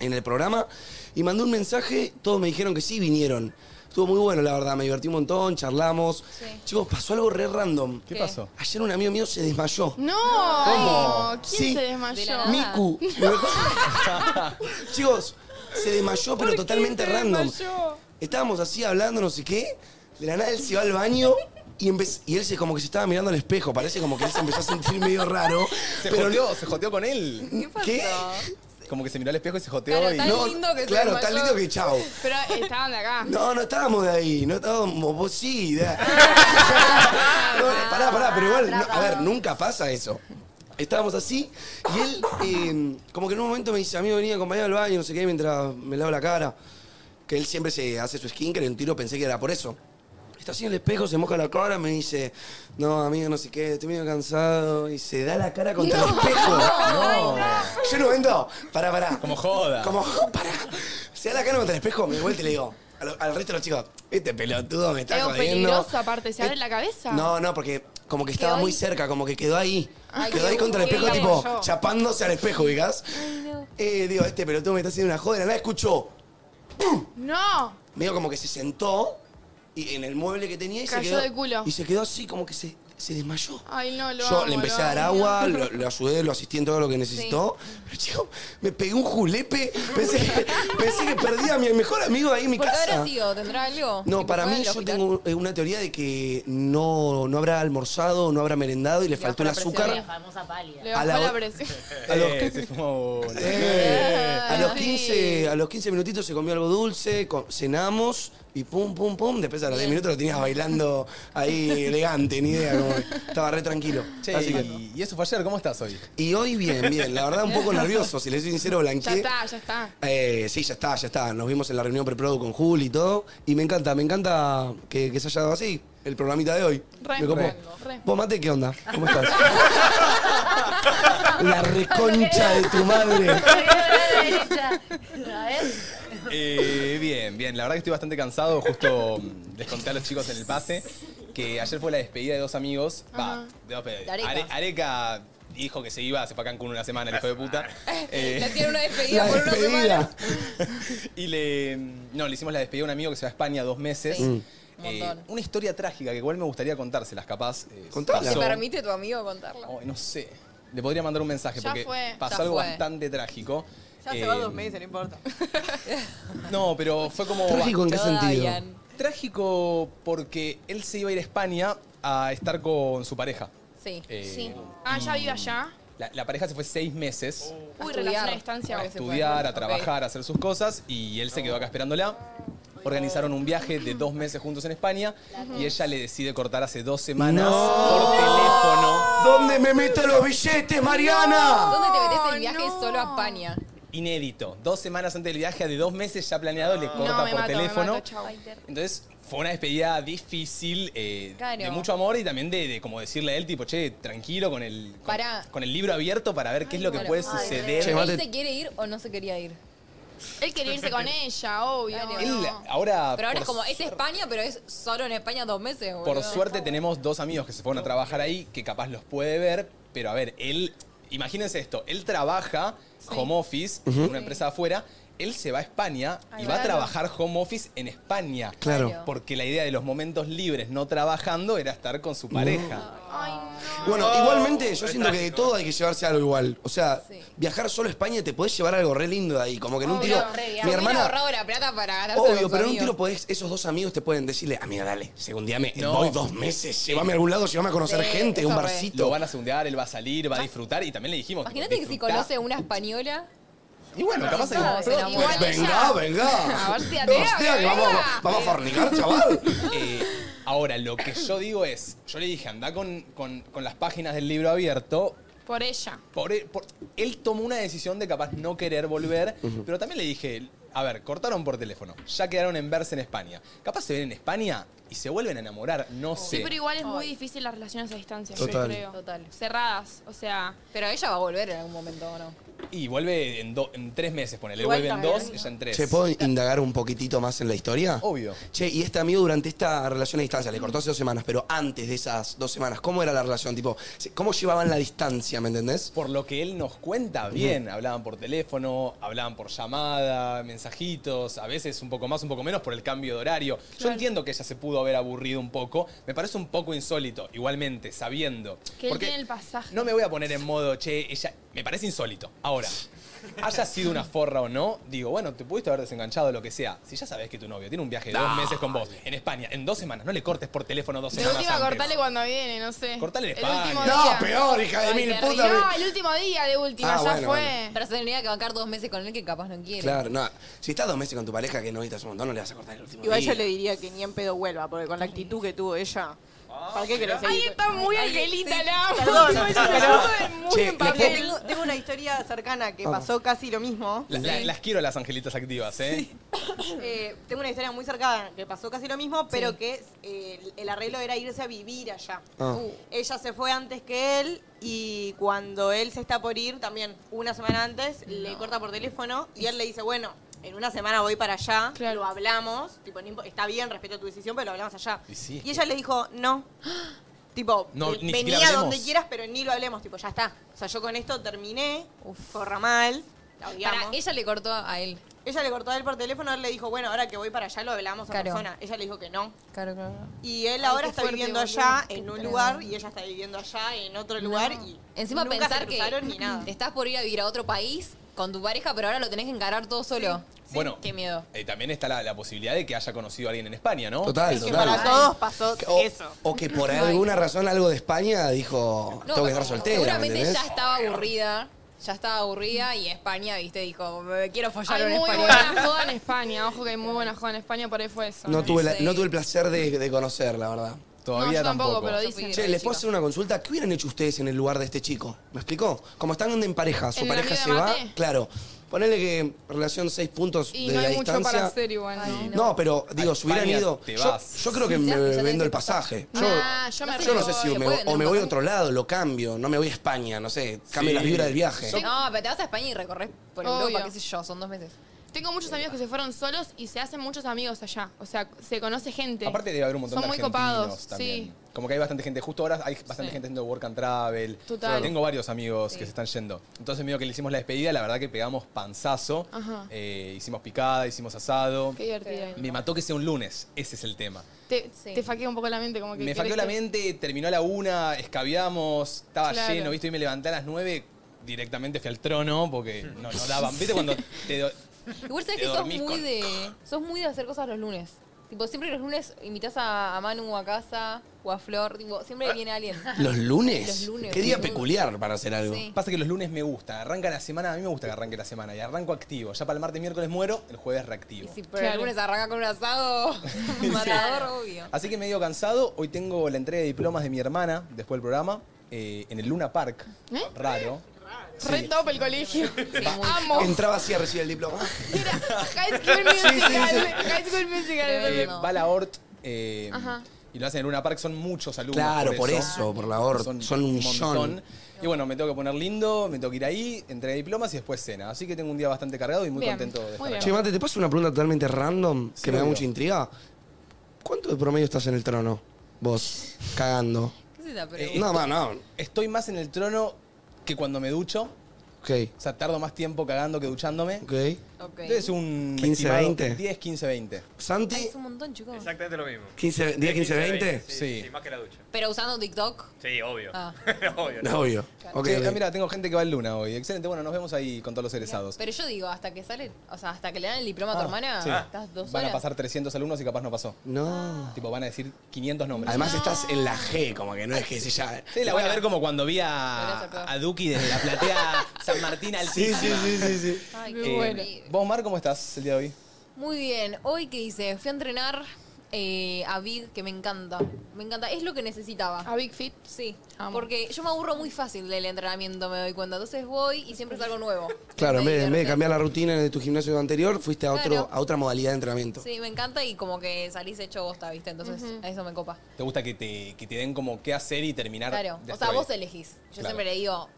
Speaker 2: en el programa. Y mandé un mensaje, todos me dijeron que sí vinieron. Estuvo muy bueno, la verdad. Me divertí un montón, charlamos. Chicos, pasó algo re random.
Speaker 1: ¿Qué, pasó?
Speaker 2: Ayer un amigo mío se desmayó.
Speaker 3: No,
Speaker 1: ¿Cómo?
Speaker 3: ¿quién
Speaker 2: Sí.
Speaker 3: se
Speaker 4: De la
Speaker 3: desmayó?
Speaker 4: nada.
Speaker 2: Miku. Chicos, se desmayó, pero totalmente random. Estábamos así hablando, no sé qué. De la nada él se va al baño. Y, empe- y él se, como que se estaba mirando al espejo, parece como que él se empezó a sentir medio raro.
Speaker 1: Se
Speaker 2: pero
Speaker 1: joteó, se joteó con él.
Speaker 4: ¿Qué pasó?
Speaker 2: ¿Qué?
Speaker 1: Como que se miró al espejo y se joteó
Speaker 4: Claro,
Speaker 1: y.
Speaker 4: tal-
Speaker 2: no,
Speaker 4: lindo que se
Speaker 2: claro,
Speaker 4: desmayó.
Speaker 2: tan lindo que chao.
Speaker 3: Pero estaban de acá.
Speaker 2: No, no estábamos de ahí, no estábamos, vos sí. de- No, pará, pará, pero igual, no, a ver, nunca pasa eso. Estábamos así y él, eh, como que en un momento me dice, amigo, venía acompañado al baño, no sé qué, mientras me lavo la cara. Que él siempre se hace su skincare, un tiro pensé que era por eso. Está así en el espejo, se moja la cara, me dice, no, amigo, no sé qué, estoy medio cansado. Y se da la cara contra el espejo. Yo no vendo. Pará, pará.
Speaker 1: Como joda.
Speaker 2: Como, pará. Se da la cara contra el espejo, me vuelta y le digo al, al resto de los chicos, este pelotudo me está
Speaker 3: Algo
Speaker 2: jodiendo. Eh,
Speaker 3: peligroso, aparte, ¿se abre la cabeza?
Speaker 2: No, no, porque como que estaba
Speaker 4: Quedó
Speaker 2: muy
Speaker 4: ahí.
Speaker 2: cerca, como que quedó ahí.
Speaker 4: Ay,
Speaker 2: quedó
Speaker 4: qué
Speaker 2: ahí contra el
Speaker 4: qué
Speaker 2: espejo,
Speaker 4: bien
Speaker 2: tipo,
Speaker 3: yo.
Speaker 2: chapándose al espejo, digas. Eh, digo, este pelotudo me está haciendo una joda. De la Nada escuchó.
Speaker 3: No.
Speaker 2: Medio como que se sentó y en el mueble que tenía y
Speaker 3: Cayó
Speaker 2: se quedó.
Speaker 3: de culo.
Speaker 2: Y se quedó así, como que se. se desmayó.
Speaker 5: Ay, no, lo
Speaker 2: Yo
Speaker 5: amo,
Speaker 2: le empecé
Speaker 5: lo
Speaker 2: a dar
Speaker 5: amo.
Speaker 2: agua, lo, lo ayudé, lo asistí en todo lo que necesitó. Pero chico, me pegué un julepe. Pensé que, pensé que perdí a mi mejor amigo ahí en mi
Speaker 4: Porque
Speaker 2: casa.
Speaker 4: ahora sido, ¿tendrá algo?
Speaker 2: No,
Speaker 4: Tipo,
Speaker 2: para
Speaker 4: fue
Speaker 2: mí
Speaker 4: al
Speaker 2: yo
Speaker 4: hospital.
Speaker 2: tengo eh, una teoría de que no, no habrá almorzado, no habrá merendado y le faltó el
Speaker 5: bajó la presión.
Speaker 9: La
Speaker 2: azúcar.
Speaker 9: famosa pálida.
Speaker 5: Le
Speaker 2: A
Speaker 5: bajó
Speaker 2: la
Speaker 5: la,
Speaker 2: o-
Speaker 5: presión.
Speaker 2: A los,
Speaker 1: Eh, se fumó una.
Speaker 2: eh, a los
Speaker 5: sí.
Speaker 2: 15, a los 15 minutitos se comió algo dulce, co- cenamos y pum, pum, pum. Después a los 10 minutos lo tenías bailando ahí elegante, ni idea. como que estaba re tranquilo.
Speaker 1: Che,
Speaker 2: Así que-
Speaker 1: y, y eso fue ayer, ¿cómo estás hoy?
Speaker 2: Y hoy bien, bien. La verdad un poco nervioso, si les soy sincero,
Speaker 5: Ya
Speaker 2: blanqueé.
Speaker 5: está, ya está.
Speaker 2: Eh, sí, ya está, ya está. Nos vimos en la reunión pre-produ con Juli y todo. Y me encanta, me encanta que, que se haya dado así el programita de hoy.
Speaker 5: Re,
Speaker 2: me copó.
Speaker 5: re, re.
Speaker 2: Vos, Mate, ¿qué onda? ¿Cómo estás? la reconcha de tu madre.
Speaker 9: A la derecha. A ver.
Speaker 1: Eh, bien, bien. La verdad que estoy bastante cansado. Justo mm, les conté a los chicos en el pase que ayer fue la despedida de dos amigos. Va, de dos pe-
Speaker 4: De Areca.
Speaker 1: Are- Areca dijo que se iba, se fue a Cancún una semana, el hijo de puta. Eh,
Speaker 4: Le hacían una despedida
Speaker 2: La
Speaker 4: por una semana.
Speaker 2: despedida.
Speaker 1: y le. mm, No, le hicimos la despedida a un amigo que se va a España dos meses.
Speaker 4: Sí.
Speaker 2: Mm.
Speaker 1: Eh,
Speaker 4: Montón.
Speaker 1: una historia trágica que igual me gustaría contárselas, capaz. eh,
Speaker 2: Contala.
Speaker 1: pasó-
Speaker 4: ¿Te permite tu amigo contarlo?
Speaker 1: Ay, no sé. Le podría mandar un mensaje
Speaker 5: Ya
Speaker 1: porque
Speaker 5: fue,
Speaker 1: pasó
Speaker 4: ya
Speaker 1: algo
Speaker 4: fue.
Speaker 1: bastante trágico.
Speaker 7: Ya se va
Speaker 1: Eh,
Speaker 7: dos meses, no importa.
Speaker 1: No, pero fue como.
Speaker 2: Trágico en qué sentido.
Speaker 4: Todavía.
Speaker 1: Trágico porque él se iba a ir a España a estar con su pareja.
Speaker 4: Sí.
Speaker 1: Eh,
Speaker 5: Sí. Ah, ya vive allá.
Speaker 1: La, la pareja se fue seis meses
Speaker 5: Uy,
Speaker 4: Estudiar.
Speaker 5: relación a
Speaker 1: a
Speaker 5: distancia.
Speaker 4: Parece. se fue.
Speaker 1: estudiar, a
Speaker 4: Ok.
Speaker 1: trabajar, a hacer sus cosas y él se quedó acá esperándola. Organizaron un viaje de dos meses juntos en España y ella le decide cortar hace dos semanas
Speaker 2: No.
Speaker 1: por teléfono.
Speaker 2: ¿Dónde me meto los billetes, Eh, Mariana?
Speaker 4: ¿Dónde te metes el viaje solo a España?
Speaker 1: Inédito. Dos semanas antes del viaje, de dos meses ya planeado, le corta
Speaker 5: No, me
Speaker 1: por
Speaker 5: mato, me
Speaker 1: teléfono.
Speaker 5: mato, chau.
Speaker 1: Entonces fue una despedida difícil, eh,
Speaker 4: Claro.
Speaker 1: de mucho amor y también de, de como decirle a él, tipo, che, tranquilo, con el, con,
Speaker 4: Pará.
Speaker 1: con el libro abierto para ver qué es lo que
Speaker 4: Claro.
Speaker 1: puede
Speaker 4: Ay,
Speaker 1: suceder.
Speaker 2: Che, Mate.
Speaker 4: ¿Él se quiere ir o no se quería ir?
Speaker 5: Él quería irse con ella, obvio.
Speaker 4: Claro.
Speaker 1: Él
Speaker 5: no.
Speaker 1: ahora,
Speaker 4: Pero
Speaker 2: Ah,
Speaker 4: ahora
Speaker 1: por,
Speaker 4: es como, es España, pero es solo en España dos meses, boludo.
Speaker 1: por suerte tenemos dos amigos que se fueron a trabajar ahí, que capaz los puede ver, pero a ver, él, imagínense esto, él trabaja home office en una empresa de afuera, él se va a España y va a trabajar home office en España.
Speaker 2: Claro.
Speaker 1: Porque la idea de los momentos libres no trabajando era estar con su pareja.
Speaker 5: Ay, no.
Speaker 2: Bueno, igualmente yo siento que de todo hay que llevarse algo igual. O sea,
Speaker 4: Sí.
Speaker 2: viajar solo a España te podés llevar algo re lindo de ahí. Como que en un
Speaker 9: Obvio,
Speaker 2: tiro.
Speaker 9: re bien.
Speaker 2: Mi
Speaker 9: Se
Speaker 4: Hubiera
Speaker 2: hermana.
Speaker 4: ahorrado la plata para ganarse
Speaker 2: Obvio, pero en un tiro podés, esos dos amigos te pueden decirle, amiga, dale, segundiame,
Speaker 1: No.
Speaker 2: voy dos meses, llévame a algún lado, llévame a conocer
Speaker 4: Sí,
Speaker 2: gente,
Speaker 4: eso
Speaker 2: un
Speaker 4: re. Ah.
Speaker 1: Lo
Speaker 2: barcito.
Speaker 1: van a segundear, él va a salir, va a disfrutar y también le dijimos
Speaker 4: Imagínate que si conoce a una española.
Speaker 1: Y bueno, capaz que
Speaker 4: sabe, se enamora.
Speaker 5: Igual
Speaker 2: pues, Venga,
Speaker 5: ella-
Speaker 2: venga.
Speaker 5: Hostia, tía,
Speaker 2: Hostia, que
Speaker 5: venga.
Speaker 2: vamos, a- vamos a fornicar, chaval.
Speaker 1: Eh, ahora, lo que yo digo es, yo le dije, anda con, con- con las páginas del libro abierto.
Speaker 5: Por ella.
Speaker 1: Por, él- por- él tomó una decisión de capaz no querer volver, pero también le dije, a ver, cortaron por teléfono, ya quedaron en verse en España. Capaz se ven en España y se vuelven a enamorar, no sé.
Speaker 5: Sí, pero igual es muy difícil las relaciones a distancia,
Speaker 2: Total.
Speaker 5: yo creo.
Speaker 4: Total.
Speaker 5: Cerradas, o sea,
Speaker 4: Pero ella va a volver en algún momento, ¿o no?
Speaker 1: Y vuelve en, do- en tres meses, ponele. Él
Speaker 7: Igual
Speaker 1: vuelve en
Speaker 7: también,
Speaker 1: dos,
Speaker 7: ¿no?
Speaker 1: ella en tres.
Speaker 2: Che, ¿puedo indagar un poquitito más en la historia?
Speaker 1: Obvio.
Speaker 2: Che, y este amigo durante esta relación a distancia, le cortó hace dos semanas, pero antes de esas dos semanas, ¿cómo era la relación? Tipo, ¿cómo llevaban la distancia, me entendés?
Speaker 1: Por lo que él nos cuenta, bien, hablaban por teléfono, hablaban por llamada, mensajitos, a veces un poco más, un poco menos por el cambio de horario. Yo entiendo que ella se pudo haber aburrido un poco, me parece un poco insólito, igualmente, sabiendo.
Speaker 5: que él
Speaker 1: Porque
Speaker 5: tiene el pasaje.
Speaker 1: No me voy a poner en modo, che, ella, me parece insólito. Ahora, haya sido una forra o no, digo, bueno, te pudiste haber desenganchado lo que sea. Si ya sabes que tu novio tiene un viaje de dos meses con vos en España, en dos semanas, no le cortes por teléfono dos
Speaker 5: De
Speaker 1: semanas.
Speaker 5: última,
Speaker 1: antes.
Speaker 5: cortale cuando viene, no sé.
Speaker 1: Cortale en
Speaker 5: el
Speaker 1: España.
Speaker 5: último
Speaker 2: No,
Speaker 5: día.
Speaker 2: peor, hija de
Speaker 5: Ay,
Speaker 2: mil
Speaker 5: te
Speaker 2: putas.
Speaker 5: río. el último día de última,
Speaker 2: Ah,
Speaker 5: ya
Speaker 2: bueno,
Speaker 5: fue.
Speaker 4: Pero se tendría que bancar dos meses con él que capaz no quiere.
Speaker 2: Claro, no. Si estás dos meses con tu pareja que no viste hace un montón, no le vas a cortar el último
Speaker 7: Igual
Speaker 2: día.
Speaker 7: yo le diría que ni en pedo vuelva, porque con la actitud que tuvo ella, ¿para qué querés seguir?
Speaker 5: Ahí está muy angelita, la amo.
Speaker 7: Perdón,
Speaker 5: Ella se
Speaker 7: pero-
Speaker 5: puso muy
Speaker 2: Che,
Speaker 5: en
Speaker 2: ¿le
Speaker 7: Porque
Speaker 5: papel.
Speaker 7: tengo, tengo una historia cercana que pasó casi lo mismo.
Speaker 1: La- la- las quiero a las angelitas activas, ¿eh?
Speaker 7: Eh, tengo una historia muy cercana que pasó casi lo mismo, pero que eh, el- el arreglo era irse a vivir allá.
Speaker 2: Ah.
Speaker 7: Ella se fue antes que él y cuando él se está por ir, también una semana antes, le corta por teléfono y él le dice, bueno, en una semana voy para allá,
Speaker 5: Claro.
Speaker 7: lo hablamos, tipo, no impo- está bien, respeto tu decisión, pero lo hablamos allá.
Speaker 1: Y sí, es que-
Speaker 7: ella le dijo, no. Tipo,
Speaker 1: No,
Speaker 7: eh,
Speaker 1: ni siquiera
Speaker 7: venía
Speaker 1: hablemos.
Speaker 7: donde quieras, pero ni lo hablemos, tipo, ya está. O sea, yo con esto terminé, forra mal. la odiamos.
Speaker 4: Para, ella le cortó a él.
Speaker 7: Ella le cortó a él por teléfono, él le dijo, bueno, ahora que voy para allá lo hablamos a
Speaker 4: Claro.
Speaker 7: persona. Ella le dijo que no.
Speaker 4: Claro, claro.
Speaker 7: Y él
Speaker 5: Ay,
Speaker 7: ahora
Speaker 5: qué
Speaker 7: está
Speaker 5: fuerte,
Speaker 7: viviendo
Speaker 5: boludo.
Speaker 7: allá
Speaker 5: Qué
Speaker 7: en un
Speaker 5: tremendo.
Speaker 7: lugar y ella está viviendo allá en otro lugar y
Speaker 4: Encima
Speaker 7: nunca
Speaker 4: pensar
Speaker 7: se
Speaker 4: que
Speaker 7: cruzaron ni nada.
Speaker 4: estás por ir a vivir a otro país con tu pareja, pero ahora lo tenés que encarar todo solo.
Speaker 1: Bueno,
Speaker 4: Qué miedo.
Speaker 1: eh, también está la, la posibilidad de que haya conocido a alguien en España, ¿no?
Speaker 2: Total,
Speaker 7: Es que
Speaker 2: total.
Speaker 7: para todos pasó
Speaker 2: o,
Speaker 7: eso.
Speaker 2: o que por alguna razón algo de España dijo, tengo que estar soltera.
Speaker 4: Seguramente
Speaker 2: ¿entendés?
Speaker 4: ya estaba aburrida. Ya estaba aburrida y España, viste, dijo, me quiero follar
Speaker 5: Hay
Speaker 4: en
Speaker 5: muy
Speaker 4: España.
Speaker 5: buena joda en España. Ojo que hay muy buena joda en España, por ahí fue eso.
Speaker 2: No tuve, la-
Speaker 4: Sí.
Speaker 2: no tuve el placer de, de conocer, la verdad.
Speaker 5: No,
Speaker 1: Todavía
Speaker 5: yo tampoco, pero dicen.
Speaker 2: Che, ¿les puedo hacer una consulta? ¿Qué hubieran hecho ustedes en el lugar de este chico? ¿Me explicó? Como están en pareja, su
Speaker 5: ¿En el
Speaker 2: pareja
Speaker 5: amigo
Speaker 2: se
Speaker 5: de
Speaker 2: va.
Speaker 5: Mate?
Speaker 2: Claro. Ponele que relación seis puntos
Speaker 5: Y
Speaker 2: de
Speaker 5: no
Speaker 2: la
Speaker 5: hay mucho
Speaker 2: distancia.
Speaker 5: para hacer igual, ¿no?
Speaker 2: No, pero digo,
Speaker 1: A
Speaker 2: si hubieran
Speaker 1: España
Speaker 2: ido.
Speaker 1: te
Speaker 2: yo,
Speaker 1: vas.
Speaker 2: yo creo que
Speaker 4: Sí,
Speaker 2: me
Speaker 4: ya, ya tenés
Speaker 2: vendo
Speaker 4: que
Speaker 2: el pasaje. Yo,
Speaker 5: Ah, yo me
Speaker 4: No sé,
Speaker 2: yo no sé
Speaker 4: pero
Speaker 2: si
Speaker 4: se
Speaker 2: me,
Speaker 4: puede,
Speaker 2: o me
Speaker 4: ¿no?
Speaker 2: voy a otro lado, lo cambio, no me voy a España, no sé, cambio
Speaker 1: Sí.
Speaker 2: las vibras del viaje.
Speaker 1: Yo-
Speaker 4: No, pero te vas a España y recorres por
Speaker 5: Obvio.
Speaker 4: Europa, qué sé yo, son dos meses.
Speaker 5: Tengo muchos amigos que se fueron solos y se hacen muchos amigos allá. O sea, se conoce gente.
Speaker 1: Aparte debe haber un montón
Speaker 5: Son
Speaker 1: de
Speaker 5: muy
Speaker 1: argentinos
Speaker 5: copados,
Speaker 1: también.
Speaker 5: sí.
Speaker 1: Como que hay bastante gente. Justo ahora hay bastante gente haciendo work and travel.
Speaker 5: Total.
Speaker 1: Tengo varios amigos que se están yendo. Entonces medio que le hicimos la despedida, la verdad que pegamos panzazo.
Speaker 5: Ajá.
Speaker 1: Eh, hicimos picada, hicimos asado.
Speaker 5: Qué divertido.
Speaker 1: Me mató que sea un lunes, ese es el tema.
Speaker 5: Te,
Speaker 4: Sí.
Speaker 5: te faquea un poco la mente, como que.
Speaker 1: Me
Speaker 5: querés
Speaker 1: faqueó la
Speaker 5: que-
Speaker 1: mente, terminó a la una, escabiamos, estaba
Speaker 5: Claro.
Speaker 1: lleno, ¿viste? Y me levanté a las nueve, directamente fui al trono porque no, no daban. ¿Viste cuando te... do-
Speaker 4: Igual sabes
Speaker 1: Te
Speaker 4: que sos
Speaker 1: dormís
Speaker 4: muy
Speaker 1: con-
Speaker 4: de. Sos muy de hacer cosas los lunes. Tipo, siempre los lunes invitas a, a Manu a casa o a Flor. Tipo, siempre viene alguien.
Speaker 2: ¿Los lunes?
Speaker 4: Los lunes,
Speaker 2: Qué día
Speaker 4: boludo.
Speaker 2: peculiar para hacer algo.
Speaker 4: Sí.
Speaker 1: Pasa que los lunes me gusta, arranca la semana, a mí me gusta que arranque la semana y arranco activo. Ya para el martes, miércoles muero, el jueves
Speaker 4: Y
Speaker 1: reactivo.
Speaker 4: si por
Speaker 5: Claro.
Speaker 4: el lunes arranca con un asado, matador, obvio.
Speaker 1: Así que medio cansado, hoy tengo la entrega de diplomas de mi hermana después del programa eh, en el Luna Park.
Speaker 5: ¿Eh?
Speaker 1: Raro.
Speaker 5: Re top el colegio. Amo.
Speaker 2: Entraba así a recibir el diploma.
Speaker 5: Mira, High School Musical. High School Musical.
Speaker 1: Eh,
Speaker 4: no.
Speaker 1: va la Hort eh,
Speaker 5: Ajá.
Speaker 1: y lo hacen en Luna Park, son muchos alumnos.
Speaker 2: Claro, por eso, por la Hort, son un millón.
Speaker 1: montón. Y bueno, me tengo que poner lindo, me tengo que ir ahí, entrega de diplomas y después cena. Así que tengo un día bastante cargado y muy
Speaker 5: Bien,
Speaker 1: contento de
Speaker 5: muy
Speaker 1: estar
Speaker 5: bien.
Speaker 1: acá.
Speaker 2: Che, Mate, te paso una pregunta totalmente random
Speaker 1: Sí,
Speaker 2: que me da
Speaker 1: obvio.
Speaker 2: mucha intriga. ¿Cuánto de promedio estás en el trono? Vos, cagando.
Speaker 4: ¿Qué es esa
Speaker 1: Eh,
Speaker 4: pregunta?
Speaker 2: No, no, no.
Speaker 1: Estoy más en el trono que cuando me ducho.
Speaker 2: Ok,
Speaker 1: O sea, tardo más tiempo cagando que duchándome.
Speaker 2: ok.
Speaker 4: Ok.
Speaker 1: Entonces un
Speaker 2: 15,
Speaker 1: estimado
Speaker 2: 20.
Speaker 1: 10, 15, 20.
Speaker 4: Ay,
Speaker 2: Santi,
Speaker 4: es un montón, chicos.
Speaker 12: Exactamente lo mismo.
Speaker 2: 15, 10, 15, 20.
Speaker 12: Sí,
Speaker 1: Sí.
Speaker 12: sí, más que la ducha.
Speaker 4: Pero usando TikTok.
Speaker 12: Sí, obvio.
Speaker 4: Ah.
Speaker 12: obvio.
Speaker 2: No, obvio. Ok,
Speaker 1: Che,
Speaker 2: ok.
Speaker 1: ah, mira, tengo gente que va el luna hoy. Excelente, bueno, nos vemos ahí con todos los egresados.
Speaker 4: Pero yo digo, hasta que sale, o sea, hasta que le dan el diploma a tu
Speaker 1: Ah,
Speaker 4: hermana,
Speaker 1: sí.
Speaker 4: estás dos
Speaker 1: Van a
Speaker 4: horas.
Speaker 1: pasar 300 alumnos y capaz no pasó.
Speaker 2: No.
Speaker 1: Tipo, van a decir 500 nombres.
Speaker 2: Además estás en la G, como que no es que se ya.
Speaker 1: Sí, la voy a ver como cuando vi
Speaker 4: Lo
Speaker 1: a,
Speaker 4: hubiera sacado.
Speaker 1: a Duki desde la platea San Martín al Eh,
Speaker 2: Sí, sí, sí, sí, sí.
Speaker 4: Ay,
Speaker 5: Muy
Speaker 4: qué
Speaker 5: bueno.
Speaker 4: horrible.
Speaker 1: ¿Vos, Mar, cómo estás el día de hoy?
Speaker 4: Muy bien, hoy qué hice? Fui a entrenar eh, a Big, que me encanta. Me encanta, es lo que necesitaba.
Speaker 5: A Big Fit.
Speaker 4: Sí,
Speaker 5: Amo.
Speaker 4: porque yo me aburro muy fácil del entrenamiento, me doy cuenta. Entonces voy y siempre es algo nuevo.
Speaker 2: Claro, en
Speaker 4: Me
Speaker 2: vez, en vez de
Speaker 4: divierte.
Speaker 2: cambiar la rutina de tu gimnasio anterior, fuiste a, otro,
Speaker 4: Claro.
Speaker 2: a otra modalidad de entrenamiento.
Speaker 4: Sí, me encanta y como que salís hecho bosta, ¿viste? Entonces a eso me copa.
Speaker 1: ¿Te gusta que te, que te den como qué hacer y terminar?
Speaker 4: Claro, o sea,
Speaker 1: después?
Speaker 4: vos elegís. Yo
Speaker 1: Claro.
Speaker 4: siempre le digo,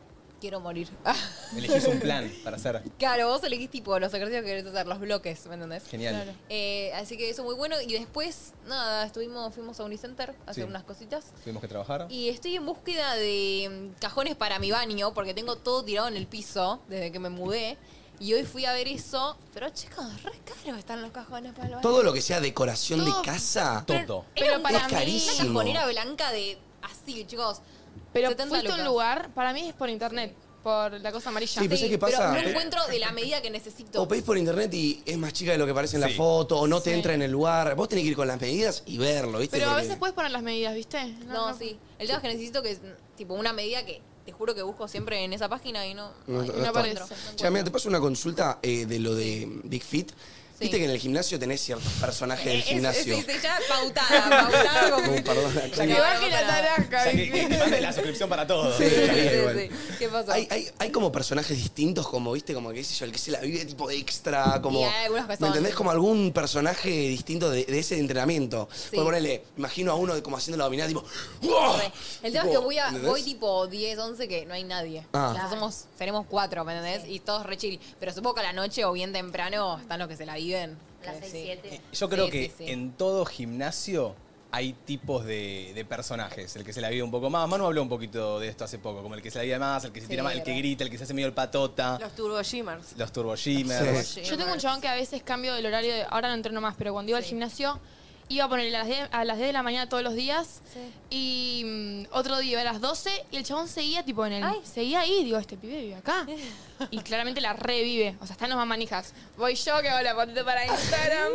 Speaker 4: quiero morir.
Speaker 1: Elegís un plan para hacer.
Speaker 4: claro, vos elegís tipo los ejercicios que querés hacer, los bloques, ¿me entendés?
Speaker 1: Genial.
Speaker 4: Eh, así que eso muy bueno. Y después, nada, estuvimos, fuimos a Unicenter a hacer
Speaker 1: Sí.
Speaker 4: unas cositas.
Speaker 1: Tuvimos que trabajar.
Speaker 4: Y estoy en búsqueda de mm, cajones para mi baño, porque tengo todo tirado en el piso desde que me mudé. Y hoy fui a ver eso. Pero chicos, re caros están los cajones para el baño.
Speaker 2: Todo lo que sea decoración de
Speaker 5: Todo.
Speaker 2: casa.
Speaker 1: Todo.
Speaker 5: Pero
Speaker 4: un-
Speaker 5: para
Speaker 2: Es
Speaker 5: mí.
Speaker 2: carísimo.
Speaker 4: Una cajonera blanca de así, chicos.
Speaker 5: Pero
Speaker 4: 70
Speaker 5: fuiste a un
Speaker 4: lucas.
Speaker 5: lugar, para mí es por internet, por la cosa amarilla.
Speaker 2: Sí, pero ¿sabes qué
Speaker 4: Pero
Speaker 2: pasa? Eh,
Speaker 4: no encuentro de la medida que necesito.
Speaker 2: O pedís por internet y es más chica de lo que parece en
Speaker 1: Sí.
Speaker 2: la foto, o no te
Speaker 5: Sí.
Speaker 2: entra en el lugar. Vos tenés que ir con las medidas y verlo, ¿viste?
Speaker 5: Pero a
Speaker 2: Porque-
Speaker 5: veces puedes poner las medidas, ¿viste?
Speaker 4: No, sí. El tema es que necesito que, mm, tipo, una medida que te juro que busco siempre en esa página y no,
Speaker 2: No,
Speaker 4: ay,
Speaker 2: no
Speaker 4: no
Speaker 2: está.
Speaker 4: encuentro.
Speaker 2: Che, mira, te paso una consulta eh, de lo de Big Fit. Viste
Speaker 4: Sí.
Speaker 2: que en el gimnasio tenés ciertos personajes
Speaker 4: Eh,
Speaker 2: del
Speaker 4: es-
Speaker 2: gimnasio.
Speaker 4: es- es- ya pautada, pautada. como-
Speaker 2: No, perdón, la
Speaker 4: Ya que
Speaker 2: coña.
Speaker 4: baje la tarea.
Speaker 1: O sea, que, que te manden la suscripción para todos.
Speaker 2: Sí,
Speaker 4: Sí,
Speaker 2: está bien,
Speaker 4: sí,
Speaker 2: igual.
Speaker 4: sí. ¿Qué pasó?
Speaker 2: Hay, hay, hay como personajes distintos, como, viste, como que qué sé yo, el que se la vive tipo extra, como.
Speaker 4: Y hay algunos que
Speaker 2: ¿Me
Speaker 4: son-
Speaker 2: entendés? Como algún personaje distinto de, de ese entrenamiento.
Speaker 4: Sí.
Speaker 2: Por ponerle, imagino a uno de- como haciendo la dominada, tipo. ¡Uah!
Speaker 4: Re. El tema
Speaker 2: Tipo,
Speaker 4: es que voy, a,
Speaker 2: ¿entendés?
Speaker 4: voy tipo 10, 11 que no hay nadie.
Speaker 2: Ah.
Speaker 4: O sea, somos, seremos cuatro, ¿me entendés? Y todos re chill. Pero supongo que a la noche o bien temprano están los que se la viven.
Speaker 9: Las
Speaker 4: Que
Speaker 2: Eh,
Speaker 9: 6,
Speaker 4: sí.
Speaker 9: 7.
Speaker 1: Yo creo
Speaker 4: Sí,
Speaker 1: que
Speaker 4: sí, sí.
Speaker 1: en todo gimnasio hay tipos de, de personajes. El que se la vive un poco más. Manu habló un poquito de esto hace poco. Como el que se la vive más, el que se tira más, el que grita, el que se hace medio el patota.
Speaker 7: Los Turbo Jimmers.
Speaker 1: Los turbo gymmers.
Speaker 2: Sí.
Speaker 3: Yo tengo un chabón que a veces cambio del horario, de- ahora no entreno más, pero cuando iba al gimnasio, iba a ponerle a las 10, a las 10 de la mañana todos los días y mm, otro día iba a las 12 y el chabón seguía tipo en el...
Speaker 4: Ay.
Speaker 3: Seguía ahí, digo, este pibe vive acá. y claramente la revive, o sea, están los más manijas. Voy yo que hago la patita para Instagram,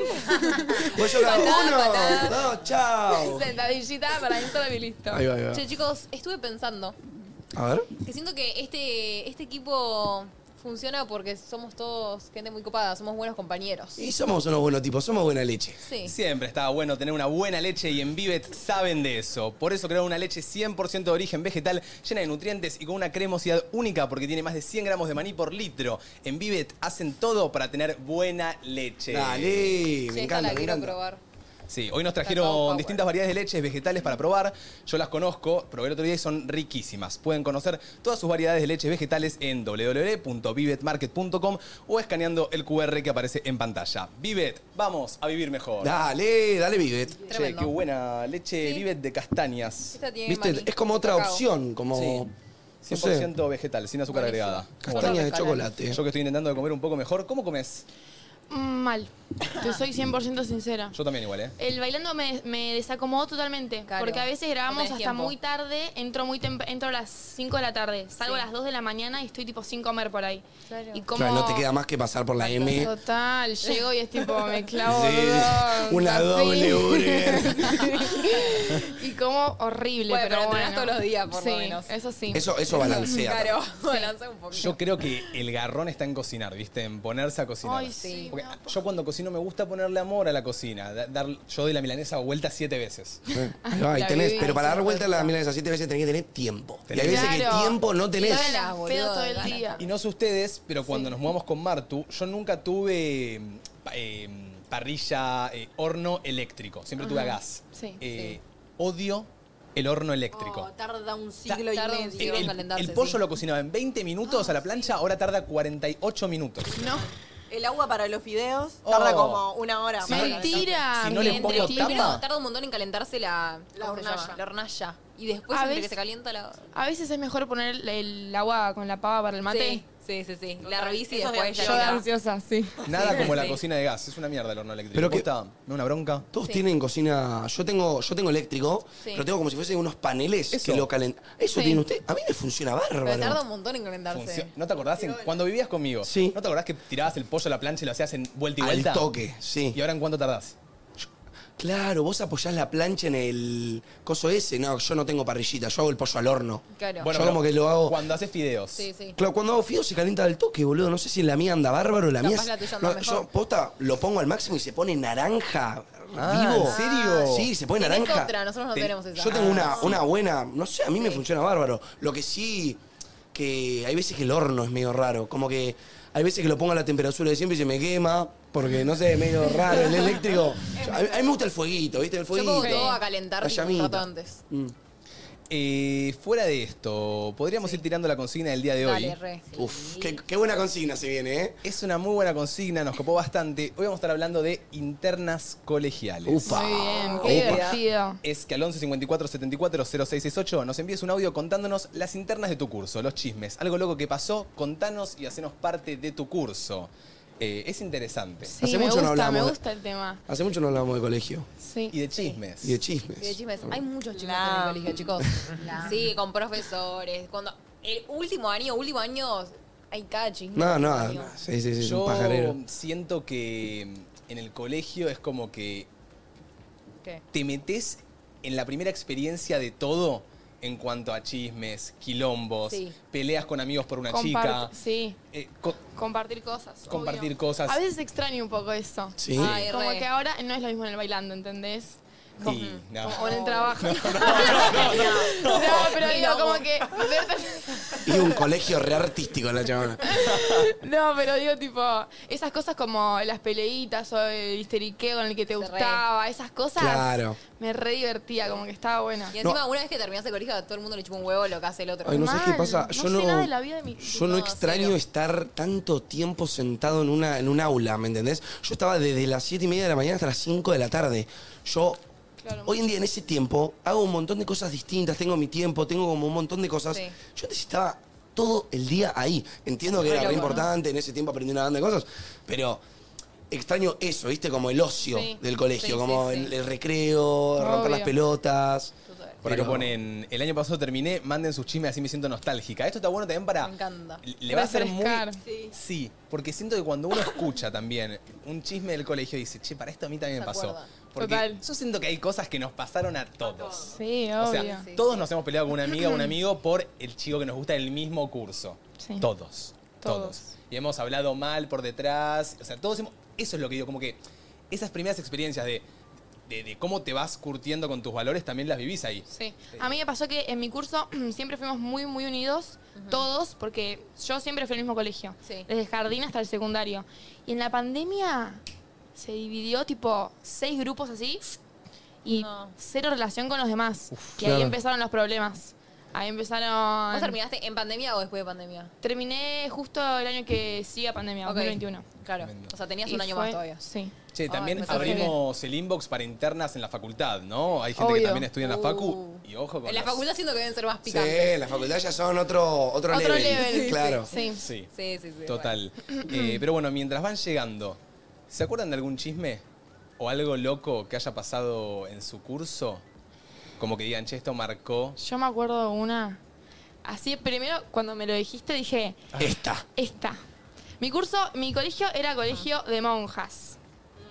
Speaker 2: Voy yo cada
Speaker 4: Patada,
Speaker 2: uno,
Speaker 4: patada.
Speaker 2: dos, chao.
Speaker 3: sentadillita para Instagram y listo.
Speaker 2: Ahí va, ahí va.
Speaker 4: Che, chicos, estuve pensando
Speaker 2: A ver.
Speaker 4: que siento que este, este equipo funciona porque somos todos gente muy copada, somos buenos compañeros.
Speaker 2: Y somos unos buenos tipos, somos buena leche.
Speaker 4: Sí.
Speaker 1: Siempre estaba bueno tener una buena leche y en Vivet saben de eso. Por eso crearon una leche 100% de origen vegetal, llena de nutrientes y con una cremosidad única porque tiene más de 100 gramos de maní por litro. En Vivet hacen todo para tener buena leche.
Speaker 2: Dale,
Speaker 4: Sí,
Speaker 2: me
Speaker 4: esta
Speaker 2: encanta,
Speaker 4: la
Speaker 2: me
Speaker 4: quiero
Speaker 2: encanta.
Speaker 4: probar.
Speaker 1: Sí, hoy nos
Speaker 4: Cacao
Speaker 1: trajeron
Speaker 4: Power.
Speaker 1: distintas variedades de leches vegetales para probar. Yo las conozco, probé el otro día y son riquísimas. Pueden conocer todas sus variedades de leches vegetales en www.vivetmarket.com o escaneando el QR que aparece en pantalla. Vivet, vamos a vivir mejor.
Speaker 2: Dale, dale, Vivet.
Speaker 1: Che,
Speaker 4: Tremendo.
Speaker 1: qué buena leche
Speaker 4: Sí.
Speaker 1: Vivet de castañas.
Speaker 4: Esta tiene
Speaker 2: Viste,
Speaker 4: maní,
Speaker 2: es como otra
Speaker 4: cacao.
Speaker 2: opción, como
Speaker 1: Sí.
Speaker 2: no
Speaker 1: 100%
Speaker 2: sé,
Speaker 1: vegetal, sin azúcar
Speaker 4: Buenísimo.
Speaker 1: agregada.
Speaker 2: castaña de
Speaker 13: Como
Speaker 2: chocolate.
Speaker 1: Yo que estoy intentando de comer un poco mejor, ¿cómo comes?
Speaker 3: Mm, Mal, te soy 100% sincera.
Speaker 1: Yo también igual, ¿eh?
Speaker 3: El bailando me, me desacomodó totalmente.
Speaker 4: Claro.
Speaker 3: Porque a veces
Speaker 4: No
Speaker 3: grabamos
Speaker 4: tenés
Speaker 3: hasta
Speaker 4: tiempo.
Speaker 3: muy tarde, entro muy temp- entro a las 5 de la tarde, salgo
Speaker 4: Sí.
Speaker 3: a las 2 de la mañana y estoy tipo sin comer por ahí.
Speaker 4: Claro.
Speaker 3: Y como
Speaker 2: Claro, no te queda más que pasar por la M.
Speaker 3: Total, llego y es tipo, me clavo
Speaker 2: Sí,
Speaker 3: dos,
Speaker 2: una
Speaker 3: así.
Speaker 2: doble burger.
Speaker 3: y como horrible,
Speaker 4: Bueno,
Speaker 3: pero,
Speaker 4: pero entrenás
Speaker 3: bueno.
Speaker 4: todos los días, por lo
Speaker 3: Sí,
Speaker 4: menos.
Speaker 3: Eso sí.
Speaker 2: Eso, eso balancea.
Speaker 4: Claro, balancea un poquito.
Speaker 1: Yo creo que el garrón está en cocinar, ¿viste? En ponerse a cocinar.
Speaker 3: Ay, sí.
Speaker 1: Porque yo cuando cocino me gusta ponerle amor a la cocina. da- dar- yo doy la milanesa vuelta siete veces.
Speaker 2: Ahí va, y
Speaker 3: La
Speaker 2: tenés,
Speaker 3: viví,
Speaker 2: pero para
Speaker 3: sí,
Speaker 2: dar vuelta a
Speaker 3: perfecto.
Speaker 2: la milanesa siete veces tenés que tener tiempo. Y hay
Speaker 1: Tenés.
Speaker 2: veces que
Speaker 3: Claro.
Speaker 2: tiempo no tenés.
Speaker 3: Te
Speaker 4: Ganas,
Speaker 3: dan
Speaker 4: boludo,
Speaker 3: pedo todo el
Speaker 4: ganas.
Speaker 3: día.
Speaker 1: Y no sé ustedes, pero cuando nos mudamos con Martu, yo nunca tuve mm, pa- eh, mm, parrilla, eh, horno eléctrico. Siempre tuve a gas.
Speaker 3: Sí,
Speaker 1: Eh, Odio el horno eléctrico.
Speaker 7: Oh, tarda un siglo y
Speaker 4: tarda un
Speaker 7: medio.
Speaker 4: siglo.
Speaker 1: El-
Speaker 4: en
Speaker 1: el,
Speaker 4: calentarse,
Speaker 1: el pollo
Speaker 4: sí.
Speaker 1: lo cocinaba en 20 minutos a la plancha, ahora tarda 48 minutos.
Speaker 3: No.
Speaker 7: El agua para los fideos
Speaker 1: Oh.
Speaker 7: tarda como una hora.
Speaker 1: Sí.
Speaker 7: para
Speaker 3: Mentira.
Speaker 1: Si no le pongo
Speaker 3: mentira.
Speaker 1: tapa,
Speaker 4: Primero tarda un montón en calentarse la,
Speaker 7: La
Speaker 4: ¿cómo se llama?
Speaker 7: hornalla.
Speaker 4: La hornalla. Y después,
Speaker 3: A
Speaker 4: entre que
Speaker 3: veces-
Speaker 4: se calienta la.
Speaker 3: A veces es mejor poner el, el agua con la pava para el mate.
Speaker 4: Sí, sí, sí. sí. La
Speaker 7: Total.
Speaker 4: revisa y
Speaker 7: Eso es
Speaker 4: después
Speaker 7: de
Speaker 4: Pues ya.
Speaker 3: Yo de
Speaker 4: la-
Speaker 3: ansiosa, sí.
Speaker 1: Nada como la
Speaker 4: Sí.
Speaker 1: cocina de gas, es una mierda el horno eléctrico.
Speaker 2: Pero que-
Speaker 1: Posta, ¿Me da una bronca?
Speaker 2: Todos tienen cocina. Yo tengo, yo tengo eléctrico,
Speaker 4: Sí.
Speaker 2: pero tengo como si fuesen unos paneles
Speaker 1: Eso.
Speaker 2: que lo calentan. Eso
Speaker 4: Sí.
Speaker 2: tiene usted. A mí me funciona
Speaker 4: Pero tarda
Speaker 2: bárbaro.
Speaker 4: un montón en calentarse.
Speaker 1: Funcio- ¿No te acordás? en- cuando vivías conmigo,
Speaker 2: Sí.
Speaker 1: ¿no te acordás que tirabas el pollo a la plancha y lo hacías en vuelta y
Speaker 2: Al
Speaker 1: vuelta?
Speaker 2: toque, sí.
Speaker 1: ¿Y ahora en cuánto tardás?
Speaker 2: Claro, vos apoyás la plancha en el coso ese. No, yo no tengo parrillita, yo hago el pollo al horno.
Speaker 4: Claro.
Speaker 2: Yo
Speaker 1: pero
Speaker 2: como que lo hago-
Speaker 1: Cuando haces fideos.
Speaker 4: Sí, sí.
Speaker 2: Claro, cuando hago fideo se calienta del toque, boludo. No sé si la mía anda bárbaro, la
Speaker 4: Capaz
Speaker 2: mía. es-
Speaker 4: la tuya anda
Speaker 2: no,
Speaker 4: mejor.
Speaker 2: yo posta, lo pongo al máximo y se pone naranja
Speaker 1: Ah,
Speaker 2: vivo.
Speaker 1: ¿en serio?
Speaker 2: Sí, se pone
Speaker 4: Tenés
Speaker 2: naranja.
Speaker 4: otra, nosotros no
Speaker 1: Te-
Speaker 4: tenemos esa. Ah.
Speaker 2: Yo tengo una, una buena, no sé, a mí me funciona bárbaro. Lo que sí, que hay veces que el horno es medio raro. Como que hay veces que lo pongo a la temperatura de siempre y se me quema, porque no sé, es medio raro el eléctrico. Yo- A, mí- a mí me gusta el fueguito, ¿viste? El
Speaker 4: Yo
Speaker 2: fueguito.
Speaker 4: pongo todo a calentar
Speaker 2: La
Speaker 4: tipo, un
Speaker 2: llamita.
Speaker 4: rato antes.
Speaker 2: Mm.
Speaker 1: Eh, fuera de esto, podríamos ir tirando la consigna del día de hoy.
Speaker 4: Dale, re.
Speaker 2: Uf, qué, qué buena consigna se viene, ¿eh?
Speaker 1: Es una muy buena consigna, nos copó bastante. Hoy vamos a estar hablando de internas colegiales.
Speaker 2: Upa.
Speaker 3: Muy bien,
Speaker 1: La
Speaker 3: qué
Speaker 1: idea
Speaker 3: divertido.
Speaker 1: Es que al 11 54 74 0668 nos envíes un audio contándonos las internas de tu curso, los chismes, algo loco que pasó, contanos y hacenos parte de tu curso. Eh, es interesante.
Speaker 3: Sí,
Speaker 2: Hace
Speaker 3: me
Speaker 2: mucho no
Speaker 3: gusta, me
Speaker 2: hablamos de-
Speaker 3: gusta el tema.
Speaker 2: Hace mucho no hablamos de colegio
Speaker 3: Sí.
Speaker 1: Y de chismes.
Speaker 2: y de chismes.
Speaker 4: Y de chismes. Hay muchos chismes
Speaker 7: La-
Speaker 4: en el colegio, chicos. Sí, con profesores. Cuando el último año, último año, hay cada chisme.
Speaker 2: No, no,
Speaker 4: Año.
Speaker 2: no, sí, sí, sí, es un
Speaker 1: Yo
Speaker 2: pajarero.
Speaker 1: siento que mm, en el colegio es como que
Speaker 4: ¿Qué?
Speaker 1: te metes en la primera experiencia de todo en cuanto a chismes, quilombos,
Speaker 4: Sí.
Speaker 1: peleas con amigos por una
Speaker 3: Compart-
Speaker 1: chica,
Speaker 3: Sí.
Speaker 1: eh, co-
Speaker 3: Compartir cosas.
Speaker 1: compartir
Speaker 3: obvio.
Speaker 1: cosas.
Speaker 3: A veces extraño un poco eso.
Speaker 2: Sí.
Speaker 4: Ay,
Speaker 3: Como
Speaker 4: re.
Speaker 3: que ahora no es lo mismo en el bailando, ¿entendés?
Speaker 1: Y, no.
Speaker 3: O en el trabajo. No, pero digo como que.
Speaker 2: Y un colegio re artístico la chabona.
Speaker 3: No, pero digo tipo. Esas cosas como las peleitas o el histeriqueo en el que te
Speaker 4: Se re.
Speaker 3: gustaba, esas cosas.
Speaker 2: Claro.
Speaker 3: Me re divertía, como que estaba buena.
Speaker 4: Y encima, una vez que terminás el colegio, a todo el mundo le chupa un huevo lo que hace el otro.
Speaker 2: Ay, no sabes qué
Speaker 3: Mal.
Speaker 2: pasa.
Speaker 3: No
Speaker 2: Yo
Speaker 3: sé
Speaker 2: no,
Speaker 3: nada de la vida de mi-
Speaker 2: yo no
Speaker 4: No,
Speaker 2: extraño
Speaker 4: cero.
Speaker 2: estar tanto tiempo sentado en una en un aula, ¿me entendés? Yo estaba desde las 7 y media de la mañana hasta las 5 de la tarde. Yo Hoy en día, en ese tiempo, hago un montón de cosas distintas, tengo mi tiempo, tengo como un montón de cosas.
Speaker 4: Sí.
Speaker 2: Yo antes estaba todo el día ahí. Entiendo que
Speaker 4: Re
Speaker 2: era re
Speaker 4: loco, ¿no?
Speaker 2: importante, en ese tiempo aprendí una banda de cosas, pero extraño eso, ¿viste? Como el ocio
Speaker 4: Sí.
Speaker 2: del colegio,
Speaker 4: Sí,
Speaker 2: como
Speaker 4: sí, sí.
Speaker 2: El, el recreo, romper las pelotas.
Speaker 1: Por acá
Speaker 2: Pero-
Speaker 1: ponen, el año pasado terminé, manden sus chismes, así me siento nostálgica. Esto está bueno también para...
Speaker 4: Me encanta.
Speaker 1: Le va a ser muy...
Speaker 3: Refrescar.
Speaker 1: Sí. porque siento que cuando uno escucha también un chisme del colegio, dice, che, para esto a mí también me
Speaker 4: Se
Speaker 1: pasó.
Speaker 4: acuerda.
Speaker 1: Porque
Speaker 3: Total.
Speaker 1: yo siento que hay cosas que nos pasaron a todos.
Speaker 3: Sí, obvio.
Speaker 1: O sea,
Speaker 4: Sí,
Speaker 1: todos nos hemos peleado con una amiga o un amigo por el chico que nos gusta del mismo curso.
Speaker 3: Sí.
Speaker 1: Todos, todos.
Speaker 3: Todos.
Speaker 1: Y hemos hablado mal por detrás. O sea, todos hemos... Eso es lo que digo, como que esas primeras experiencias de, de, de cómo te vas curtiendo con tus valores, también las vivís ahí.
Speaker 3: Sí. A mí me pasó que en mi curso siempre fuimos muy, muy unidos, todos, porque yo siempre fui al mismo colegio.
Speaker 4: Sí.
Speaker 3: Desde jardín hasta el secundario. Y en la pandemia se dividió tipo seis grupos así y
Speaker 4: No.
Speaker 3: cero relación con los demás. y ahí
Speaker 2: claro.
Speaker 3: empezaron los problemas. Ahí
Speaker 4: ¿Vos
Speaker 3: empezaron.
Speaker 4: terminaste en pandemia o después de pandemia?
Speaker 3: Terminé justo el año que sigue la pandemia,
Speaker 4: Ok.
Speaker 3: 2021.
Speaker 4: Claro.
Speaker 1: Tremendo.
Speaker 4: O sea, tenías
Speaker 3: Y
Speaker 4: un año
Speaker 3: fue-
Speaker 4: más todavía.
Speaker 3: Sí.
Speaker 1: Che, también
Speaker 4: me sorprende.
Speaker 1: abrimos el inbox para internas en la facultad, ¿no? Hay gente que
Speaker 3: Obvio.
Speaker 1: también estudia en la facu
Speaker 4: Uh.
Speaker 1: y ojo con
Speaker 4: En la
Speaker 1: los-
Speaker 4: facultad siento que deben ser más
Speaker 2: Sí,
Speaker 4: picantes.
Speaker 2: las facultades ya son otro, otro,
Speaker 3: Otro
Speaker 2: level.
Speaker 3: level, sí,
Speaker 2: Claro.
Speaker 3: Sí.
Speaker 1: Sí,
Speaker 4: Sí, sí, sí.
Speaker 1: total. Eh, pero bueno, mientras van llegando, ¿se acuerdan de algún chisme o algo loco que haya pasado en su curso? Como que digan, che, esto marcó.
Speaker 3: Yo me acuerdo una. Así, primero, cuando me lo dijiste, dije,
Speaker 2: Esta.
Speaker 3: esta. Mi curso, mi colegio era colegio de monjas.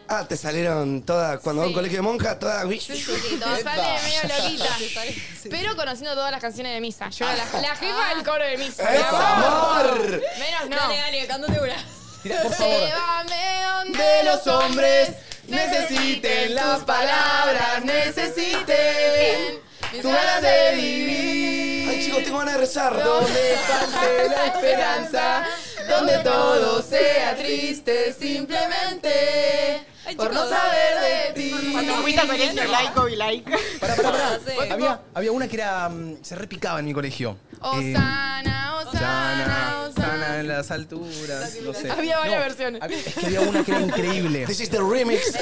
Speaker 2: Ah, te salieron todas, cuando va a un
Speaker 3: Sí.
Speaker 2: colegio de monjas, todas...
Speaker 4: Sí, sí, sí, todo
Speaker 3: Me
Speaker 4: sale
Speaker 3: sale medio loquita.
Speaker 4: Te sale-
Speaker 3: Pero conociendo todas las canciones de misa. Yo era la, la jefa del coro de misa.
Speaker 2: ¡Eso,
Speaker 3: ¡Bravo!
Speaker 2: amor!
Speaker 3: Menos no.
Speaker 4: Dale, dale, cántate una.
Speaker 1: Tirá, por favor.
Speaker 3: Llévame donde
Speaker 1: De los
Speaker 3: los
Speaker 1: hombres
Speaker 3: hombres
Speaker 1: necesiten
Speaker 3: necesiten
Speaker 1: las
Speaker 3: tus
Speaker 1: palabras,
Speaker 3: palabras,
Speaker 1: necesiten
Speaker 3: mis
Speaker 1: tu ganas de vivir.
Speaker 2: Ay, chicos, tengo ganas de rezar.
Speaker 1: Donde falte la esperanza, donde todo sea triste simplemente por no saber de
Speaker 7: Cuando
Speaker 1: ti.
Speaker 7: fuiste a colegio laico y laica.
Speaker 1: Pará, pará, pará.
Speaker 4: Sí.
Speaker 1: Había, había una que era. mm, se repicaba en mi colegio. Eh,
Speaker 3: Osana, Osana,
Speaker 1: Sana,
Speaker 3: Osana.
Speaker 1: sana en las alturas, no sé.
Speaker 3: Había varias
Speaker 1: No,
Speaker 3: versiones.
Speaker 1: hab- Es que había una que era increíble.
Speaker 2: This is the remix.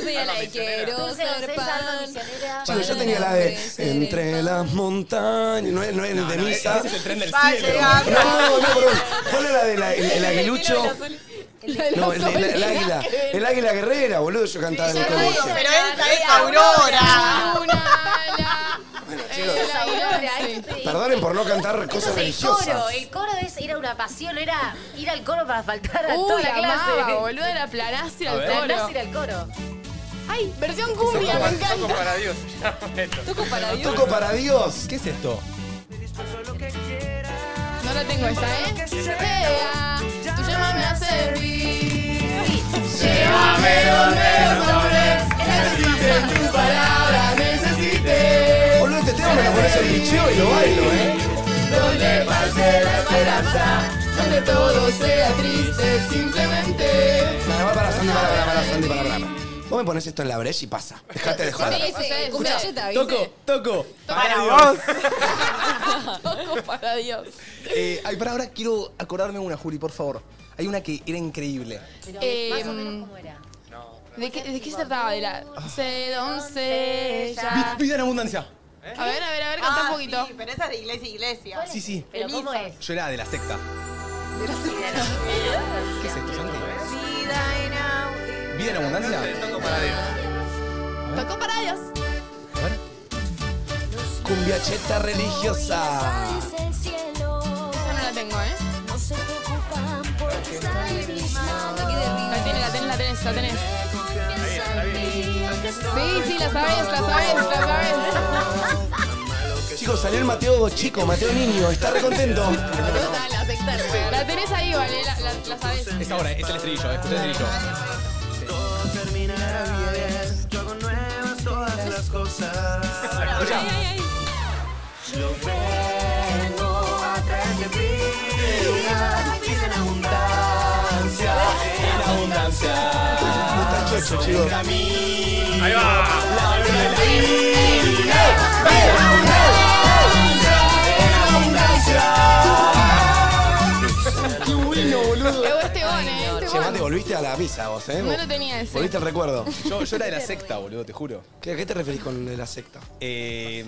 Speaker 4: Sí, a la de quiero
Speaker 9: Dulce
Speaker 4: ser
Speaker 9: doncella, alma
Speaker 4: pan.
Speaker 9: misionera.
Speaker 2: Chicos, yo tenía la de Entre las montañas. No es, no es de misa.
Speaker 1: Ese es el tren del
Speaker 7: Va a
Speaker 1: cielo.
Speaker 7: llegar.
Speaker 2: No, no, no, perdón. ¿Cuál era la de la, el, el aguilucho? No, el, el- el águila. El águila guerrera, boludo, yo cantaba en el colegio.
Speaker 7: Pero esta es Aurora.
Speaker 3: Una ala.
Speaker 2: chicos.
Speaker 3: Eh, la
Speaker 9: Aurora,
Speaker 3: ala, sí.
Speaker 9: esto es-
Speaker 2: Perdonen por no cantar
Speaker 9: esto
Speaker 2: cosas
Speaker 9: es el coro.
Speaker 2: religiosas.
Speaker 9: El coro es ir a una pasión, era ir al coro para faltar a toda
Speaker 3: Uy,
Speaker 9: la
Speaker 3: amaba,
Speaker 9: clase.
Speaker 3: boludo, la planás y
Speaker 1: A ver.
Speaker 3: al
Speaker 9: Andás
Speaker 3: coro.
Speaker 9: a ir al coro.
Speaker 3: Ay, versión cumbia, me encanta.
Speaker 14: para Dios.
Speaker 4: Toco para Dios.
Speaker 2: Toco para Dios.
Speaker 1: ¿Qué es esto?
Speaker 3: No la tengo esta, ¿eh? Llega, tu llama me hace vivir. Llévame donde los hombres necesiten tus palabras, necesiten
Speaker 2: Boludo, este tema me lo pones el bicheo y lo bailo, ¿eh?
Speaker 3: donde falte la esperanza, donde todo sea triste simplemente.
Speaker 2: Para, para, para, Sandy, para, para, para, Sandy, para, para. Vos me pones esto en la brecha y pasa. Dejate de joder.
Speaker 4: Sí, sí,
Speaker 3: Ustedes,
Speaker 4: escucha,
Speaker 3: ustedes.
Speaker 4: Jetta, ¿viste?
Speaker 1: Toco, toco.
Speaker 7: Para vos.
Speaker 3: Toco para Dios.
Speaker 1: Eh, ay, para ahora quiero acordarme una, Juli, por favor. Hay una que era increíble.
Speaker 9: Pero
Speaker 3: Eh,
Speaker 9: más o menos cómo era.
Speaker 3: ¿De qué, de qué se trataba? De la once, doncella.
Speaker 1: Vi- Vida en abundancia.
Speaker 3: A ver, a ver, a ver, canta un poquito.
Speaker 7: Ah, Sí, pero esa es de iglesia a iglesia.
Speaker 1: Sí, sí.
Speaker 9: Pero cómo es.
Speaker 1: Yo era de la secta. ¿Qué es esto, Santi?
Speaker 7: Vida en au-
Speaker 1: ¿Vida en abundancia?
Speaker 14: Toco para Dios.
Speaker 3: Tocó para Dios.
Speaker 1: A ver.
Speaker 2: Cumbiacheta religiosa.
Speaker 3: Esta no la tengo, ¿eh? La tenés, la tenés, la tenés, la tenés. Sí, sí, la sabes, la sabes, la sabes.
Speaker 2: Chicos, salió el Mateo chico, Mateo niño. Está re contento.
Speaker 4: Total, aceptar.
Speaker 3: La tenés ahí, vale, la, la, la sabes.
Speaker 1: Es ahora, es el estribillo, escucha el estribillo.
Speaker 3: Ay, ay, ay.
Speaker 1: En abundancia.
Speaker 2: Está chocho, chicos.
Speaker 14: Ahí va.
Speaker 3: Qué buen este gol, ¿eh? Este
Speaker 2: Mate, volviste a la misa vos, ¿eh?
Speaker 3: No lo tenía ese.
Speaker 2: Volviste al recuerdo.
Speaker 1: Yo, yo era de la secta, boludo, te juro.
Speaker 2: ¿Qué- ¿A qué te referís con lo de la secta?
Speaker 1: Eh,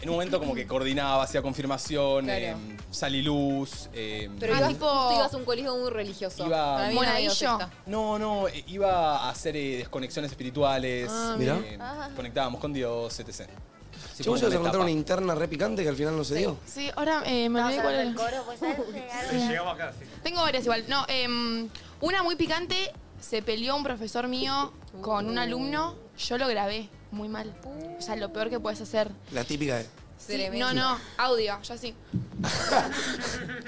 Speaker 1: en un momento como que coordinaba, hacía confirmación,
Speaker 4: Claro.
Speaker 1: eh, saliluz. eh,
Speaker 4: Pero ibas, tú ibas a un colegio muy religioso.
Speaker 1: Iba-
Speaker 4: Para mí no había
Speaker 1: Monaguillo.
Speaker 4: secta.
Speaker 1: No, no, eh, iba a hacer eh, desconexiones espirituales.
Speaker 4: Ah,
Speaker 1: eh,
Speaker 4: mirá.
Speaker 1: Conectábamos con Dios, etc. Sí,
Speaker 2: Che, vos
Speaker 1: fue
Speaker 2: ibas a
Speaker 1: una
Speaker 2: contar
Speaker 1: etapa.
Speaker 2: una interna re picante que al final no se dio.
Speaker 3: Sí, ahora eh, me olvidé cuál era.
Speaker 12: Llegamos acá, sí.
Speaker 3: Tengo varias igual. No, em, una muy picante. Se peleó un profesor mío con un alumno. Yo lo grabé muy mal. O sea, lo peor que puedes hacer.
Speaker 2: La típica de.
Speaker 3: Sí, no, no, audio, yo sí.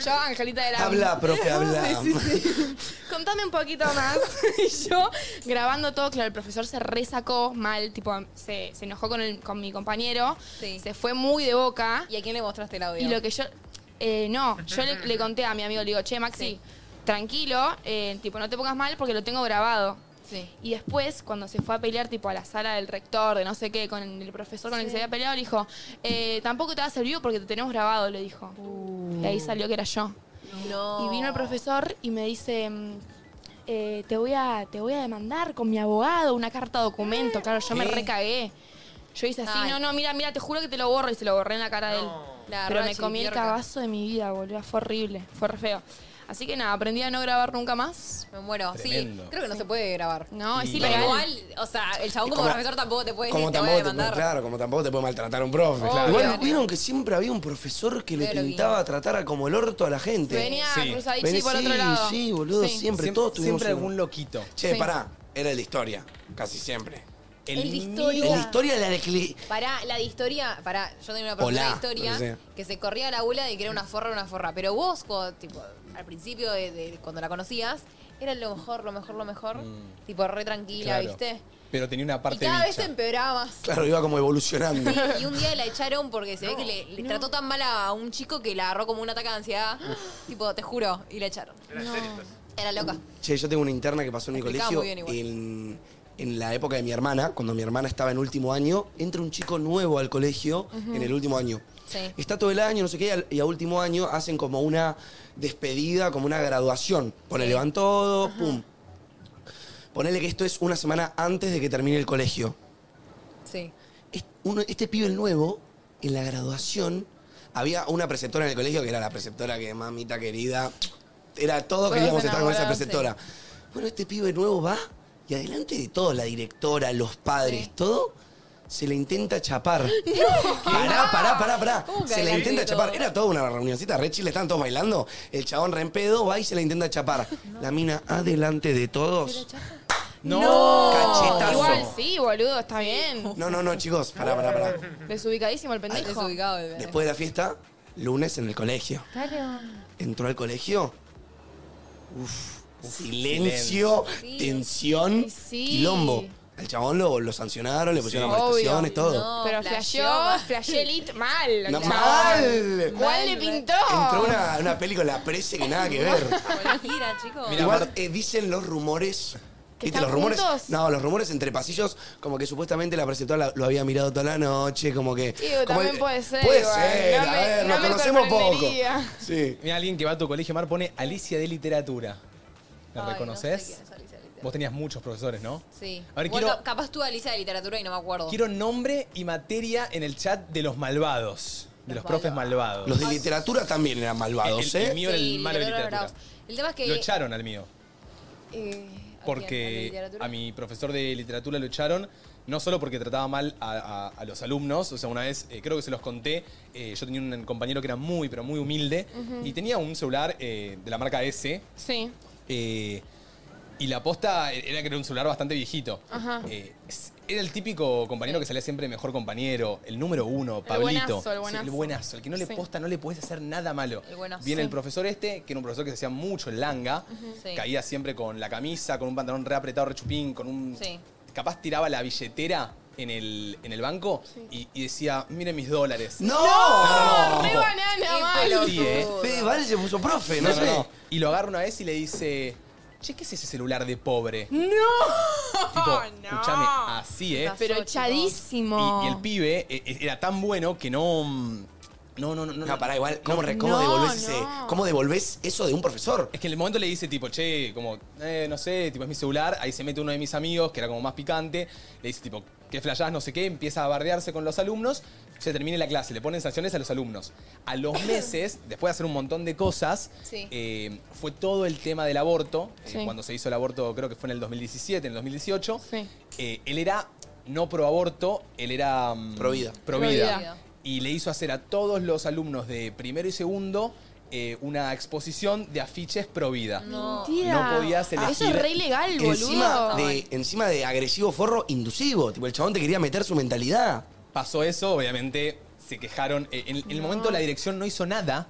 Speaker 3: yo, Angelita de la.
Speaker 2: Habla, profe, habla.
Speaker 3: Sí, sí, sí. Contame un poquito más. y yo grabando todo, claro, el profesor se resacó mal, tipo, se, se enojó con, el- con mi compañero.
Speaker 4: Sí.
Speaker 3: Se fue muy de boca.
Speaker 4: ¿Y a quién le mostraste el audio?
Speaker 3: Y lo que yo. eh, no, yo le, le conté a mi amigo, le digo, che, Maxi, tranquilo, eh, tipo, no te pongas mal porque lo tengo grabado.
Speaker 4: Sí.
Speaker 3: Y después, cuando se fue a pelear, tipo, a la sala del rector, de no sé qué, con el profesor con el que se había peleado, le dijo, eh, tampoco te va a servir porque te tenemos grabado, le dijo.
Speaker 4: Uh.
Speaker 3: Y ahí salió que era yo.
Speaker 4: No.
Speaker 3: Y vino el profesor y me dice, mm, eh, te, voy a, te voy a demandar con mi abogado una carta documento. Claro, yo me
Speaker 1: ¿Qué?
Speaker 3: recagué. Yo hice así,
Speaker 4: Ay.
Speaker 3: no, no, mira, mira, te juro que te lo borro y se lo borré en la cara de él.
Speaker 4: La
Speaker 3: Pero me
Speaker 4: rachi,
Speaker 3: comí el
Speaker 4: piorca.
Speaker 3: cagazo de mi vida, boludo. Fue horrible, fue re feo. Así que nada, aprendí a no grabar nunca más.
Speaker 4: Me muero.
Speaker 1: Tremendo.
Speaker 4: Sí, creo que no se puede grabar.
Speaker 3: No, es
Speaker 1: Y-
Speaker 3: ilegal.
Speaker 4: Igual, o sea, el chabón como,
Speaker 2: Como-
Speaker 4: profesor tampoco te puede
Speaker 2: Como
Speaker 4: decir, te voy a
Speaker 2: tampoco te puede,
Speaker 4: demandar.
Speaker 2: claro, como tampoco te puede maltratar un profe.
Speaker 4: Obvio.
Speaker 2: Igual vieron que siempre había un profesor que le
Speaker 4: Pero bien.
Speaker 2: pintaba tratar a como el orto a la gente.
Speaker 3: Venía
Speaker 1: Sí.
Speaker 3: cruzadichi
Speaker 2: Vení,
Speaker 3: por
Speaker 2: sí,
Speaker 3: otro lado.
Speaker 2: sí, boludo,
Speaker 3: Sí.
Speaker 2: siempre,
Speaker 1: Siem-
Speaker 2: todos tuvimos
Speaker 1: siempre
Speaker 2: uno.
Speaker 1: algún loquito.
Speaker 2: Che,
Speaker 3: Sí.
Speaker 2: pará, era la historia, casi siempre.
Speaker 1: El,
Speaker 4: El de
Speaker 1: mío-
Speaker 4: historia.
Speaker 2: En la historia la de que-
Speaker 4: Pará, la de historia, pará, yo tenía una profesora
Speaker 2: Hola,
Speaker 4: de historia
Speaker 2: lo que sea.
Speaker 4: que se corría la abuela de que era una forra, una forra. Pero vos, cuando, tipo, al principio, de, de- cuando la conocías, era lo mejor, lo mejor, lo mejor. Tipo, re tranquila,
Speaker 1: Mm. Claro.
Speaker 4: ¿viste?
Speaker 1: Pero tenía una parte
Speaker 4: y cada vez
Speaker 1: bicha.
Speaker 4: se empeoraba más.
Speaker 2: Claro, iba como evolucionando.
Speaker 4: Y un día la echaron porque se ve que le, le trató tan mal a un chico que la agarró como un ataque de ansiedad. Tipo, te juro, y la echaron.
Speaker 12: Era en serio, entonces.
Speaker 4: Era loca.
Speaker 2: Che, yo tengo una interna que pasó en mi
Speaker 4: Explicaba
Speaker 2: colegio.
Speaker 4: muy bien igual.
Speaker 2: En, en la época de mi hermana, cuando mi hermana estaba en último año, entra un chico nuevo al colegio en el último año.
Speaker 4: Sí.
Speaker 2: Está todo el año, no sé qué, y al- y a último año hacen como una despedida, como una graduación. Ponele, van todo, pum. Ponele que esto es una semana antes de que termine el colegio.
Speaker 4: Sí.
Speaker 2: Est- uno- este pibe el nuevo, en la graduación, había una preceptora en el colegio que era la preceptora que, mamita querida, era todo
Speaker 3: Todos
Speaker 2: queríamos estar con esa
Speaker 3: enamorados,
Speaker 2: preceptora. Bueno, este pibe nuevo va y adelante de todos, la directora, los padres, todo, se le intenta chapar. Pará, pará, pará, pará.
Speaker 4: ¿Cómo que
Speaker 2: Se le
Speaker 4: adelante
Speaker 2: intenta
Speaker 4: de
Speaker 2: chapar.
Speaker 4: todos?
Speaker 2: Era toda una reunioncita, re chile, estaban todos bailando. El chabón re en pedo va y se la intenta chapar. La mina, adelante de todos.
Speaker 1: No.
Speaker 2: Cachetazo.
Speaker 3: Igual sí, boludo, está bien.
Speaker 2: No, no, no, chicos, pará, pará, pará.
Speaker 3: Desubicadísimo el pendejo.
Speaker 4: Desubicado, el
Speaker 2: Después de la fiesta, lunes en el colegio. Entró al colegio. Uf, silencio, tensión,
Speaker 3: Y sí.
Speaker 2: quilombo. Al chabón lo, lo sancionaron, le pusieron
Speaker 1: Sí.
Speaker 2: amonestaciones,
Speaker 3: Obvio.
Speaker 2: todo.
Speaker 4: No,
Speaker 3: Pero
Speaker 4: flasheó
Speaker 3: flasheó,
Speaker 4: mal.
Speaker 3: flasheó elite mal.
Speaker 2: No,
Speaker 3: chabón.
Speaker 2: mal.
Speaker 3: ¿Cuál
Speaker 4: Mal,
Speaker 3: le
Speaker 4: mal.
Speaker 3: pintó?
Speaker 2: Entró una, una peli con la prese que nada que ver.
Speaker 4: la gira, chicos.
Speaker 1: Mira,
Speaker 2: Igual
Speaker 1: aparte-
Speaker 2: eh, dicen los rumores.
Speaker 3: ¿Que
Speaker 2: ¿Viste
Speaker 3: están
Speaker 2: los rumores?
Speaker 3: juntos?
Speaker 2: No, los rumores entre pasillos, como que supuestamente la preceptora la- lo había mirado toda la noche, como que.
Speaker 3: Sí,
Speaker 2: como
Speaker 3: también
Speaker 2: que-
Speaker 3: puede ser,
Speaker 2: Puede
Speaker 3: igual.
Speaker 2: ser,
Speaker 3: No
Speaker 2: a
Speaker 3: me-
Speaker 2: ver,
Speaker 3: no
Speaker 2: nos
Speaker 3: me
Speaker 2: conocemos poco.
Speaker 3: sorprendería.
Speaker 2: Sí.
Speaker 1: Mira, alguien que va a tu colegio, Mar, pone Alicia de Literatura. ¿La
Speaker 4: Ay,
Speaker 1: reconoces?
Speaker 4: no sé quién es Alicia de literatura.
Speaker 1: Vos tenías muchos profesores, ¿no?
Speaker 4: Sí.
Speaker 1: A ver,
Speaker 4: Bueno,
Speaker 1: quiero,
Speaker 4: ca- Capaz tú, Alicia, de literatura y no me acuerdo.
Speaker 1: quiero nombre y materia en el chat de los malvados. De los, profes malvados.
Speaker 2: Los de literatura también eran malvados,
Speaker 1: El- el
Speaker 2: ¿eh?
Speaker 1: mío era el malo de
Speaker 4: literatura,
Speaker 1: literatura.
Speaker 4: bravos. El tema es que...
Speaker 1: Lo echaron al mío.
Speaker 4: eh, ¿a quién? ¿Al de
Speaker 1: Porque
Speaker 4: literatura?
Speaker 1: a mi profesor de literatura lo echaron, no solo porque trataba mal a, a- a los alumnos, o sea, una vez, eh, creo que se los conté, eh, yo tenía un compañero que era muy, pero muy humilde, y tenía un celular eh, de la marca S,
Speaker 3: Sí.
Speaker 1: eh, y la posta era que era un celular bastante viejito.
Speaker 15: Ah.
Speaker 3: Ajá.
Speaker 1: Eh, es- era el típico compañero que salía siempre mejor compañero, el número uno, Pablito.
Speaker 3: buenazo, el
Speaker 1: Sí,
Speaker 3: buenazo.
Speaker 1: buenazo, el que no le
Speaker 3: Sí.
Speaker 1: posta, no le puedes hacer nada malo.
Speaker 4: El buenazo.
Speaker 1: Viene el
Speaker 4: Sí.
Speaker 1: profesor este, que era un profesor que se hacía mucho el langa,
Speaker 4: Sí.
Speaker 1: caía siempre con la camisa, con un pantalón re apretado, re chupín, con un.
Speaker 4: Sí.
Speaker 1: Capaz tiraba la billetera en el, en el banco y, y decía, miren mis dólares.
Speaker 2: ¡No!
Speaker 3: ¡Re
Speaker 1: tipo,
Speaker 3: banana,
Speaker 4: Qué
Speaker 3: mal!
Speaker 1: Sí, ¿eh?
Speaker 4: pelotudo.
Speaker 2: Fede Valle se puso profe, no,
Speaker 1: No, no,
Speaker 2: sé.
Speaker 1: no. Y lo agarra una vez y le dice, che, ¿qué es ese celular de pobre? Tipo, escúchame, así, ¿eh?
Speaker 4: Pasó,
Speaker 3: Pero
Speaker 4: chicos.
Speaker 1: Y,
Speaker 3: echadísimo.
Speaker 1: y el pibe eh, eh, era tan bueno que no. mm, No, no, no. No,
Speaker 2: pará, igual, ¿cómo, re- cómo
Speaker 1: No,
Speaker 2: devolvés ese-
Speaker 1: no.
Speaker 2: ¿cómo devolvés eso de un profesor?
Speaker 1: Es que en el momento le dice, tipo, che, como, eh, no sé, tipo, es mi celular. Ahí se mete uno de mis amigos, que era como más picante. Le dice, tipo, ¿qué flashás? No sé qué. Empieza a bardearse con los alumnos. Se termina la clase, le ponen sanciones a los alumnos. A los meses, después de hacer un montón de cosas,
Speaker 4: Sí.
Speaker 1: eh, fue todo el tema del aborto. eh,
Speaker 4: Sí.
Speaker 1: cuando se hizo el aborto, creo que fue en el 2017, en el 2018. Eh, él era no pro aborto, él era. mm,
Speaker 2: Pro vida.
Speaker 1: pro
Speaker 2: Pro
Speaker 1: vida.
Speaker 2: vida.
Speaker 1: Y le hizo hacer a todos los alumnos de primero y segundo eh, una exposición de afiches pro vida.
Speaker 4: No.
Speaker 2: Mentira.
Speaker 1: No podías
Speaker 2: Ah,
Speaker 1: elegir.
Speaker 2: eso es re
Speaker 3: ilegal,
Speaker 2: Encima Ah, de, encima de agresivo forro inducivo. Tipo, el chabón te quería meter su mentalidad.
Speaker 1: Pasó eso, obviamente se quejaron. Eh, En, en el momento la dirección no hizo nada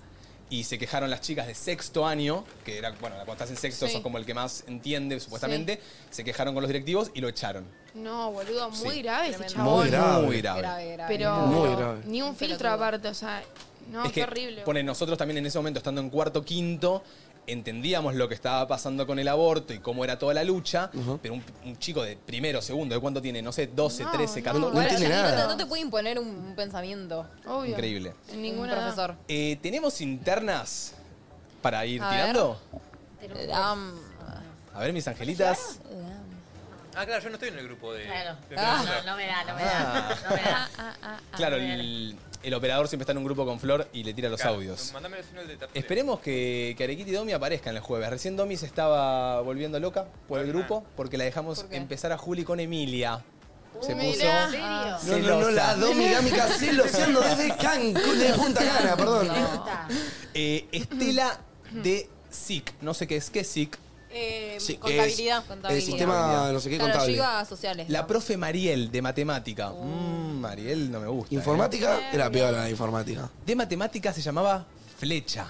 Speaker 1: y se quejaron las chicas de sexto año, que era, bueno, cuando estás en sexto
Speaker 3: Sí.
Speaker 1: sos como el que más entiende, supuestamente. Se quejaron con los directivos y lo echaron.
Speaker 3: No, boludo, muy
Speaker 1: Sí.
Speaker 3: grave ese chabón.
Speaker 1: Muy grave. Muy grave.
Speaker 3: Pero
Speaker 1: Muy grave.
Speaker 3: ni un filtro aparte, o sea, no,
Speaker 1: es
Speaker 3: qué
Speaker 1: que,
Speaker 3: horrible.
Speaker 1: pone, nosotros también en ese momento, estando en cuarto, quinto, entendíamos lo que estaba pasando con el aborto y cómo era toda la lucha, pero un, un chico de primero, segundo, ¿de cuánto tiene? No sé, 12, 13, 14.
Speaker 4: Igual, o sea, No, te puede imponer un, un pensamiento.
Speaker 3: Obvio.
Speaker 1: Increíble.
Speaker 4: En
Speaker 3: ninguna edad.
Speaker 4: profesor.
Speaker 1: Eh, ¿Tenemos internas para ir
Speaker 4: A ver.
Speaker 1: tirando?
Speaker 4: Eh, Am,
Speaker 1: A ver, mis angelitas.
Speaker 12: Ah, claro, yo no estoy en el grupo de.
Speaker 9: Claro.
Speaker 12: de
Speaker 9: Ah,
Speaker 12: Transfer.
Speaker 9: no, no me da, no me
Speaker 1: Ah.
Speaker 9: da. No me da.
Speaker 1: Claro, el, el operador siempre está en un grupo con Flor y le tira los
Speaker 12: Claro, pues
Speaker 1: audios.
Speaker 12: Mandame el final de tapete.
Speaker 1: Esperemos que, que Arequiti y Domi aparezcan el jueves. Recién Domi se estaba volviendo loca por el grupo
Speaker 12: ah.
Speaker 1: porque la dejamos empezar a Juli con Emilia. Se puso.
Speaker 5: mirá.
Speaker 9: Uh, ¿En
Speaker 2: No, no, no, la Domi Gámica celoseando desde Cancún, de Punta Cana, perdón.
Speaker 1: Eh, Estela de SIC. No sé qué es. ¿Qué es SIC?
Speaker 7: Eh,
Speaker 1: Sí,
Speaker 7: contabilidad.
Speaker 1: El sistema no sé qué
Speaker 4: claro,
Speaker 1: contable.
Speaker 4: yo iba a sociales.
Speaker 1: La profe Mariel de matemática.
Speaker 4: Oh.
Speaker 1: Mm, Mariel no me gusta. ¿eh?
Speaker 2: Informática era peor la informática.
Speaker 1: De matemática se llamaba Flecha.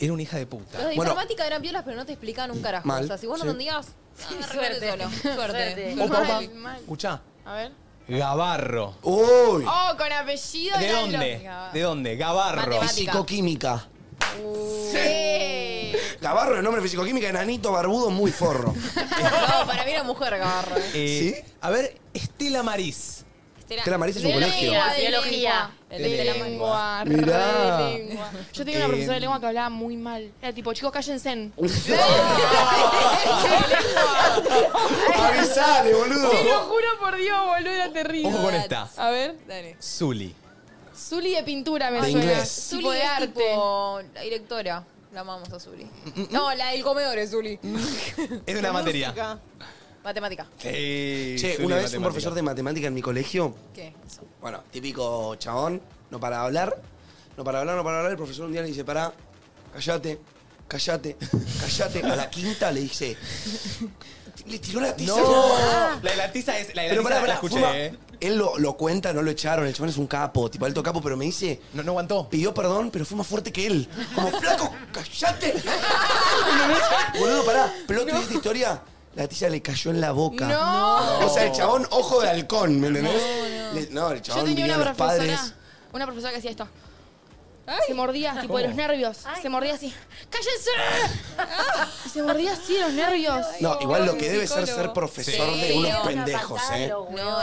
Speaker 1: Era una hija de puta.
Speaker 4: Los de
Speaker 1: Bueno,
Speaker 4: informática eran piolas, pero no te explican un carajo.
Speaker 1: Mal,
Speaker 4: o sea, si vos no
Speaker 1: sí.
Speaker 4: entendías,
Speaker 9: suerte.
Speaker 4: suerte. solo. Suerte.
Speaker 9: Suerte.
Speaker 1: opa, opa.
Speaker 3: Mal, mal.
Speaker 1: Escuchá.
Speaker 3: A ver.
Speaker 1: Gabarro.
Speaker 2: ¡Uy!
Speaker 3: Oh, con apellido
Speaker 1: ¿De
Speaker 3: era
Speaker 1: dónde?
Speaker 3: loca.
Speaker 1: ¿De dónde? Gabarro.
Speaker 2: Fisicoquímica.
Speaker 3: Sí.
Speaker 2: Gabarro, el nombre de fisicoquímica, enanito barbudo, muy forro.
Speaker 4: No, para mí era mujer, Gabarro.
Speaker 1: Eh, A ver, Estela Maris.
Speaker 2: Estela Maris es un
Speaker 3: De
Speaker 2: colegio.
Speaker 3: lengua, de
Speaker 9: Biología.
Speaker 3: lengua,
Speaker 1: De
Speaker 3: De
Speaker 1: lengua.
Speaker 3: lengua. re
Speaker 2: Mirá.
Speaker 3: de lengua. Yo tenía una
Speaker 2: Eh,
Speaker 3: profesora de lengua que hablaba muy mal. Era tipo, chicos, cállense.
Speaker 2: Avisale, boludo.
Speaker 3: Te lo juro por Dios, boludo, era terrible.
Speaker 1: Ojo con esta.
Speaker 3: A ver.
Speaker 4: Dale.
Speaker 1: Zuli.
Speaker 3: Zuli de pintura me
Speaker 2: De
Speaker 3: suena.
Speaker 2: inglés.
Speaker 3: Tipo
Speaker 4: Zuli
Speaker 3: de
Speaker 4: es
Speaker 3: arte.
Speaker 4: tipo la directora. La amamos a Zuli. No, la del comedor es Zuli.
Speaker 1: Es de una materia.
Speaker 7: Música.
Speaker 4: Matemática.
Speaker 1: Sí,
Speaker 2: Che,
Speaker 1: Zuli
Speaker 2: una
Speaker 1: de
Speaker 2: vez un
Speaker 1: matemática.
Speaker 2: profesor de matemática en mi colegio,
Speaker 4: ¿Qué?
Speaker 2: bueno, típico chabón, no para de hablar, no para de hablar, no para de hablar, el profesor un día le dice, pará, callate, callate, callate. A la quinta le dice, le tiró la tiza.
Speaker 1: No, la de la tiza es. La de la
Speaker 2: Pero
Speaker 1: tiza
Speaker 2: pará,
Speaker 1: la
Speaker 2: pará,
Speaker 1: escuché,
Speaker 2: fuma.
Speaker 1: ¿eh?
Speaker 2: Él lo, lo cuenta, no lo echaron, el chabón es un capo, tipo alto capo, pero me dice,
Speaker 1: No, no aguantó.
Speaker 2: pidió perdón, pero fue más fuerte que él. Como, flaco, callate. ¿Entendés? Boludo, pará, plot de esta historia, la tiza le cayó en la boca.
Speaker 3: No.
Speaker 2: O sea, el chabón ojo de halcón, ¿me entendés? Le- No, el
Speaker 3: Yo
Speaker 2: chabón
Speaker 3: tenía
Speaker 2: vivía a
Speaker 3: una
Speaker 2: los
Speaker 3: profesora.
Speaker 2: padres.
Speaker 3: Una profesora que hacía esto. Se mordía, tipo de los nervios. Se mordía así. ¡Cállense! Y se mordía así de los nervios.
Speaker 2: No, igual lo que debe ser
Speaker 4: psicólogo.
Speaker 2: ser profesor
Speaker 4: Sí.
Speaker 2: de unos
Speaker 4: Sí,
Speaker 2: pendejos, ¿eh?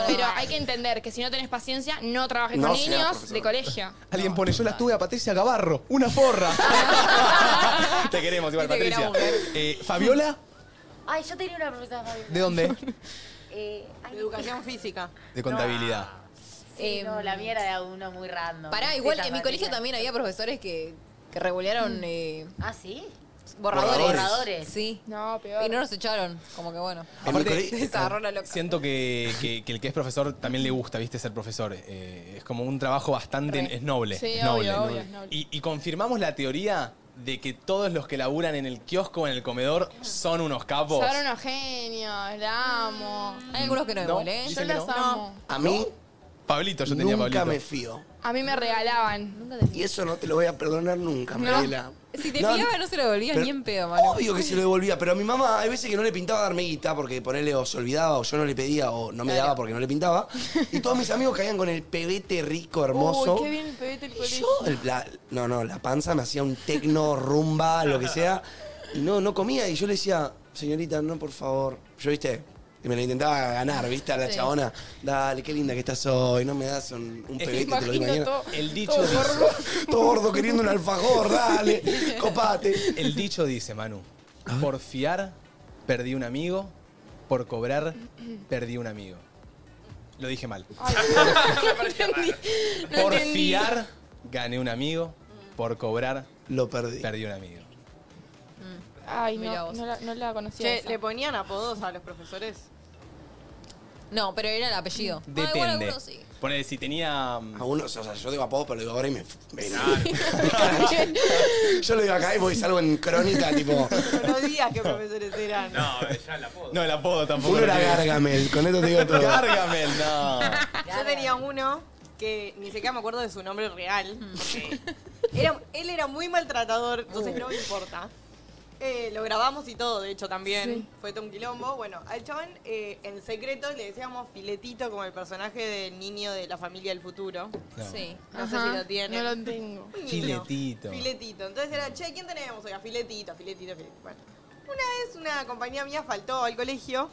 Speaker 3: Pero hay que entender que si no tenés paciencia, no trabajes
Speaker 2: No
Speaker 3: con
Speaker 2: seas
Speaker 3: niños
Speaker 2: profesor.
Speaker 3: de colegio.
Speaker 1: Alguien pone, yo la tuve a Patricia Gabarro, una forra.
Speaker 2: Ah,
Speaker 1: Te queremos igual,
Speaker 4: Viste que era
Speaker 1: Patricia. Eh, Fabiola,
Speaker 9: Ay, yo tenía una profesora Fabiola.
Speaker 1: ¿de dónde?
Speaker 9: Eh, ay,
Speaker 7: Educación física.
Speaker 1: De contabilidad.
Speaker 9: sí,
Speaker 4: Eh,
Speaker 9: no, la mía era de uno muy random.
Speaker 4: Pará,
Speaker 9: Sí,
Speaker 4: igual en mi
Speaker 9: Zapatillas.
Speaker 4: colegio también había profesores que, que revolearon
Speaker 3: Mm.
Speaker 4: eh,
Speaker 9: Ah, ¿sí?
Speaker 4: borradores.
Speaker 9: Borradores.
Speaker 4: Sí.
Speaker 3: No, peor.
Speaker 4: Y no nos echaron. Como que bueno.
Speaker 2: En mi colegio-
Speaker 4: Se agarró la loca.
Speaker 1: Siento que, que- que el que es profesor también le gusta, viste, ser profesor. Eh, es como un trabajo bastante
Speaker 4: Re.
Speaker 1: es noble.
Speaker 3: Sí,
Speaker 1: es noble.
Speaker 3: obvio, obvio, es noble.
Speaker 1: Y, y confirmamos la teoría de que todos los que laburan en el kiosco, en el comedor, son unos capos.
Speaker 3: Son unos genios, la amo.
Speaker 4: Mm. Hay algunos que no,
Speaker 1: No.
Speaker 4: devolé.
Speaker 1: Dicen
Speaker 3: Yo
Speaker 1: que
Speaker 3: las
Speaker 1: no.
Speaker 3: amo.
Speaker 2: A mí
Speaker 1: Pablito, yo tenía
Speaker 2: nunca
Speaker 1: Pablito.
Speaker 2: me fío.
Speaker 3: A mí me regalaban.
Speaker 2: Y eso no te lo voy a perdonar nunca, Mariela.
Speaker 4: Si te
Speaker 2: No,
Speaker 4: pillaba, no se lo devolvías
Speaker 2: pero-
Speaker 4: ni en pedo, mano.
Speaker 2: Obvio que se lo devolvía, pero a mi mamá hay veces que no le pintaba darme guita porque ponerle o se olvidaba o yo no le pedía o no me daba porque no le pintaba. Y todos mis amigos caían con el pebete rico, hermoso.
Speaker 3: Uy, qué bien el pebete el colegio.
Speaker 2: Yo, el- la- no, no, la panza me hacía un tecno, rumba, lo que sea. Y no, no comía. Y yo le decía, señorita, no, por favor. Yo, viste, Y me la intentaba ganar, ¿viste? A la
Speaker 4: Sí.
Speaker 2: chabona. Dale, qué linda que estás hoy. No me das un, un
Speaker 1: Es que
Speaker 2: pelete, te lo doy
Speaker 3: imagino
Speaker 2: mañana.
Speaker 3: todo-
Speaker 1: El dicho
Speaker 3: todo
Speaker 1: dice-
Speaker 3: gordo.
Speaker 2: Todo gordo queriendo un alfajor, dale. Copate.
Speaker 1: El dicho dice, Manu, por fiar perdí un amigo, por cobrar perdí un amigo. Lo dije mal.
Speaker 3: No entendí. No
Speaker 1: por
Speaker 3: entendí.
Speaker 1: fiar gané un amigo, por cobrar
Speaker 2: Lo perdí.
Speaker 1: perdí un amigo.
Speaker 3: Ay,
Speaker 4: Mirá
Speaker 3: no,
Speaker 4: vos.
Speaker 3: no la, no la conocía.
Speaker 7: Che,
Speaker 3: esa.
Speaker 7: ¿le ponían apodos a los profesores?
Speaker 4: No, pero era el apellido. Ah, igual
Speaker 1: Depende.
Speaker 4: algunos sí.
Speaker 1: Ponele, si tenía... mm,
Speaker 2: A uno, o sea, yo digo apodos, pero lo digo ahora y me. me me- yo lo digo acá y voy salgo en crónica, tipo.
Speaker 7: No digas qué profesores eran.
Speaker 12: No, ya la puedo.
Speaker 1: No, el apodo tampoco.
Speaker 2: Uno era
Speaker 1: lo tiene.
Speaker 2: Gargamel, con esto te digo todo.
Speaker 1: Gargamel, no.
Speaker 7: Yo tenía uno que ni siquiera me acuerdo de su nombre real. porque Era, él era muy maltratador, entonces no me importa. Eh, lo grabamos y todo, de hecho, también.
Speaker 3: Sí.
Speaker 7: Fue todo un quilombo. Bueno, al chabón eh, en secreto le decíamos filetito como el personaje del niño de la familia del futuro.
Speaker 1: No.
Speaker 4: Sí.
Speaker 7: No sé
Speaker 3: Ajá,
Speaker 7: si lo tiene.
Speaker 3: No lo tengo.
Speaker 7: Un niño.
Speaker 1: Filetito.
Speaker 7: Filetito. Entonces era, che, ¿quién tenemos? Oiga, filetito, filetito, filetito. Bueno, una vez una compañía mía faltó al colegio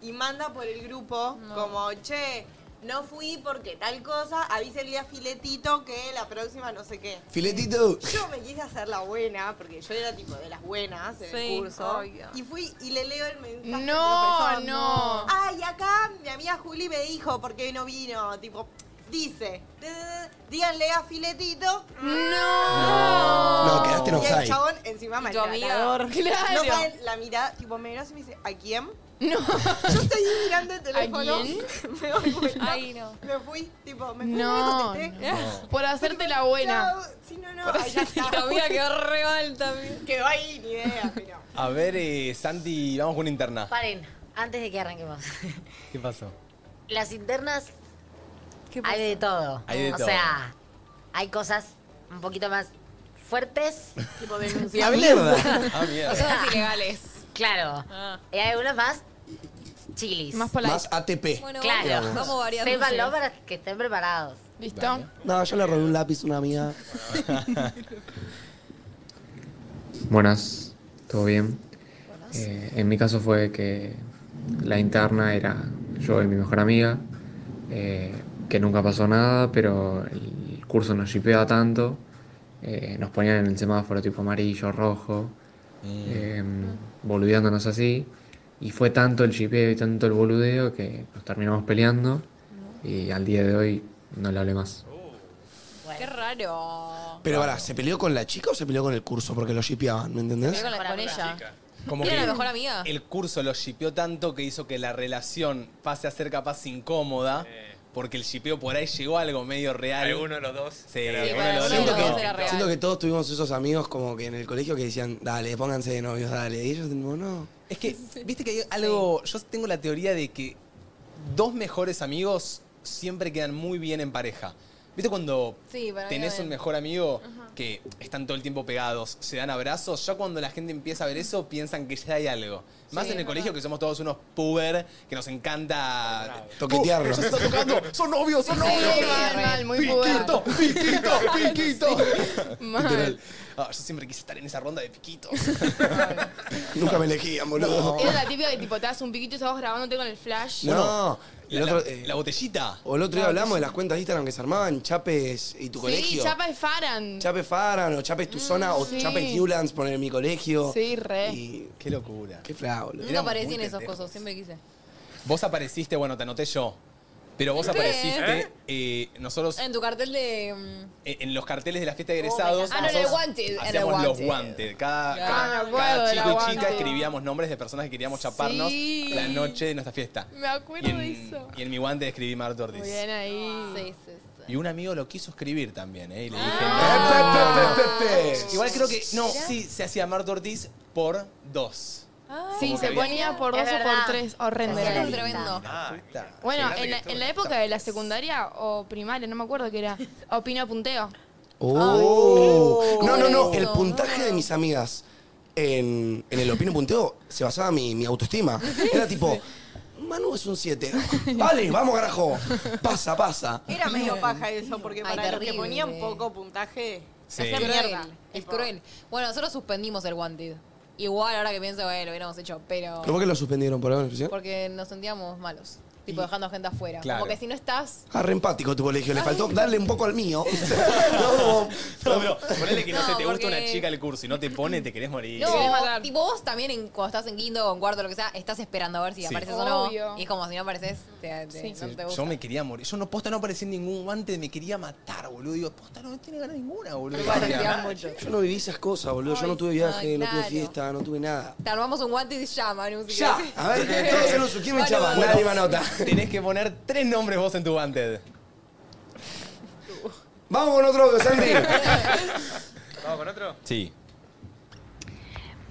Speaker 7: y manda por el grupo como, che, no fui porque tal cosa, avísele a filetito que la próxima no sé qué.
Speaker 2: Filetito.
Speaker 7: Yo me quise hacer la buena, porque yo era tipo de las buenas en
Speaker 4: Sí.
Speaker 7: el curso.
Speaker 4: Ay, ya.
Speaker 7: y fui y le leo el mensaje. al
Speaker 3: No,
Speaker 7: profesor.
Speaker 3: no.
Speaker 7: Ay, acá mi amiga Juli me dijo porque hoy no vino. Tipo, dice, "Dé, dé, dé, díganle a Filetito.
Speaker 3: No.
Speaker 2: No, quedaste en
Speaker 7: Y el
Speaker 2: offside.
Speaker 7: chabón encima
Speaker 4: Y tu amiga.
Speaker 7: maltratador.
Speaker 3: Claro.
Speaker 7: No saben la mirada, tipo, me miró así y me dice, ¿a quién? Yo seguí mirando el teléfono.
Speaker 3: ¿A quién?
Speaker 7: Me doy vuelta.
Speaker 4: Ay, no.
Speaker 7: Me fui, tipo, me fui,
Speaker 3: No,
Speaker 7: me contesté.
Speaker 3: no. Por hacerte la buena.
Speaker 7: No, sí, no, no, ahí ya está.
Speaker 4: La mía quedó re mal también.
Speaker 7: Quedó ahí, ni idea, pero.
Speaker 1: A ver, eh, Santi, vamos con una interna.
Speaker 9: Paren, antes de que arranquemos.
Speaker 1: ¿Qué pasó?
Speaker 9: Las internas
Speaker 4: ¿Qué
Speaker 9: hay de todo.
Speaker 1: Hay de
Speaker 9: o
Speaker 1: todo.
Speaker 9: sea, hay cosas un poquito más fuertes.
Speaker 7: Tipo,
Speaker 2: La
Speaker 7: denunciable.
Speaker 2: mierda.
Speaker 1: Ah, mierda.
Speaker 4: Cosas ilegales.
Speaker 9: Claro.
Speaker 4: Ah.
Speaker 9: Y hay algunas más chilis.
Speaker 3: Más por la.
Speaker 2: Más ATP.
Speaker 4: Bueno,
Speaker 9: claro.
Speaker 4: vamos, vamos variando.
Speaker 9: Sépanlo
Speaker 4: sí.
Speaker 9: para que estén preparados.
Speaker 3: ¿Listo?
Speaker 1: Vale.
Speaker 2: No, yo le robé un lápiz a una amiga.
Speaker 15: Buenas, ¿todo bien? Eh, en mi caso fue que la interna era yo y mi mejor amiga, eh, que nunca pasó nada, pero el curso nos shipeaba tanto, eh, nos ponían en el semáforo tipo amarillo, rojo, eh, boludeándonos así, y fue tanto el shipeo y tanto el boludeo que nos terminamos peleando y al día de hoy no le hablé más.
Speaker 4: Qué raro.
Speaker 2: Pero ahora, ¿se peleó con la chica o se peleó con el curso? Porque lo shipeaban, ¿me entendés?
Speaker 4: Con, la- con ella.
Speaker 1: Como
Speaker 4: ¿Era
Speaker 1: que
Speaker 4: la mejor amiga?
Speaker 1: El curso lo shipeó tanto que hizo que la relación pase a ser capaz incómoda. Porque el shipeo por ahí llegó a algo medio real.
Speaker 12: Alguno de los dos.
Speaker 1: Sí,
Speaker 12: Era
Speaker 1: alguno
Speaker 12: bueno,
Speaker 1: de los
Speaker 4: para
Speaker 1: dos.
Speaker 2: Siento
Speaker 4: uno de los dos era
Speaker 2: que,
Speaker 4: real.
Speaker 2: siento que todos tuvimos esos amigos como que en el colegio que decían, dale, pónganse de novios, dale. Y ellos, tipo, no.
Speaker 1: Es que, viste que hay algo. Yo tengo la teoría de que dos mejores amigos siempre quedan muy bien en pareja. ¿Viste cuando
Speaker 4: Sí, para mí
Speaker 1: tenés
Speaker 4: también.
Speaker 1: un mejor amigo que están todo el tiempo pegados, se dan abrazos? Ya cuando la gente empieza a ver eso, piensan que ya hay algo. Más en el colegio, que somos todos unos puber, que nos encanta.
Speaker 2: Toquetearnos.
Speaker 1: Oh, ya se está tocando! ¡Son novios! ¡Son
Speaker 3: Sí,
Speaker 1: novios!
Speaker 3: mal, mal, muy
Speaker 1: ¡Piquito!
Speaker 3: bueno.
Speaker 1: ¡Piquito! ¡Piquito!
Speaker 3: Mal.
Speaker 1: Ah, yo siempre quise estar en esa ronda de piquito.
Speaker 2: Nunca me elegían, boludo.
Speaker 3: Era la típica que tipo te das un piquito y estabas grabándote con el flash.
Speaker 2: No,
Speaker 1: La,
Speaker 2: El otro,
Speaker 1: la-
Speaker 2: eh,
Speaker 1: la botellita.
Speaker 2: o el otro día hablamos de las cuentas de Instagram que se armaban, Chapes y tu
Speaker 3: Sí,
Speaker 2: colegio.
Speaker 3: Chapa y Faran.
Speaker 2: Chapes Faran, o Chapes tu zona, o
Speaker 3: sí.
Speaker 2: Chapes Newlands, poner mi colegio.
Speaker 3: Sí, re.
Speaker 2: Y
Speaker 1: Qué locura.
Speaker 2: qué fla, boludo.
Speaker 4: Nunca
Speaker 1: Éramos
Speaker 4: aparecí
Speaker 1: muy
Speaker 4: en esos
Speaker 1: pendejos.
Speaker 4: cosas, siempre quise.
Speaker 1: Vos apareciste, bueno, te anoté yo. Pero vos apareciste, eh, nosotros eh,
Speaker 4: En tu cartel de. mm,
Speaker 1: en los carteles de la fiesta de
Speaker 3: Oh,
Speaker 1: egresados.
Speaker 4: Ah, no, en el
Speaker 1: nosotros
Speaker 4: Wanted, en el
Speaker 1: Hacíamos los
Speaker 4: Wanted.
Speaker 1: guantes. Cada,
Speaker 4: Ah,
Speaker 1: cada-
Speaker 3: me acuerdo
Speaker 1: cada
Speaker 3: de la
Speaker 1: chico y chica
Speaker 3: Wanted.
Speaker 1: escribíamos nombres de personas que queríamos chaparnos
Speaker 3: Sí.
Speaker 1: la noche de nuestra fiesta.
Speaker 3: Me acuerdo
Speaker 1: Y en,
Speaker 3: de eso.
Speaker 1: y en mi guante escribí Marta
Speaker 3: Muy
Speaker 1: Ortiz.
Speaker 3: bien ahí.
Speaker 4: Sí, sí, sí.
Speaker 1: Y un amigo lo quiso escribir también, ¿eh? Y le dije.
Speaker 3: Ah.
Speaker 2: Eh, pe, pe, pe, pe, pe.
Speaker 1: Igual creo que. No, sí, se hacía Marta Ortiz por dos.
Speaker 3: Ah. Sí,
Speaker 1: Como
Speaker 3: se
Speaker 1: que
Speaker 3: ponía por dos
Speaker 9: Es
Speaker 3: o por
Speaker 9: verdad.
Speaker 3: tres. Horrendo.
Speaker 4: Eso
Speaker 9: Era
Speaker 4: es
Speaker 9: linda.
Speaker 4: tremendo.
Speaker 12: Ah,
Speaker 3: Bueno,
Speaker 12: Qué grande
Speaker 3: en la,
Speaker 12: que
Speaker 3: en la
Speaker 12: estuvo.
Speaker 3: época de la secundaria o primaria, no me acuerdo qué era, opino punteo.
Speaker 2: Oh.
Speaker 4: qué
Speaker 2: No, no, no.
Speaker 4: lindo.
Speaker 2: El puntaje de mis amigas en, en el opino punteo se basaba mi, mi autoestima. Era tipo, Manu es un 7. Vale, vamos, carajo. Pasa, pasa.
Speaker 7: Era medio paja eso, porque
Speaker 4: Ay,
Speaker 7: para los que
Speaker 4: terrible.
Speaker 7: ponían poco puntaje.
Speaker 1: Sí.
Speaker 4: Es
Speaker 7: Mierda.
Speaker 4: cruel. Es cruel. Bueno, nosotros suspendimos el Wanted. Igual ahora que pienso, bueno, lo hubiéramos hecho, pero.
Speaker 2: ¿Pero por qué lo suspendieron por algo en especial?
Speaker 4: Porque nos sentíamos malos. Tipo, dejando a gente afuera.
Speaker 2: Claro.
Speaker 4: Como que si no estás.
Speaker 2: Ah, re empático tu colegio, le faltó darle un poco al mío.
Speaker 1: No, pero ponele que no,
Speaker 4: No,
Speaker 1: sé, te gusta
Speaker 4: porque-
Speaker 1: una chica el curso y no te pone, te querés morir.
Speaker 4: No, tipo vos también en- cuando estás en quinto o en cuarto, lo que sea, estás esperando a ver si
Speaker 1: Sí.
Speaker 4: apareces o no.
Speaker 3: Obvio.
Speaker 4: Y es como si no apareces, te, te-
Speaker 1: Sí.
Speaker 4: no te gusta.
Speaker 1: Yo me quería morir. Yo no posta no aparecí en ningún guante, me quería matar, boludo. Digo, posta
Speaker 4: Ah,
Speaker 1: no tiene ganas ninguna, boludo.
Speaker 2: Yo no viví esas cosas, boludo. Yo no tuve viaje, no tuve fiesta, no tuve nada.
Speaker 4: Te armamos un guante y llama, no sé
Speaker 2: Ya,
Speaker 4: qué.
Speaker 2: a ver, todos en un su- ¿quién me llama?
Speaker 1: Bueno,
Speaker 2: Nadie me anota.
Speaker 1: Tenés que poner tres nombres vos en tu guante.
Speaker 2: Vamos con otro, Sandy.
Speaker 12: ¿Vamos con otro?
Speaker 1: Sí.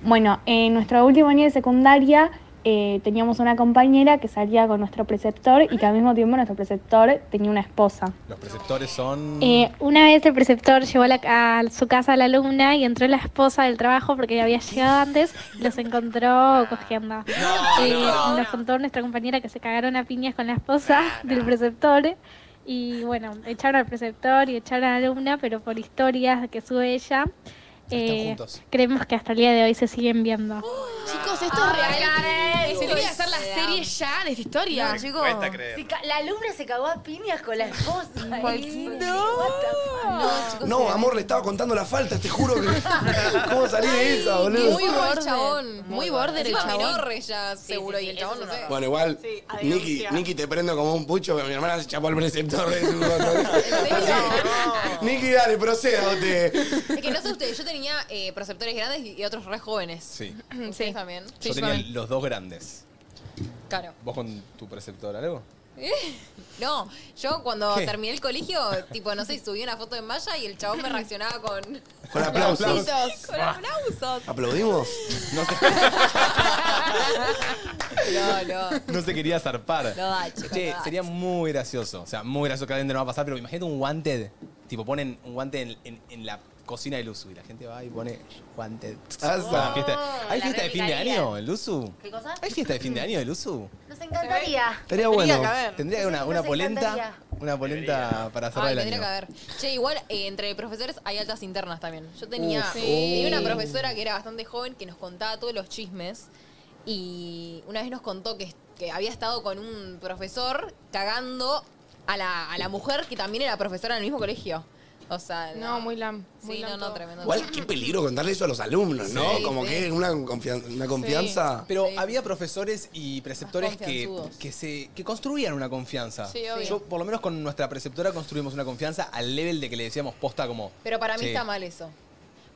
Speaker 16: Bueno, en nuestro último año de secundaria eh, teníamos una compañera que salía con nuestro preceptor y que al mismo tiempo nuestro preceptor tenía una esposa.
Speaker 1: Los preceptores son.
Speaker 16: Eh, una vez el preceptor llevó a, la- a su casa a la alumna y entró la esposa del trabajo porque había llegado antes y los encontró cogiendo. Eh,
Speaker 5: no,
Speaker 16: nos contó nuestra compañera que se cagaron a piñas con la esposa del preceptor y bueno, echaron al preceptor y echaron a la alumna, pero por historias que sube ella, eh,
Speaker 5: juntos.
Speaker 16: creemos que hasta el día de hoy se siguen viendo.
Speaker 3: Chicos, esto
Speaker 9: Ah,
Speaker 3: es real. Se debería hacer la serie ya de esta historia.
Speaker 9: No, chicos. Se ca- la alumna se cagó a piñas con la esposa.
Speaker 5: No.
Speaker 2: No, amor, le estaba contando la falta, te juro que. ¿Cómo salí de esa, boludo?
Speaker 4: Muy border. Chabón.
Speaker 3: Muy border el
Speaker 4: Encima
Speaker 3: chabón.
Speaker 4: menor ya, seguro. y el chabón no sé.
Speaker 2: Bueno, igual, Nicky, Nicky te prendo como un pucho, pero mi hermana se chapó al preceptor de su Nicky, dale, proceda usted.
Speaker 4: Es que no sé ustedes, yo tenía eh, preceptores grandes y y otros re jóvenes.
Speaker 1: Sí.
Speaker 4: Sí. también.
Speaker 1: Yo tenía los dos grandes.
Speaker 4: Claro.
Speaker 1: ¿Vos con tu preceptor algo?
Speaker 4: ¿Eh? No, yo cuando
Speaker 1: ¿Qué?
Speaker 4: terminé el colegio, tipo, no sé, subí una foto en malla y el chabón me reaccionaba con...
Speaker 2: Con aplausos.
Speaker 4: Con aplausos.
Speaker 2: ¿Aplaudimos? No sé.
Speaker 4: No, no.
Speaker 1: No se quería zarpar.
Speaker 4: No da, chicos,
Speaker 1: Che,
Speaker 4: no da.
Speaker 1: sería muy gracioso. O sea, muy gracioso que adentro no va a pasar, pero imagínate un guante. Tipo, ponen un guante en, en- en la cocina del Usu y la gente va y pone guante.
Speaker 4: Oh,
Speaker 9: Asa.
Speaker 1: Fiesta- ¿Hay
Speaker 9: La
Speaker 1: fiesta de fin de
Speaker 9: repicaría.
Speaker 1: año, el Usu?
Speaker 9: ¿Qué cosa?
Speaker 1: ¿Hay fiesta de fin de año, el Usu?
Speaker 9: Nos encantaría.
Speaker 1: Estaría
Speaker 2: bueno.
Speaker 1: Tendría que haber Ah, una,
Speaker 9: Nos
Speaker 1: una polenta.
Speaker 9: encantaría.
Speaker 1: Una polenta para cerrar
Speaker 4: Ay,
Speaker 1: el
Speaker 4: tendría que
Speaker 1: año.
Speaker 4: haber. Che, igual eh, entre profesores hay altas internas también. Yo tenía,
Speaker 1: Uf. Sí.
Speaker 4: tenía una profesora que era bastante joven que nos contaba todos los chismes y una vez nos contó que, que había estado con un profesor cagando a la, a la mujer que también era profesora en el mismo colegio. O sea, no, muy lam. Sí,
Speaker 3: muy lam
Speaker 4: no, no, tremendo.
Speaker 2: Igual, qué peligro contarle eso a los alumnos, ¿no?
Speaker 4: Sí,
Speaker 2: Como
Speaker 4: sí.
Speaker 2: que una confianza. Una confianza.
Speaker 1: Pero había profesores y preceptores que,
Speaker 4: confianzudos.
Speaker 1: que, se, que construían una confianza.
Speaker 4: Sí, obvio.
Speaker 1: Yo, por lo menos con nuestra preceptora, construimos una confianza al level de que le decíamos posta como.
Speaker 4: Pero para mí
Speaker 1: "Che,
Speaker 4: está mal eso.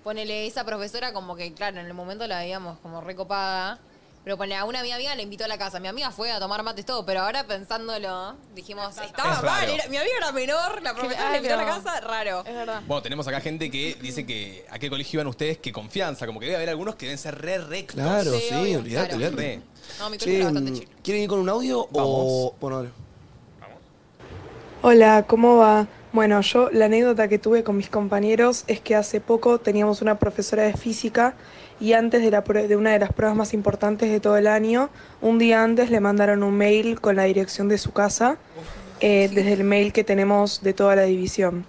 Speaker 4: Ponele esa profesora como que, claro, en el momento la veíamos como recopada. Pero ponele a una amiga mía la invitó a la casa. Mi amiga fue a tomar mates todo, pero ahora pensándolo, dijimos, estaba
Speaker 1: Es
Speaker 4: mal.
Speaker 1: raro.
Speaker 4: era- mi amiga era menor, la profesora la invitó a la
Speaker 3: Claro.
Speaker 4: casa, raro. Es verdad.
Speaker 1: Bueno, tenemos acá gente que dice que a qué colegio iban ustedes, que confianza, como que debe haber algunos que deben ser re rectos.
Speaker 2: Claro, sí, olvidate, olvidate.
Speaker 4: No, mi
Speaker 2: Che, ¿Quieren ir con un audio o.? Bueno, dale.
Speaker 17: Hola, ¿cómo va? Bueno, yo la anécdota que tuve con mis compañeros es que hace poco teníamos una profesora de física y antes de, la prue- de una de las pruebas más importantes de todo el año, un día antes le mandaron un mail con la dirección de su casa, eh, desde el mail que tenemos de toda la división.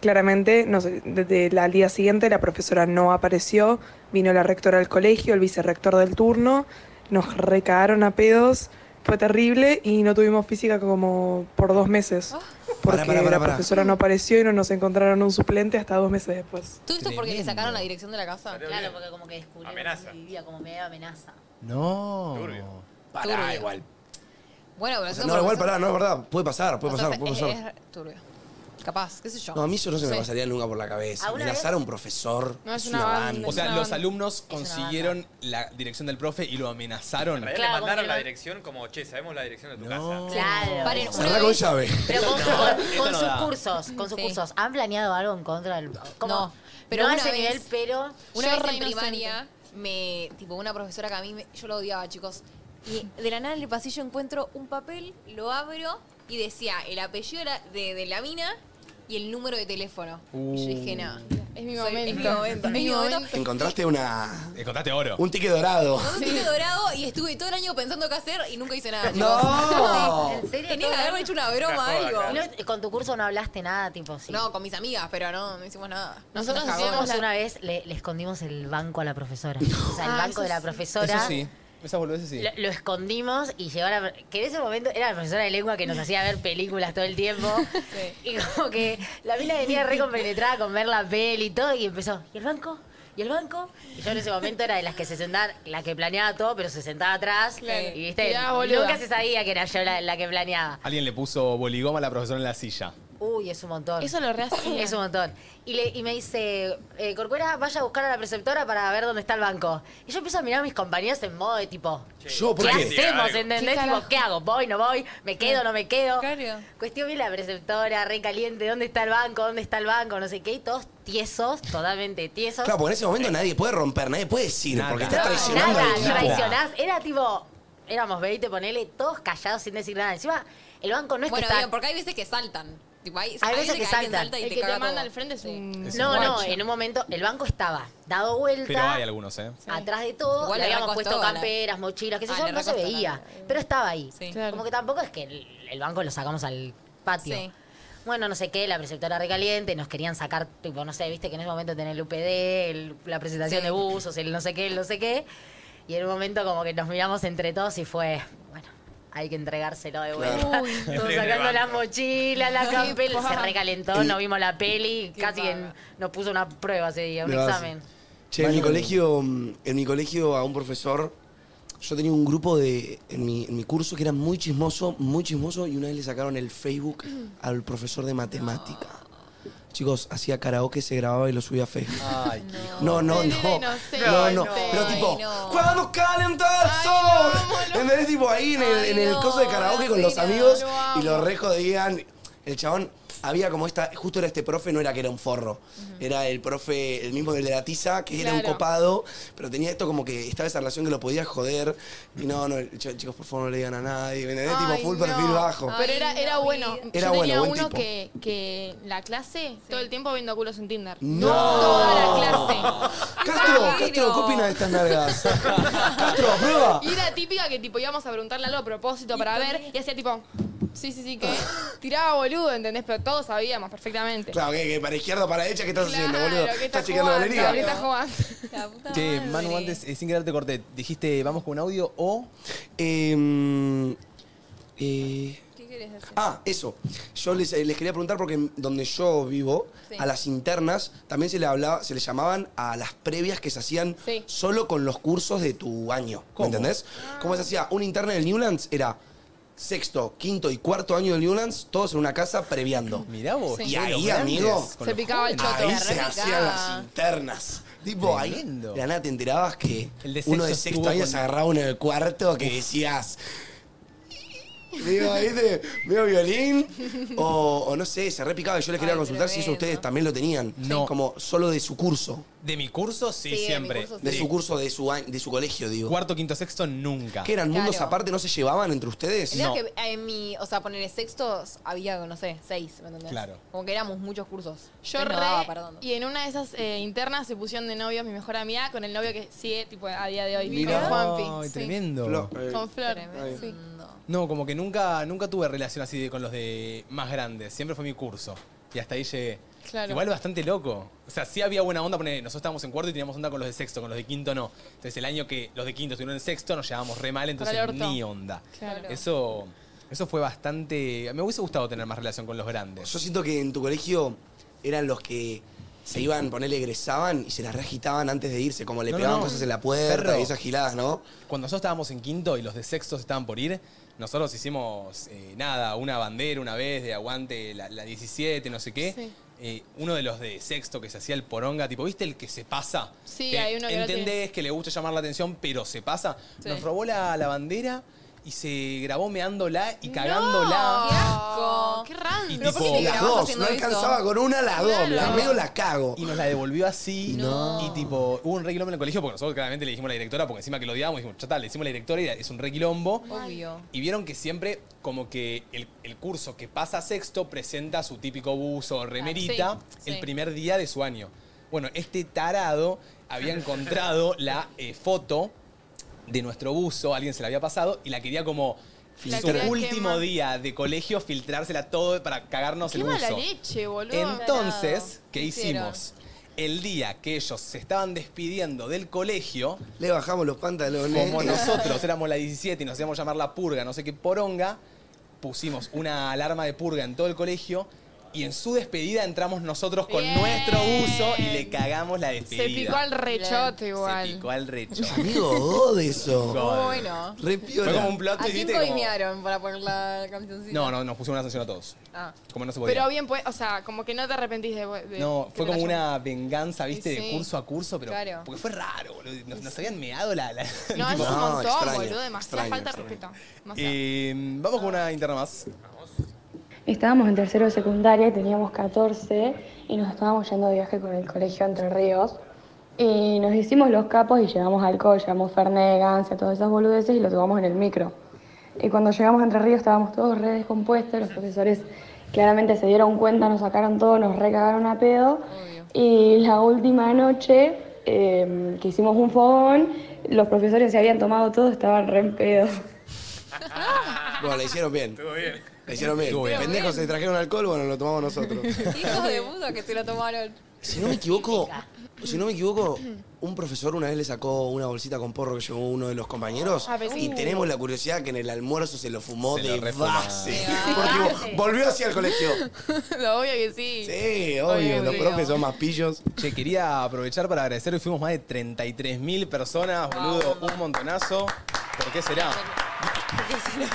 Speaker 17: Claramente, no sé, desde la- al día siguiente la profesora no apareció, vino la rectora del colegio, el vicerrector del turno, nos recagaron a pedos, fue terrible y no tuvimos física como por dos
Speaker 3: Ah.
Speaker 17: meses. Porque
Speaker 2: Pará, pará, pará,
Speaker 17: la
Speaker 2: pará.
Speaker 17: profesora no apareció y no nos encontraron un suplente hasta dos meses después.
Speaker 4: ¿Todo esto porque le sacaron la dirección de la casa?
Speaker 9: Claro, porque como que descubrieron amenaza. vivía como medio amenaza.
Speaker 1: No.
Speaker 2: Pará,
Speaker 4: Turbio.
Speaker 2: igual.
Speaker 4: Bueno, pero
Speaker 2: O sea,
Speaker 4: sos
Speaker 2: no, igual,
Speaker 4: profesor.
Speaker 2: pará, no, es verdad. Puede pasar, puede
Speaker 4: O sea,
Speaker 2: pasar, puede
Speaker 4: es-
Speaker 2: pasar.
Speaker 4: es turbio. Capaz, qué sé yo.
Speaker 2: No, a mí eso no se me
Speaker 4: Sí.
Speaker 2: pasaría nunca por la cabeza.
Speaker 4: ¿A una
Speaker 2: Amenazar
Speaker 4: vez?
Speaker 2: a un profesor.
Speaker 4: No, es
Speaker 2: es
Speaker 4: una
Speaker 2: una
Speaker 4: banda,
Speaker 2: banda.
Speaker 1: O sea, los
Speaker 4: banda.
Speaker 1: alumnos consiguieron la dirección del profe y lo amenazaron.
Speaker 12: En realidad le mandaron la dirección como, che, sabemos la dirección de tu casa.
Speaker 9: Claro. Paren,
Speaker 1: Cerrá una con vez- llave.
Speaker 9: Pero con,
Speaker 1: No,
Speaker 9: con-
Speaker 1: esto
Speaker 9: con
Speaker 1: no
Speaker 9: sus
Speaker 1: da.
Speaker 9: cursos, con sus cursos. ¿Han planeado algo en contra del.? Como,
Speaker 4: No, pero
Speaker 9: no a
Speaker 4: una
Speaker 9: ese
Speaker 4: vez-
Speaker 9: nivel, pero.
Speaker 4: Una
Speaker 9: Yo
Speaker 4: vez
Speaker 9: re
Speaker 4: en
Speaker 9: inocente.
Speaker 4: primaria, me, tipo, una profesora que a mí, me- yo lo odiaba, chicos. Y de la nada en el pasillo encuentro un papel, lo abro y
Speaker 2: Uh.
Speaker 9: Mm.
Speaker 4: decía el apellido de la, de, de la mina y el número de teléfono. Y yo dije, no.
Speaker 3: Es mi
Speaker 4: Soy-
Speaker 3: momento.
Speaker 4: es mi momento, es mi momento.
Speaker 2: Encontraste una.
Speaker 1: Encontraste oro.
Speaker 2: Un ticket dorado.
Speaker 4: Un tiro dorado y estuve todo el año pensando qué hacer y nunca hice nada.
Speaker 2: No.
Speaker 4: chicos. Tenía que haber hecho una broma algo.
Speaker 9: Y no- con tu curso no hablaste nada, tipo sí.
Speaker 4: No, con mis amigas, pero no, no hicimos nada.
Speaker 9: Nosotros
Speaker 4: Nos
Speaker 9: hicimos
Speaker 4: cagamos la-
Speaker 9: una vez, le, le escondimos el banco a la profesora. O sea, el
Speaker 4: Ah,
Speaker 9: banco
Speaker 4: eso
Speaker 9: de la
Speaker 4: sí.
Speaker 9: profesora.
Speaker 1: Eso sí. Esas boludeces sí.
Speaker 9: Lo, lo escondimos y llegó la... Que en ese momento era la profesora de lengua que nos hacía ver películas todo el tiempo. Y como que la mina venía re compenetrada con ver la peli y todo y empezó, ¿y el banco? ¿Y el banco? Y yo en ese momento era de las que se sentaba, la que planeaba todo, pero se sentaba atrás.
Speaker 3: Claro.
Speaker 9: Y viste,
Speaker 3: Mirá, boluda.
Speaker 9: nunca se sabía que era yo la, la que planeaba.
Speaker 1: Alguien le puso boligoma a la profesora en la silla.
Speaker 9: Uy, es un montón.
Speaker 3: Eso lo rehacía.
Speaker 9: Es un montón. Y, le- y me dice, eh, Corcuera, vaya a buscar a la preceptora para ver dónde está el banco. Y yo empiezo a mirar a mis compañeros en modo de tipo,
Speaker 2: Yo, ¿por
Speaker 9: ¿qué,
Speaker 2: qué?
Speaker 9: hacemos?
Speaker 2: Algo.
Speaker 9: ¿Entendés?
Speaker 3: ¿Qué
Speaker 9: Tipo,
Speaker 3: carajo?
Speaker 9: ¿qué hago? ¿Voy, no voy? ¿Me quedo, no me quedo? Cuestión bien la preceptora, re caliente, ¿dónde está el banco? ¿Dónde está el banco? No sé qué. Y todos tiesos, totalmente tiesos.
Speaker 2: Claro, porque en ese momento nadie puede romper, nadie puede decir,
Speaker 1: Nada.
Speaker 2: porque
Speaker 9: No,
Speaker 2: estás traicionando
Speaker 9: nada,
Speaker 2: al equipo.
Speaker 9: traicionás. Era tipo, éramos 20, ponele, todos callados sin decir nada. Encima, el banco no es
Speaker 4: Bueno,
Speaker 9: que está...
Speaker 4: bien, porque hay veces que saltan. Tipo, hay,
Speaker 9: Hay veces que
Speaker 4: alguien
Speaker 9: saltan.
Speaker 4: salta y
Speaker 9: El
Speaker 4: te
Speaker 9: que te
Speaker 4: caga
Speaker 9: manda
Speaker 4: todo.
Speaker 3: al frente es un...
Speaker 1: Es
Speaker 9: No,
Speaker 1: un
Speaker 9: no,
Speaker 1: guacho.
Speaker 9: en un momento el banco estaba dado vuelta.
Speaker 1: Pero hay algunos, ¿eh?
Speaker 9: Atrás de todo,
Speaker 4: Igual
Speaker 9: le
Speaker 4: el
Speaker 9: habíamos
Speaker 4: banco es
Speaker 9: puesto
Speaker 4: todo, la-
Speaker 9: camperas, mochilas, qué sé
Speaker 4: Ah,
Speaker 9: yo,
Speaker 4: la
Speaker 9: no se
Speaker 4: recosta,
Speaker 9: veía. Pero estaba ahí. Como que tampoco es que el, el banco lo sacamos al patio.
Speaker 4: Sí.
Speaker 9: Bueno, no sé qué, la preceptora recaliente, nos querían sacar, tipo, no sé, viste que en ese momento tenés el UPD, el- la presentación
Speaker 4: Sí.
Speaker 9: de buzos, el no sé qué, el no sé qué. Y en un momento como que nos miramos entre todos y fue, bueno, hay que entregárselo de vuelta.
Speaker 3: Uy.
Speaker 9: Todos sacando las mochilas, la
Speaker 3: Qué
Speaker 9: campera, se
Speaker 3: paja.
Speaker 9: recalentó, no vimos la peli, casi que nos puso una prueba ese día, un
Speaker 2: Le vas-
Speaker 9: examen.
Speaker 2: Che, en mi colegio, mm, en mi colegio a un profesor, yo tenía un grupo de, en mi, en mi curso que era muy chismoso, muy chismoso, y una vez le sacaron el Facebook
Speaker 4: Mm.
Speaker 2: al profesor de matemática. Chicos, hacía karaoke, se grababa y lo subía a Facebook.
Speaker 1: Ay, qué
Speaker 2: No, no,
Speaker 3: Era
Speaker 2: no.
Speaker 3: inocente.
Speaker 2: No,
Speaker 3: Ay,
Speaker 2: no.
Speaker 3: no.
Speaker 2: Pero tipo,
Speaker 4: Ay, no.
Speaker 2: cuando calienta el sol. En vez de tipo ahí en el,
Speaker 4: Ay,
Speaker 2: en el
Speaker 4: no,
Speaker 2: coso de karaoke con los
Speaker 4: Martina,
Speaker 2: amigos
Speaker 4: lo
Speaker 2: y
Speaker 4: amo.
Speaker 2: lo re jodían. El chabón, había como esta, justo era este profe, no era que era un forro. Era el profe, el mismo del de la tiza, que era un
Speaker 3: Claro.
Speaker 2: copado, pero tenía esto como que estaba esa relación que lo podía joder. Y no, no, ch- chicos, por favor no le digan a nadie. ¿me entendés?
Speaker 3: Ay,
Speaker 2: tipo full
Speaker 3: no.
Speaker 2: perfil bajo.
Speaker 3: Pero era, era bueno.
Speaker 2: Era
Speaker 3: Yo tenía
Speaker 2: bueno, buen
Speaker 3: uno
Speaker 2: tipo.
Speaker 3: que, que en la clase todo el tiempo viendo culos en Tinder.
Speaker 2: ¡No!
Speaker 3: Toda la
Speaker 2: Castro,
Speaker 3: Ay,
Speaker 2: Castro,
Speaker 3: no.
Speaker 2: ¿qué opinas de estas nalgas? Castro, aprueba.
Speaker 3: clase. Y era típica que tipo íbamos a preguntarle algo a propósito para ver y hacía tipo, sí, sí, sí, que tiraba boludo, ¿entendés? Pero todos sabíamos perfectamente.
Speaker 2: Claro, que, que para izquierda o para derecha, ¿qué estás haciendo,
Speaker 3: Claro,
Speaker 2: boludo?
Speaker 3: que
Speaker 2: ¿Estás
Speaker 3: estás
Speaker 2: chequeando la
Speaker 3: jugando,
Speaker 2: liga?
Speaker 3: que estás jugando.
Speaker 4: La puta
Speaker 1: Che,
Speaker 4: madre.
Speaker 1: Manu, antes, eh, sin querer te corté, dijiste vamos con un audio o. em,
Speaker 2: Eh, eh,
Speaker 4: ¿Qué querés decir?
Speaker 2: ah, eso. Yo les, eh, les quería preguntar porque donde yo vivo,
Speaker 4: Sí.
Speaker 2: a las internas también se le hablaba, se le llamaban a las previas que se hacían
Speaker 3: Sí. Ah.
Speaker 2: solo con los cursos de tu año. ¿Me
Speaker 1: ¿Cómo?
Speaker 2: entendés? ¿Cómo se hacía? Una interna del Newlands era sexto, quinto y cuarto año del Newlands, todos en una casa previando.
Speaker 1: Mirá vos.
Speaker 3: Sí.
Speaker 1: qué
Speaker 2: Y ahí,
Speaker 1: grandes
Speaker 2: amigo,
Speaker 1: con
Speaker 3: se
Speaker 1: los
Speaker 3: picaba el
Speaker 1: jóvenes.
Speaker 3: choto.
Speaker 2: Ahí
Speaker 4: la
Speaker 2: se
Speaker 4: repicaba.
Speaker 2: hacían las internas. Tipo, ahí
Speaker 1: Tremendo.
Speaker 2: de la nada te enterabas que
Speaker 1: El de
Speaker 2: uno de
Speaker 1: sexto
Speaker 2: sexto
Speaker 1: estuvo
Speaker 2: año
Speaker 1: con-
Speaker 2: se agarraba uno de cuarto que decías. Digo, ¿viste? ¿Veo violín? O, o no sé, se repicaba. Yo les quería
Speaker 4: Ay,
Speaker 2: consultar si eso
Speaker 4: tremendo.
Speaker 2: ustedes también lo tenían.
Speaker 1: No.
Speaker 2: Como solo de su curso.
Speaker 1: De mi curso, sí,
Speaker 4: Sí, de mi
Speaker 1: siempre.
Speaker 4: curso, sí.
Speaker 2: De su curso, de su, año- de su colegio, digo.
Speaker 1: Cuarto, quinto, sexto, nunca.
Speaker 2: ¿Qué eran? ¿Mundos
Speaker 4: Claro.
Speaker 2: aparte no se llevaban entre ustedes?
Speaker 4: El tema
Speaker 1: No.
Speaker 4: es que en mi, o sea, poner sextos había, no sé, seis, ¿me entendés?
Speaker 1: Claro.
Speaker 4: Como que éramos muchos cursos.
Speaker 3: Yo
Speaker 4: Entonces
Speaker 3: re,
Speaker 4: no daba para tanto.
Speaker 3: y en una de esas eh, internas se pusieron de novios mi mejor amiga con el novio que sigue tipo a día de hoy,
Speaker 2: Mirá.
Speaker 3: con Juanpi.
Speaker 1: Ay,
Speaker 3: sí.
Speaker 1: tremendo.
Speaker 2: Flo- eh,
Speaker 3: Con Flor.
Speaker 4: Tremendo.
Speaker 3: sí.
Speaker 1: No, como que nunca, nunca tuve relación así de- con los de más grandes. Siempre fue mi curso. Y hasta ahí llegué.
Speaker 3: Claro.
Speaker 1: Igual bastante loco. O sea, sí había buena onda, poner, nosotros estábamos en cuarto y teníamos onda con los de sexto, con los de quinto no. Entonces el año que los de quinto estuvieron en sexto nos llevábamos re mal, entonces
Speaker 3: Para el orto.
Speaker 1: ni onda.
Speaker 3: Claro.
Speaker 1: Eso, eso fue bastante... Me hubiese gustado tener más relación con los grandes.
Speaker 2: Yo siento que en tu colegio eran los que se iban, ponele, egresaban y se las reagitaban antes de irse, como le
Speaker 1: No, no,
Speaker 2: pegaban
Speaker 1: no.
Speaker 2: cosas en la puerta
Speaker 1: Perro.
Speaker 2: y esas giladas, ¿no?
Speaker 1: Cuando nosotros estábamos en quinto y los de sexto estaban por ir, nosotros hicimos eh, nada, una bandera una vez de aguante la, la 17, no sé qué.
Speaker 3: Sí.
Speaker 1: Eh, uno de los de sexto que se hacía el poronga, tipo, ¿viste el que se pasa?
Speaker 3: Sí,
Speaker 1: Que
Speaker 3: hay uno que lo
Speaker 1: Entendés que le gusta llamar la atención, pero se pasa.
Speaker 3: Sí.
Speaker 1: Nos robó la, la bandera y se grabó meándola y cagándola.
Speaker 4: asco!
Speaker 3: ¡Qué raro!
Speaker 1: Y
Speaker 4: Pero ¿por
Speaker 1: tipo,
Speaker 4: qué te
Speaker 2: Las
Speaker 4: grabás
Speaker 2: dos,
Speaker 4: haciendo
Speaker 2: no alcanzaba
Speaker 4: eso?
Speaker 2: con una, las dos,
Speaker 3: Claro.
Speaker 2: la medio la cago.
Speaker 1: Y nos la devolvió así.
Speaker 2: No.
Speaker 1: Y tipo, hubo un re quilombo en el colegio porque nosotros claramente le dijimos a la directora, porque encima que lo odiábamos, dijimos, chata, le decimos a la directora y es un re quilombo.
Speaker 4: Obvio.
Speaker 1: Y vieron que siempre, como que el, el
Speaker 5: Ah,
Speaker 1: curso que pasa a sexto presenta su típico buzo o remerita
Speaker 3: sí,
Speaker 1: el
Speaker 3: sí.
Speaker 1: primer día de su año. Bueno, este tarado había encontrado la eh, foto de nuestro buzo, alguien se la había pasado y la quería como
Speaker 5: La
Speaker 1: su
Speaker 5: quería
Speaker 1: último
Speaker 5: quemar.
Speaker 1: día de colegio filtrársela todo para cagarnos
Speaker 5: Qué
Speaker 1: el buzo.
Speaker 5: mala leche, boludo.
Speaker 1: Entonces, ¿qué
Speaker 5: Hicieron.
Speaker 1: hicimos? El día que ellos se estaban despidiendo del colegio,
Speaker 2: Le bajamos los pantalones.
Speaker 1: como nosotros éramos la 17 y nos íbamos a llamar la purga, no sé qué poronga, pusimos una alarma de purga en todo el colegio y en su despedida entramos nosotros con nuestro uso y le cagamos la despedida.
Speaker 3: Se picó al rechote igual.
Speaker 1: Se picó al recho.
Speaker 2: Amigo, God eso.
Speaker 1: God.
Speaker 4: Bueno.
Speaker 2: Re piola.
Speaker 1: Fue como un plato
Speaker 4: ¿A
Speaker 1: y
Speaker 4: quién
Speaker 1: viste como...
Speaker 4: coimearon para poner la cancioncita?
Speaker 1: No, no, nos pusimos una sanción a todos.
Speaker 4: Ah.
Speaker 1: Como no se podía.
Speaker 3: Pero bien, pues, o sea, como que no te arrepentís de. de-
Speaker 1: no,
Speaker 3: que
Speaker 1: fue
Speaker 3: te
Speaker 1: como
Speaker 3: la llevaste.
Speaker 1: una venganza, viste,
Speaker 3: Sí.
Speaker 1: de curso a curso, pero
Speaker 3: Claro.
Speaker 1: porque fue raro, boludo. Nos, nos habían meado la... la-
Speaker 3: No,
Speaker 1: tipo-
Speaker 3: es un montón, boludo. Demasiada falta de respeto. Demasiada.
Speaker 1: Eh, vamos con una interna más.
Speaker 8: Estábamos en tercero de secundaria, teníamos 14 y nos estábamos yendo de viaje con el colegio a Entre Ríos. Y nos hicimos los capos y llevamos alcohol, llevamos Fernet, Gancia, todas esas boludeces y lo tomamos en el micro. Y cuando llegamos a Entre Ríos estábamos todos re descompuestos, los profesores claramente se dieron cuenta, nos sacaron todo, nos recagaron a pedo. Y la última noche eh, que hicimos un fogón, los profesores se habían tomado todo, estaban re en pedo.
Speaker 2: Ah. Bueno, la hicieron bien. Estuvo
Speaker 12: bien.
Speaker 2: La hicieron bien.
Speaker 1: Estuvo bien.
Speaker 2: Pendejos se trajeron alcohol, bueno, lo tomamos nosotros.
Speaker 4: Hijos de puta que se lo tomaron.
Speaker 2: Si no me
Speaker 1: Oh,
Speaker 2: equivoco, si no me equivoco, un profesor una vez le sacó una bolsita con porro que llevó uno de los compañeros
Speaker 4: Ah,
Speaker 5: A veces.
Speaker 2: y tenemos la curiosidad que en el almuerzo se lo fumó
Speaker 5: Se lo
Speaker 2: de
Speaker 5: refumó.
Speaker 2: base.
Speaker 5: De
Speaker 2: Porque
Speaker 5: base.
Speaker 2: volvió hacia el colegio.
Speaker 3: No, obvio que sí.
Speaker 2: Sí, obvio, los profes son más pillos.
Speaker 1: Eh, Che, quería aprovechar para agradecer. Hoy fuimos más de 33 mil personas, boludo. Un montonazo. ¿Por qué será? Gracias,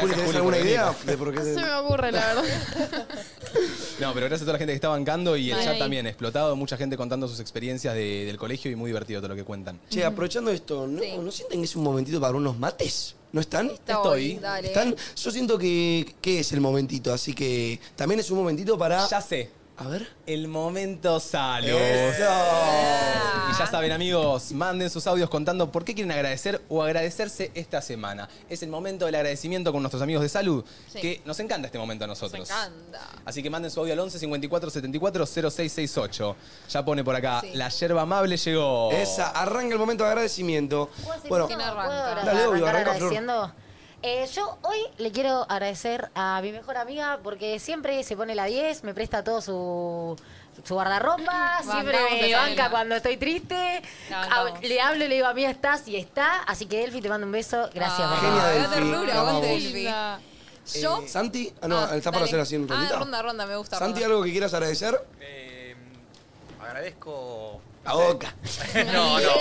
Speaker 2: Juli, ¿tenés
Speaker 1: Juli,
Speaker 2: alguna
Speaker 1: por
Speaker 2: idea
Speaker 1: venir.
Speaker 2: de por qué
Speaker 3: No
Speaker 2: se-
Speaker 3: se me ocurre, la verdad.
Speaker 1: No, pero gracias a toda la gente que está bancando y el
Speaker 3: Ahí,
Speaker 1: chat
Speaker 3: ahí.
Speaker 1: también explotado. Mucha gente contando sus experiencias de- del colegio y muy divertido todo lo que cuentan.
Speaker 2: Che, aprovechando esto, ¿no, ¿no sienten que es un momentito para unos mates? ¿No están?
Speaker 1: Estoy. dale.
Speaker 2: ¿Están? Yo siento que, que es el momentito, así que también es un momentito para...
Speaker 1: Ya sé.
Speaker 2: A ver.
Speaker 1: El momento salud.
Speaker 2: Eso.
Speaker 1: Y ya saben, amigos, manden sus audios contando por qué quieren agradecer o agradecerse esta semana. Es el momento del agradecimiento con nuestros amigos de salud,
Speaker 4: Sí.
Speaker 1: que nos encanta este momento a nosotros.
Speaker 4: Anda.
Speaker 1: Así que manden su audio al 11 54 74 0668. Ya pone por acá,
Speaker 2: Sí.
Speaker 1: la yerba amable llegó.
Speaker 2: Esa, arranca el momento de agradecimiento.
Speaker 9: ¿Puedo hacer
Speaker 2: Bueno,
Speaker 9: esto? ¿Puedo arran-
Speaker 2: dale, obvio,
Speaker 9: arrancar
Speaker 2: arranca, Flor.
Speaker 9: agradeciendo? Eh, yo hoy le quiero agradecer a mi mejor amiga porque siempre se pone la 10, me presta todo su, su guardarropa,
Speaker 4: Bancamos
Speaker 9: siempre
Speaker 4: a
Speaker 9: me
Speaker 4: Selena.
Speaker 9: banca cuando estoy triste.
Speaker 4: Bancamos.
Speaker 9: Hab- le hablo y le digo, amiga, estás y está. Así que Delphi, te mando un beso. Gracias.
Speaker 2: Ah,
Speaker 9: mamá.
Speaker 2: Genia, Delphi, te amamos.
Speaker 4: Yo-
Speaker 2: Eh, Santi, ah, no,
Speaker 4: Ah,
Speaker 2: está para
Speaker 4: dale.
Speaker 2: hacer así un
Speaker 4: Ah,
Speaker 2: ratito.
Speaker 4: ronda, ronda, me gusta.
Speaker 2: Santi,
Speaker 4: ronda.
Speaker 2: ¿algo que quieras agradecer?
Speaker 12: Eh, Agradezco.
Speaker 2: A boca.
Speaker 12: No, no,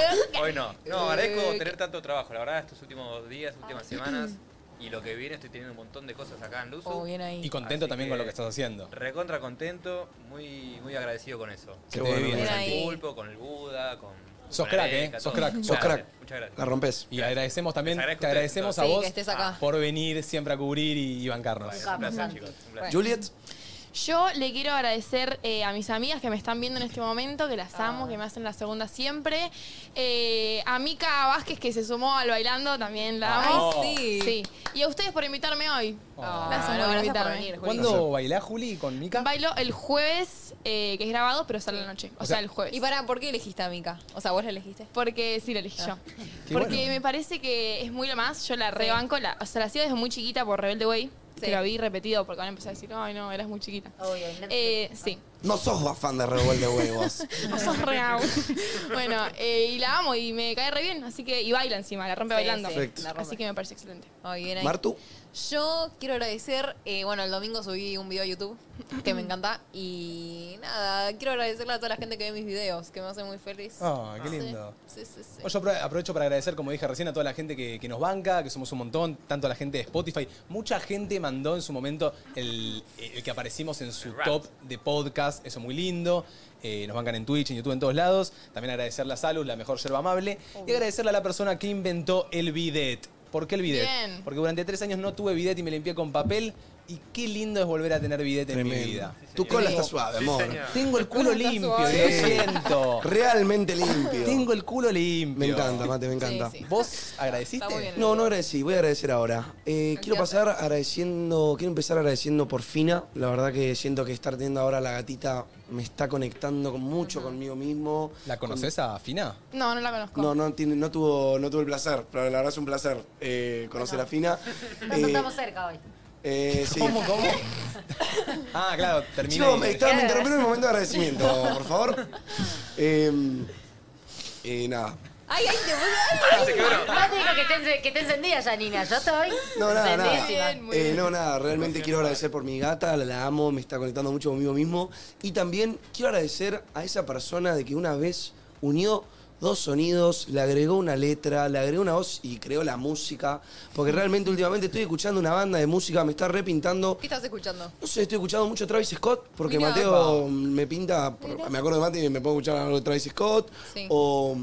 Speaker 12: hoy no. No, agradezco tener tanto trabajo. La verdad, estos últimos días, últimas semanas y lo que viene, estoy teniendo un montón de cosas acá en Luzu.
Speaker 4: Oh, bien ahí.
Speaker 1: Y contento también con lo que estás haciendo.
Speaker 12: Recontra contento, muy, muy agradecido con eso.
Speaker 1: Qué bueno.
Speaker 12: Con
Speaker 1: Bien
Speaker 12: el
Speaker 1: ahí.
Speaker 12: pulpo, con el Buda, con.
Speaker 1: Sos
Speaker 12: con
Speaker 1: crack,
Speaker 12: Areca,
Speaker 1: eh.
Speaker 12: todo.
Speaker 1: Sos crack.
Speaker 12: Muchas
Speaker 1: Sos crack.
Speaker 12: gracias, Muchas gracias.
Speaker 2: La rompes.
Speaker 1: Y agradecemos también,
Speaker 12: Les agradezco
Speaker 1: te
Speaker 12: a ustedes,
Speaker 1: agradecemos a
Speaker 12: entonces.
Speaker 1: vos
Speaker 12: Sí, que estés acá.
Speaker 1: por venir siempre a cubrir y, y bancarnos.
Speaker 12: Un placer, chicos. Un placer.
Speaker 2: Juliet.
Speaker 3: Yo le quiero agradecer eh, a mis amigas que me están viendo en este momento, que las amo, que me hacen la segunda siempre. Eh, a Mica Vázquez, que se sumó al bailando, también la
Speaker 1: Ay,
Speaker 3: amo.
Speaker 1: sí. Ah.
Speaker 3: Y a ustedes por invitarme hoy. Las amo
Speaker 4: no,
Speaker 3: por
Speaker 4: gracias
Speaker 3: invitarme.
Speaker 4: por venir,
Speaker 1: ¿Cuándo bailás, Juli, con Mika?
Speaker 3: Bailo el jueves, eh, que es grabado, pero sale la noche. O,
Speaker 1: O
Speaker 3: sea,
Speaker 1: sea,
Speaker 3: el jueves.
Speaker 4: ¿Y para por qué elegiste a Mika? O sea, vos la elegiste.
Speaker 3: Porque sí, la elegí
Speaker 2: Ah.
Speaker 3: yo.
Speaker 4: Qué
Speaker 3: Porque
Speaker 4: bueno.
Speaker 3: me parece que es muy lo más. Yo la rebanco. La, o sea, la hacía desde muy chiquita por Rebelde Way. Que la vi repetido porque van a empezar a decir, ay, no, eras muy chiquita. Eh, sí.
Speaker 2: No sos fan de Revuelve Huevos.
Speaker 3: Sos re au. bueno, eh, y la amo y me cae re bien. Así que, y baila encima, la rompe
Speaker 4: Sí,
Speaker 3: bailando.
Speaker 4: sí, Perfecto. la rompe.
Speaker 3: Así que me parece excelente.
Speaker 4: Ay, bien ahí.
Speaker 2: Martu.
Speaker 4: Yo quiero agradecer, eh, bueno, el domingo subí un video a YouTube que me encanta y nada, quiero agradecerle a toda la gente que ve mis videos, que me hace muy feliz.
Speaker 1: Ah, qué lindo.
Speaker 4: Sí, sí, sí.
Speaker 1: Bueno, Pues Yo apro- aprovecho para agradecer, como dije recién, a toda la gente que, que nos banca, que somos un montón, tanto a la gente de Spotify. Mucha gente mandó en su momento el, el que aparecimos en su top de podcast, eso muy lindo. Eh, nos bancan en Twitch, en YouTube, en todos lados. También agradecerle a Salud, la mejor yerba amable. Y agradecerle a la persona que inventó el bidet. ¿Por qué el bidet?
Speaker 3: Bien.
Speaker 1: Porque durante tres años no tuve bidet y me limpié con papel. Y qué lindo es volver a tener bidet en
Speaker 2: Tremendo.
Speaker 1: mi vida.
Speaker 2: Tu cola está suave, amor.
Speaker 1: Tengo el culo
Speaker 2: Está
Speaker 1: limpio, lo
Speaker 2: suave.
Speaker 1: siento.
Speaker 2: Realmente limpio.
Speaker 1: Tengo el culo limpio.
Speaker 2: Me encanta, Mate, me encanta.
Speaker 1: ¿Vos agradeciste?
Speaker 2: No, no agradecí, voy a agradecer ahora. Eh, quiero pasar agradeciendo, quiero empezar agradeciendo por Fina. La verdad que siento que estar teniendo ahora la gatita me está conectando con mucho conmigo mismo.
Speaker 1: ¿La conoces a Fina?
Speaker 3: No, no la conozco.
Speaker 2: No, no, tiene, no, tuvo, no tuvo el placer, pero la verdad es un placer eh, conocer a Fina.
Speaker 9: Nos
Speaker 2: Eh,
Speaker 9: estamos cerca hoy.
Speaker 2: eh, sí.
Speaker 9: ¿Cómo, cómo?
Speaker 1: Ah, claro, terminé.
Speaker 2: Chicos, me, estaba- me interrumpieron en el momento de agradecimiento, por favor. Eh, eh, nada.
Speaker 4: Ay, ay, te
Speaker 2: Ah,
Speaker 9: Mate, dijo que esté, que esté encendida, Janina. Yo estoy.
Speaker 2: No, nada, nada.
Speaker 9: encendidísima.
Speaker 2: Eh, no, nada, realmente quiero agradecer por mi gata, la- la amo, me está conectando mucho conmigo mismo. Y también quiero agradecer a esa persona de que una vez unió dos sonidos, le agregó una letra, le agregó una voz y creó la música. Porque realmente últimamente estoy escuchando una banda de música, me está repintando.
Speaker 4: ¿Qué estás escuchando?
Speaker 2: No sé, estoy escuchando mucho Travis Scott, porque
Speaker 4: Mirá.
Speaker 2: Mateo me pinta, me acuerdo de Mate y me puedo escuchar algo de Travis Scott,
Speaker 4: Sí.
Speaker 2: o,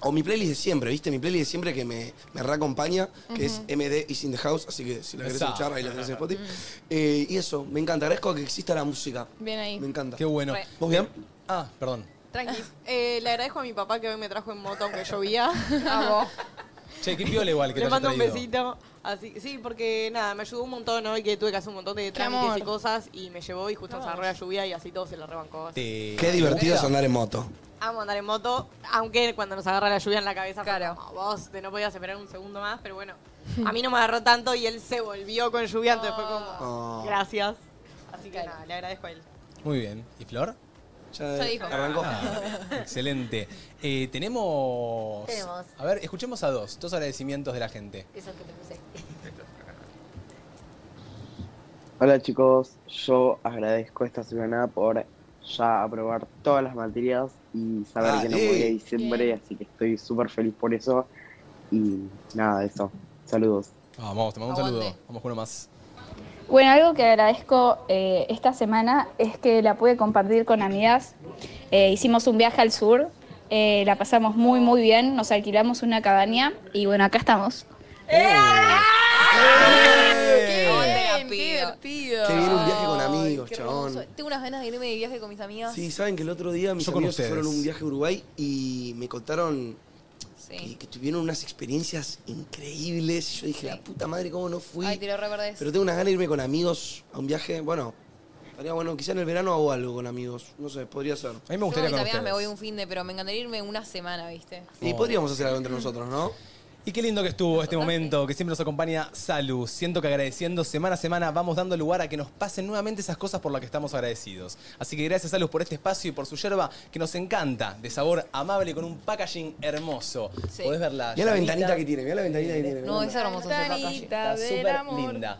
Speaker 2: o mi playlist de siempre, ¿viste? Mi playlist de siempre que me, me reacompaña, que es
Speaker 4: Ujú. Mm.
Speaker 2: MD Is in the House, así que si la querés
Speaker 1: Esa.
Speaker 2: escuchar, ahí la tenés en Spotify. Eh, y eso, me encanta, agradezco que exista la música.
Speaker 3: Bien ahí.
Speaker 2: Me encanta.
Speaker 1: Qué bueno.
Speaker 7: Re.
Speaker 2: ¿Vos bien?
Speaker 1: Ah, perdón.
Speaker 7: Tranqui. Eh, le agradezco a mi papá que hoy me trajo en moto aunque llovía.
Speaker 1: Che, qué piola igual que te
Speaker 7: Le
Speaker 1: haya
Speaker 7: mando un
Speaker 1: traído.
Speaker 7: besito. Así, sí, porque nada, me ayudó un montón hoy que tuve que hacer un montón de
Speaker 3: amor.
Speaker 7: trámites y cosas y me llevó y justo se agarró la lluvia y así todo se la rebancó. así.
Speaker 12: Eh,
Speaker 1: Te-
Speaker 2: Qué divertido
Speaker 1: ¿Te
Speaker 2: es
Speaker 1: gusta?
Speaker 2: andar en moto.
Speaker 7: Amo andar en moto, aunque cuando nos agarra la lluvia en la cabeza, claro. vos te no podías esperar un segundo más, pero bueno, a mí no me agarró tanto y él se volvió con lluvia, entonces fue como,
Speaker 1: Oh.
Speaker 7: gracias. Así que nada, le agradezco a él.
Speaker 1: Muy bien. ¿Y Flor?
Speaker 2: Ya,
Speaker 7: Ya dijo.
Speaker 2: arrancó.
Speaker 1: Ah, excelente. Eh, tenemos...
Speaker 9: Tenemos.
Speaker 1: A ver, escuchemos a dos. Dos agradecimientos de la gente.
Speaker 9: Eso que te puse.
Speaker 18: Hola chicos, yo agradezco esta semana por ya aprobar todas las materias y Mm, saber que no
Speaker 2: Dale.
Speaker 18: voy a diciembre, así que estoy súper feliz por eso. Y nada, eso. Saludos.
Speaker 1: Vamos, te mando un
Speaker 18: Aguante.
Speaker 1: saludo. Vamos con uno más.
Speaker 16: Bueno, algo que agradezco eh, esta semana es que la pude compartir con amigas. Eh, hicimos un viaje al sur, eh, la pasamos muy, muy bien, nos alquilamos una cabaña y bueno, acá estamos.
Speaker 4: Qué divertido.
Speaker 2: ¡Eh! Qué bien un viaje con amigos,
Speaker 4: Qué
Speaker 2: chabón.
Speaker 4: hermoso. Tengo unas ganas de irme de viaje con mis amigas.
Speaker 2: Sí, saben que el otro día mis
Speaker 1: Yo con
Speaker 2: amigos se
Speaker 1: ustedes.
Speaker 2: fueron a un viaje a Uruguay y me contaron
Speaker 4: Sí.
Speaker 2: que, que tuvieron unas experiencias increíbles. Y yo dije, la puta madre, ¿cómo no fui?
Speaker 4: Ay, te lo reperdés.
Speaker 2: Pero tengo unas ganas de irme con amigos a un viaje. Bueno, estaría bueno, quizá en el verano hago algo con amigos. No sé, podría ser. A mí me
Speaker 4: Yo con mis amigas me voy un fin de, pero me encantaría irme una semana, ¿viste?
Speaker 2: Y podríamos hacer algo entre nosotros, ¿no?
Speaker 1: Oh. Y qué lindo que estuvo este momento, que siempre nos acompaña Salu. Siento que agradeciendo semana a semana vamos dando lugar a que nos pasen nuevamente esas cosas por las que estamos agradecidos. Así que gracias Salu por este espacio y por su yerba que nos encanta, de sabor amable y con un packaging hermoso.
Speaker 4: Sí.
Speaker 1: Podés verla.
Speaker 2: Mira la ventanita que tiene, mira la ventanita que tiene.
Speaker 4: No, es hermoso ese packaging.
Speaker 1: Está súper linda.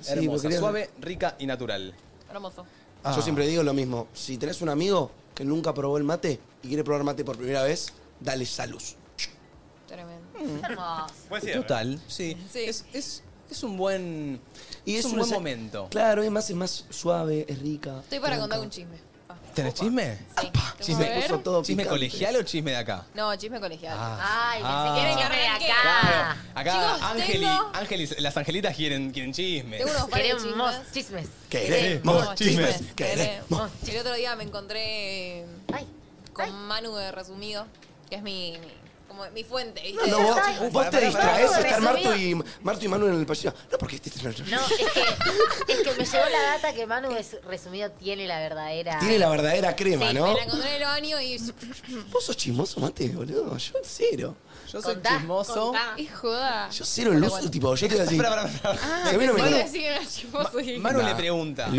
Speaker 2: sí,
Speaker 1: Hermosa,
Speaker 2: porque-
Speaker 1: suave, rica y natural.
Speaker 4: Hermoso.
Speaker 1: Ah.
Speaker 2: Yo siempre digo lo mismo. Si tenés un amigo que nunca probó el mate y quiere probar mate por primera vez, dale salud.
Speaker 4: Tremendo.
Speaker 2: Mm.
Speaker 12: Buen
Speaker 1: cierre. Total, sí. Es, es- es un buen,
Speaker 2: Y
Speaker 1: es
Speaker 2: es
Speaker 1: un
Speaker 2: un
Speaker 1: buen
Speaker 2: rece-
Speaker 1: momento.
Speaker 2: Claro, es más, es más suave, es rica.
Speaker 4: Estoy para
Speaker 2: blanca.
Speaker 4: contar un chisme.
Speaker 1: ¿Tenés chisme?
Speaker 4: a
Speaker 1: ¿Chisme,
Speaker 4: ver.
Speaker 2: Puso todo
Speaker 1: ¿Chisme
Speaker 2: picante.
Speaker 1: colegial o chisme de acá?
Speaker 4: No, chisme colegial.
Speaker 1: Ay, pensé ah. que era chisme de
Speaker 4: Arranqué.
Speaker 1: Claro. Ah, Acá,
Speaker 4: Chicos,
Speaker 1: Ángeli,
Speaker 4: tengo-
Speaker 1: Ángeli- las angelitas quieren, quieren chisme.
Speaker 4: Tengo unos pares de
Speaker 9: Queremos
Speaker 4: chismes.
Speaker 9: chismes.
Speaker 1: Queremos chismes.
Speaker 4: Queremos. El otro día me encontré con Manu de Resumido, que es mi, mi- como mi fuente. ¿viste?
Speaker 2: No, vos, vos te distraes, está el Marto y, Marto y Manu en el pasillo. No, porque este...
Speaker 9: No, es que, es que me llegó la data que Manu es resumido tiene la verdadera.
Speaker 2: Tiene la verdadera crema,
Speaker 4: Sí,
Speaker 2: ¿no?
Speaker 4: Me la encontré en el baño y.
Speaker 2: Vos sos chismoso, mate, boludo. Yo cero.
Speaker 1: Yo
Speaker 4: soy
Speaker 1: chismoso.
Speaker 4: Es joda.
Speaker 2: Yo cero el uso, tipo, yo te voy a decir...
Speaker 1: Pará, pará, pará.
Speaker 4: Ah,
Speaker 2: Si a mí no me
Speaker 4: pensé que
Speaker 2: conoce-
Speaker 4: decía que era chismoso y-
Speaker 1: Manu
Speaker 2: Nah,
Speaker 1: le pregunta.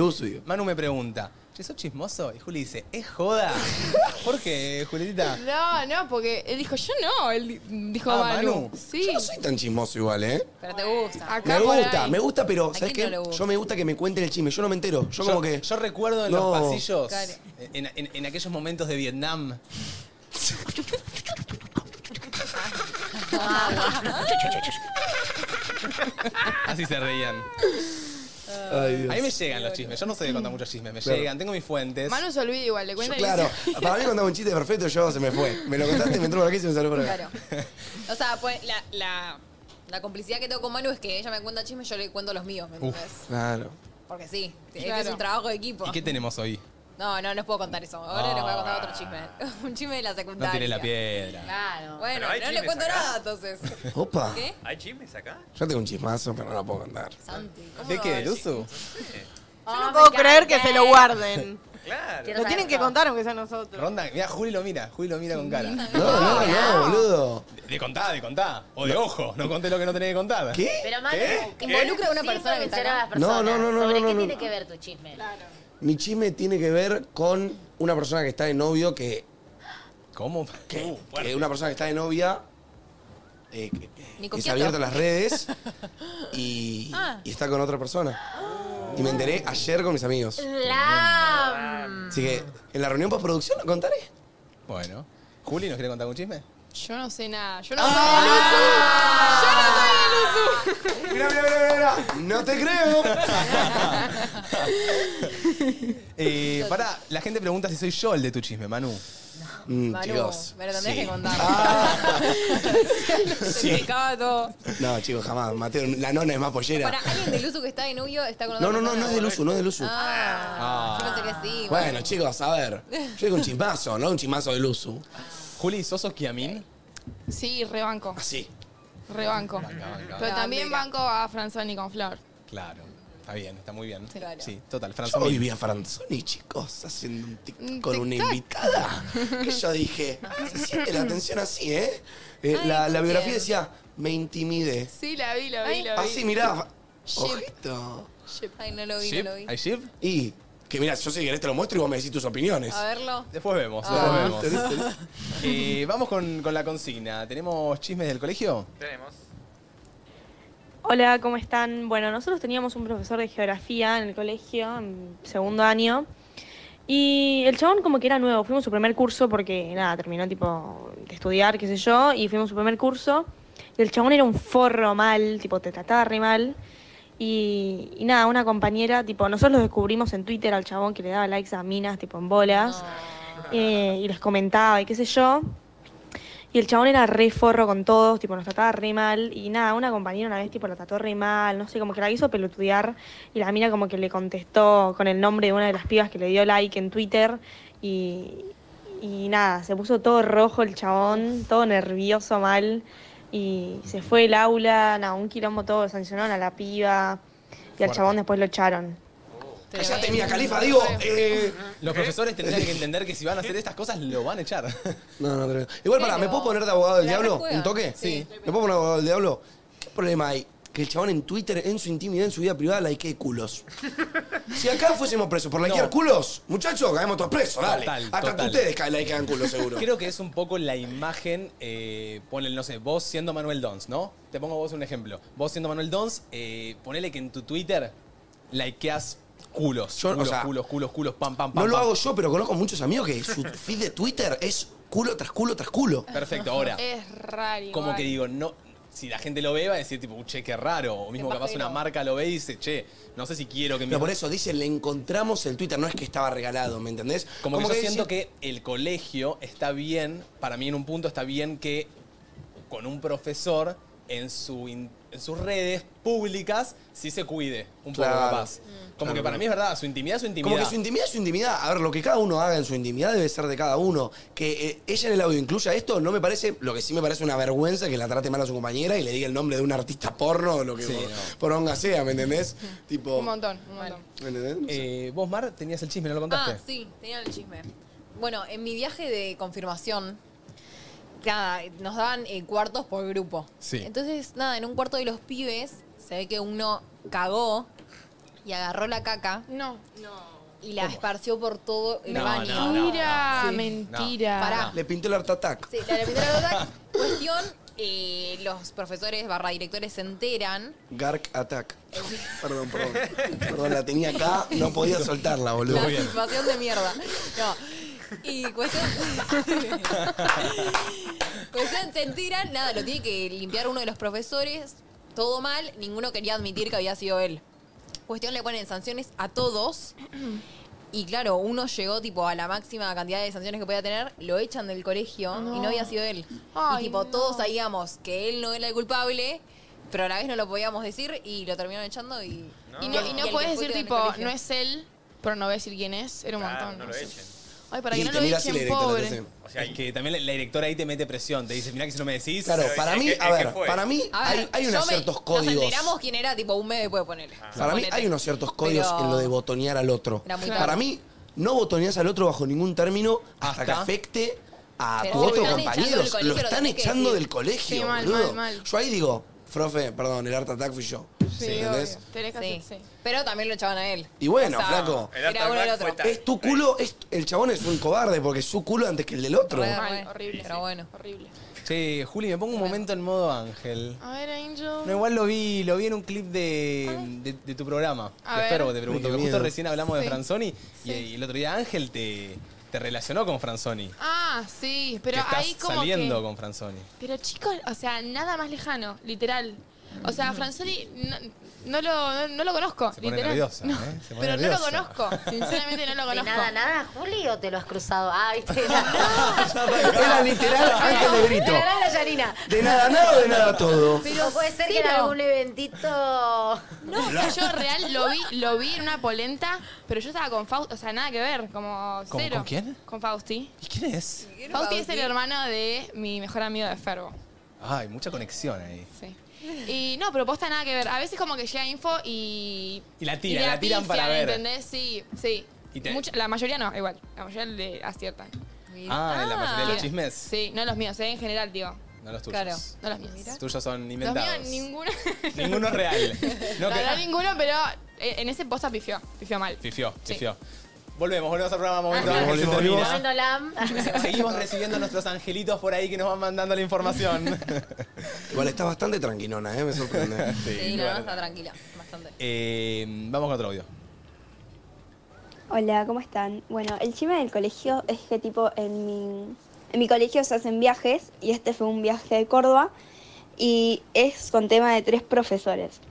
Speaker 1: Manu me pregunta. ¿Che, sos chismoso? Y Juli dice, ¿es joda? ¿Por qué, Julietita?
Speaker 3: No, no, porque él dijo yo no, él di- dijo
Speaker 1: Ah,
Speaker 3: Manu.
Speaker 1: Manu.
Speaker 3: Sí.
Speaker 2: Soy tan chismoso igual, ¿eh?
Speaker 4: Pero te gusta.
Speaker 2: Me
Speaker 3: Acá por
Speaker 2: gusta,
Speaker 3: ahí.
Speaker 2: me gusta, pero
Speaker 4: ¿A
Speaker 2: ¿sabes
Speaker 4: quién
Speaker 2: qué?
Speaker 4: no le gusta?
Speaker 2: Yo me gusta que me cuenten el chisme. Yo no me entero. Yo, como que...
Speaker 1: Yo recuerdo en
Speaker 2: No.
Speaker 1: los pasillos,
Speaker 4: Claro.
Speaker 1: en, en- en aquellos momentos de Vietnam.
Speaker 9: ¿Ah?
Speaker 1: Así se reían.
Speaker 2: Ay,
Speaker 1: A
Speaker 2: Dios.
Speaker 1: mí me llegan los chismes. Yo no soy de contar muchos chismes. Me
Speaker 2: Claro.
Speaker 1: llegan, tengo mis fuentes.
Speaker 3: Manu se olvida igual, le cuenta y
Speaker 2: Claro,
Speaker 3: dice-
Speaker 2: para mí contaba un chiste perfecto, yo se me fue. Me lo contaste, me entró por aquí y se me salió por acá.
Speaker 4: Claro. O sea, pues la, la, la complicidad que tengo con Manu es que ella me cuenta chismes, yo le cuento los míos, ¿me
Speaker 1: Uf.
Speaker 4: entendés?
Speaker 2: Claro.
Speaker 4: Porque sí, es, que es
Speaker 3: Claro.
Speaker 4: un trabajo de equipo.
Speaker 1: ¿Y qué tenemos hoy?
Speaker 4: No, no, no os puedo contar eso. Ahora
Speaker 1: Ah.
Speaker 4: les voy a contar otro chisme. Un chisme de la secundaria.
Speaker 1: No tiré la piedra.
Speaker 4: Claro. Bueno,
Speaker 12: Pero hay
Speaker 4: no le
Speaker 12: chismes
Speaker 4: cuento
Speaker 12: acá.
Speaker 4: nada entonces.
Speaker 2: Opa.
Speaker 4: ¿Qué?
Speaker 12: ¿Hay chismes acá?
Speaker 2: Yo tengo un chismazo, pero no lo puedo contar.
Speaker 4: Santi.
Speaker 1: ¿De qué? ¿Del uso?
Speaker 7: Yo no puedo creer que se lo guarden.
Speaker 12: Claro.
Speaker 7: Lo tienen que contar aunque sea nosotros.
Speaker 1: Ronda, mira, Juli lo mira, Juli lo mira con cara. No,
Speaker 2: no, no, boludo.
Speaker 1: De, de contá, de contá. O de ojo, no conté lo que no tenés que contar.
Speaker 2: ¿Qué?
Speaker 9: Pero Manu,
Speaker 1: ¿Qué?
Speaker 9: ¿qué?
Speaker 4: Involucra a una
Speaker 9: Sin
Speaker 4: persona que está
Speaker 9: mencionar
Speaker 4: acá.
Speaker 9: a las personas.
Speaker 2: No, no, no, no,
Speaker 9: ¿Sobre
Speaker 2: no,
Speaker 9: qué
Speaker 2: no,
Speaker 9: tiene
Speaker 2: no.
Speaker 9: que ver tu chisme?
Speaker 2: Mi chisme tiene que ver con una persona que está de novio que.
Speaker 1: ¿Cómo? Uh,
Speaker 2: Que, que una persona que está de novia. eh, que- que,
Speaker 4: Nico
Speaker 2: se
Speaker 4: Quieto.
Speaker 2: ha abierto las redes y,
Speaker 4: Ah.
Speaker 2: y está con otra persona. Y me enteré ayer con mis amigos.
Speaker 9: La...
Speaker 2: Así que en la reunión postproducción lo contaré.
Speaker 1: Bueno. Juli, ¿nos quiere contar un chisme?
Speaker 3: Yo no sé nada. Yo no
Speaker 2: Ah.
Speaker 3: soy el Usu. Yo no soy el Usu.
Speaker 2: Mira, mira, mira, mira. No te creo.
Speaker 1: Eh, pará, la gente pregunta si soy yo el de tu chisme, Manu.
Speaker 2: Mm,
Speaker 3: Manu,
Speaker 2: chicos.
Speaker 3: me lo tendrías
Speaker 2: sí. Ah.
Speaker 3: que contar.
Speaker 2: Sí.
Speaker 4: Se picaba todo.
Speaker 2: No, chicos, jamás. Mateo, la nona es más pollera.
Speaker 4: Para alguien del uso que está en novio está con otra
Speaker 2: No, no, no,
Speaker 4: persona.
Speaker 2: no es del uso, no es del uso.
Speaker 4: Ah, yo pensé que sí.
Speaker 2: Bueno, chicos, a ver. Yo digo un chismazo, no un chismazo del uso.
Speaker 1: Juli, ¿sos Kiamin?
Speaker 3: Sí, rebanco.
Speaker 2: Así.
Speaker 3: Rebanco. Pero
Speaker 4: Ah,
Speaker 3: también
Speaker 4: mira.
Speaker 3: banco a Franzoni con Flor.
Speaker 1: Claro. Está bien, está muy bien. Sí,
Speaker 3: Claro.
Speaker 1: total.
Speaker 2: Yo
Speaker 1: Franzoni.
Speaker 2: hoy vi a Franzoni, chicos, haciendo un
Speaker 3: Un
Speaker 2: TikTok con una
Speaker 3: tic-tac.
Speaker 2: invitada. Que yo dije, Ah, se siente la atención así, ¿eh? Eh, la, la biografía decía, me intimidé.
Speaker 3: Sí, la vi, la vi, la vi.
Speaker 2: Así, Ah, mirá.
Speaker 3: Ship.
Speaker 2: Ojito.
Speaker 4: Ay, no lo vi, no lo vi.
Speaker 1: ¿Hay ship?
Speaker 2: Y que mira, yo si querés te lo muestro y vos me decís tus opiniones.
Speaker 4: A verlo.
Speaker 1: Después vemos,
Speaker 2: Ah.
Speaker 1: después vemos. Eh, vamos con, con la consigna. ¿Tenemos chismes del colegio?
Speaker 12: Tenemos.
Speaker 17: Hola, ¿cómo están? Bueno, nosotros teníamos un profesor de geografía en el colegio, en segundo año, y el chabón como que era nuevo, fuimos su primer curso porque nada, terminó tipo de estudiar, qué sé yo, y fuimos su primer curso, y el chabón era un forro mal, tipo te trataba re mal, y, y nada, una compañera, tipo, nosotros lo descubrimos en Twitter al chabón que le daba likes a minas, tipo en bolas, eh, y les comentaba y qué sé yo, y el chabón era re forro con todos, tipo, nos trataba re mal. Y nada, una compañera una vez, tipo, la trató re mal, no sé, como que la hizo pelotudear. Y la mina como que le contestó con el nombre de una de las pibas que le dio like en Twitter. Y, y nada, se puso todo rojo el chabón, todo nervioso mal. Y se fue del aula, nada, un quilombo todo, sancionaron a la piba. Y al
Speaker 1: Fuerte.
Speaker 17: chabón después lo echaron.
Speaker 2: Callate, mía, Califa, digo. eh,
Speaker 1: Los profesores tendrían que entender que si van a hacer estas cosas, lo van a echar.
Speaker 2: No, no, tremendo. Igual, pará, ¿me puedo poner de abogado del
Speaker 1: La
Speaker 2: diablo?
Speaker 1: rejuega.
Speaker 2: ¿Un toque?
Speaker 1: Sí.
Speaker 2: ¿Me puedo poner de abogado del diablo? ¿Qué problema hay? Que el chabón en Twitter, en su intimidad, en su vida privada, likee culos. Si acá fuésemos presos por likear culos, muchachos, caemos todos presos, dale.
Speaker 1: Total,
Speaker 2: acá
Speaker 1: total.
Speaker 2: ustedes ca- likean culos, seguro.
Speaker 1: Creo que es un poco la imagen, eh, ponele, no sé, vos siendo Manuel Dons, ¿no? Te pongo vos un ejemplo. Vos siendo Manuel Dons, eh, ponele que en tu Twitter likeas culos,
Speaker 2: Yo, o
Speaker 1: culos,
Speaker 2: sea,
Speaker 1: culos, culos, culos, pam, pam, pam.
Speaker 2: No lo
Speaker 1: pam.
Speaker 2: hago yo, pero conozco muchos amigos que su feed de Twitter es culo tras culo tras culo.
Speaker 1: Perfecto, ahora.
Speaker 3: Es raro.
Speaker 1: Como que digo, no. Si la gente lo ve, va a decir, tipo, che, qué raro. O mismo
Speaker 3: Qué
Speaker 1: capaz una
Speaker 3: pajero.
Speaker 1: marca lo ve y dice, che, no sé si quiero que me.
Speaker 2: Pero por eso dice, le encontramos el Twitter, no es que estaba regalado, ¿me entendés?
Speaker 1: Como, que yo
Speaker 2: dice-
Speaker 1: siento que el colegio está bien, para mí en un punto está bien que con un profesor en, su in- en sus redes públicas sí se cuide un poco
Speaker 2: Claro.
Speaker 1: capaz.
Speaker 3: Mm.
Speaker 1: Como
Speaker 2: Claro,
Speaker 1: que para
Speaker 2: claro.
Speaker 1: mí es verdad, su intimidad es su intimidad.
Speaker 2: Como que su intimidad es su intimidad. A ver, lo que cada uno haga en su intimidad debe ser de cada uno. Que eh, ella en el audio incluya esto, no me parece, lo que sí me parece una vergüenza que la trate mal a su compañera y le diga el nombre de un artista porno o lo que
Speaker 1: Sí,
Speaker 2: por-
Speaker 1: no.
Speaker 2: poronga sea, ¿me entendés? Tipo.
Speaker 3: Un montón, un montón.
Speaker 2: ¿Me entendés? No sé.
Speaker 1: Eh, vos, Mar, tenías el chisme, ¿no lo contaste?
Speaker 4: Ah, sí, tenía el chisme. Bueno, en mi viaje de confirmación, nada, nos daban eh, cuartos por grupo.
Speaker 1: Sí.
Speaker 4: Entonces, nada, en un cuarto de los pibes se ve que uno cagó y agarró la caca
Speaker 3: No.
Speaker 4: y la esparció por todo el
Speaker 1: No,
Speaker 4: baño.
Speaker 1: no, no,
Speaker 3: Mentira,
Speaker 1: no. Sí.
Speaker 3: mentira.
Speaker 1: No.
Speaker 4: Pará.
Speaker 2: Le pintó el Art Attack.
Speaker 4: Sí, la primera cosa, cuestión, eh, los profesores barra directores se enteran.
Speaker 2: Gark Attack. perdón, perdón. Perdón, la tenía acá, no podía soltarla, boludo.
Speaker 4: La situación de mierda. No. Y cuestión. cuestión, Pues se enteran, nada, lo tiene que limpiar uno de los profesores. Todo mal, ninguno quería admitir que había sido él. Cuestión, le ponen sanciones a todos. Y claro, uno llegó tipo a la máxima cantidad de sanciones que podía tener, lo echan del colegio y no había sido él.
Speaker 3: Ay,
Speaker 4: y tipo,
Speaker 3: no.
Speaker 4: todos sabíamos que él no era el culpable, pero a la vez no lo podíamos decir y lo terminaron echando y.
Speaker 3: Y no, y
Speaker 4: el
Speaker 3: no
Speaker 4: que
Speaker 3: podés decir
Speaker 4: fue quedó en el
Speaker 3: tipo,
Speaker 4: colegio.
Speaker 3: no es él, pero no voy a decir quién es. Era un
Speaker 1: "Ah,
Speaker 12: Claro,
Speaker 3: montón.
Speaker 12: no lo
Speaker 3: sé.
Speaker 12: echen.
Speaker 3: Ay, para
Speaker 2: Y
Speaker 3: que no
Speaker 2: te
Speaker 3: lo
Speaker 2: mira así la
Speaker 3: echen,
Speaker 2: directora, te
Speaker 3: pobre.
Speaker 2: hace-
Speaker 12: O sea,
Speaker 1: Es que también la, la directora ahí te mete presión, te dice, mirá que si no me decís.
Speaker 2: Claro,
Speaker 12: Pero
Speaker 2: para
Speaker 12: es
Speaker 2: mí,
Speaker 12: que-
Speaker 2: a
Speaker 12: es que
Speaker 2: ver,
Speaker 12: fue.
Speaker 2: para mí
Speaker 4: A ver,
Speaker 2: hay, hay unos
Speaker 4: yo me-
Speaker 2: ciertos
Speaker 4: Nos
Speaker 2: códigos.
Speaker 4: enteramos quién era, tipo un mes después, ponele.
Speaker 2: Para mí hay unos ciertos códigos
Speaker 4: Pero-
Speaker 2: en lo de botonear al otro.
Speaker 4: Era muy
Speaker 2: Para
Speaker 4: tarde.
Speaker 2: mí, no botoneás al otro bajo ningún término hasta, que
Speaker 1: Hasta-
Speaker 2: afecte a
Speaker 1: Pero
Speaker 2: tu
Speaker 1: lo
Speaker 2: otro
Speaker 1: están echando
Speaker 2: compañero.
Speaker 1: del colegio,
Speaker 2: Lo
Speaker 1: lo
Speaker 2: están
Speaker 1: tenés que
Speaker 2: echando
Speaker 1: decir.
Speaker 2: del colegio,
Speaker 3: Sí, mal,
Speaker 2: boludo.
Speaker 3: mal, mal.
Speaker 2: Yo ahí digo, profe, perdón, el Art Attack fui yo. ¿entendés?
Speaker 3: Tenés que
Speaker 4: Sí. Pero también lo echaban a él.
Speaker 2: Y bueno,
Speaker 4: O sea,
Speaker 2: flaco.
Speaker 4: era uno el otro.
Speaker 2: Es tu culo, es, el chabón es un cobarde porque es su culo antes que el del otro.
Speaker 4: Re, re, Pero bueno.
Speaker 3: Horrible.
Speaker 1: Che, Juli, me pongo un momento en modo ángel.
Speaker 3: A ver, Angel.
Speaker 1: No, igual lo vi, lo vi en un clip de, de- de tu programa.
Speaker 3: A
Speaker 1: de
Speaker 3: ver.
Speaker 1: Fervo, te pregunto.
Speaker 2: Ay, qué
Speaker 1: que justo
Speaker 2: miedo.
Speaker 1: recién hablamos
Speaker 3: Sí.
Speaker 1: de Franzoni y, y el otro día Ángel te, te relacionó con Franzoni.
Speaker 3: Ah, sí, pero
Speaker 1: que estás
Speaker 3: ahí como
Speaker 1: saliendo
Speaker 3: que...
Speaker 1: con Franzoni.
Speaker 3: Pero chicos, o sea, nada más lejano, literal. O sea, Franzoni no, no lo, no, no lo conozco,
Speaker 1: Mm. Se pone
Speaker 3: literal.
Speaker 1: nerviosa,
Speaker 3: No,
Speaker 1: ¿eh? Se pone
Speaker 3: pero no lo
Speaker 1: nerviosa.
Speaker 3: conozco, sinceramente no lo
Speaker 9: ¿De
Speaker 3: conozco.
Speaker 9: nada, nada, Juli, o te lo has cruzado? Ah, viste.
Speaker 2: Era literal Ángel de Brito.
Speaker 9: Era la Yanina.
Speaker 2: De nada nada o de nada todo.
Speaker 9: Pero puede ser que en
Speaker 3: cero.
Speaker 9: algún eventito.
Speaker 3: No, o sea, yo real lo vi, lo vi en una polenta, pero yo estaba con Fausti, o sea, nada que ver, como
Speaker 1: ¿Con-
Speaker 3: cero.
Speaker 1: con quién?
Speaker 3: Con Fausti.
Speaker 1: ¿Y quién es?
Speaker 3: Fausti es el hermano de mi mejor amigo de Fervo.
Speaker 1: Ay, mucha conexión ahí.
Speaker 3: Sí. Y no, pero posta nada que ver. A veces como que llega info y.
Speaker 1: Y la tira,
Speaker 3: y
Speaker 1: la tiran para
Speaker 3: pifian,
Speaker 1: ver.
Speaker 3: ¿Entendés? Sí, sí.
Speaker 1: Y te-
Speaker 3: Mucha- la mayoría no, igual. La mayoría le aciertan.
Speaker 1: Ah, en la mayoría de los
Speaker 3: Sí.
Speaker 1: chismes.
Speaker 3: Sí, no los míos, eh, en general, digo.
Speaker 1: No los tuyos.
Speaker 3: Claro. No los míos.
Speaker 1: Los tuyos son
Speaker 3: Los
Speaker 1: inventados.
Speaker 3: míos, ninguno.
Speaker 1: Ninguno es real. No,
Speaker 3: No,
Speaker 1: que-
Speaker 3: no, ninguno, pero eh, en ese posta pifió. Pifió mal.
Speaker 1: Fifió,
Speaker 3: Sí.
Speaker 1: fifió. Volvemos, volvemos al programa Momento
Speaker 2: Volvemos,
Speaker 1: Ángel. se
Speaker 2: volvemos,
Speaker 1: termina.
Speaker 9: Momento Lam.
Speaker 1: Seguimos recibiendo a nuestros angelitos por ahí que nos van mandando la información.
Speaker 2: Igual está bastante tranquilona, ¿eh? me sorprende.
Speaker 4: Sí, no, está tranquila. Bastante.
Speaker 1: Eh, vamos con otro audio.
Speaker 16: Hola, ¿cómo están? Bueno, el chisme del colegio es que tipo en mi, en mi colegio se hacen viajes y este fue un viaje de Córdoba y es con tema de tres profesores.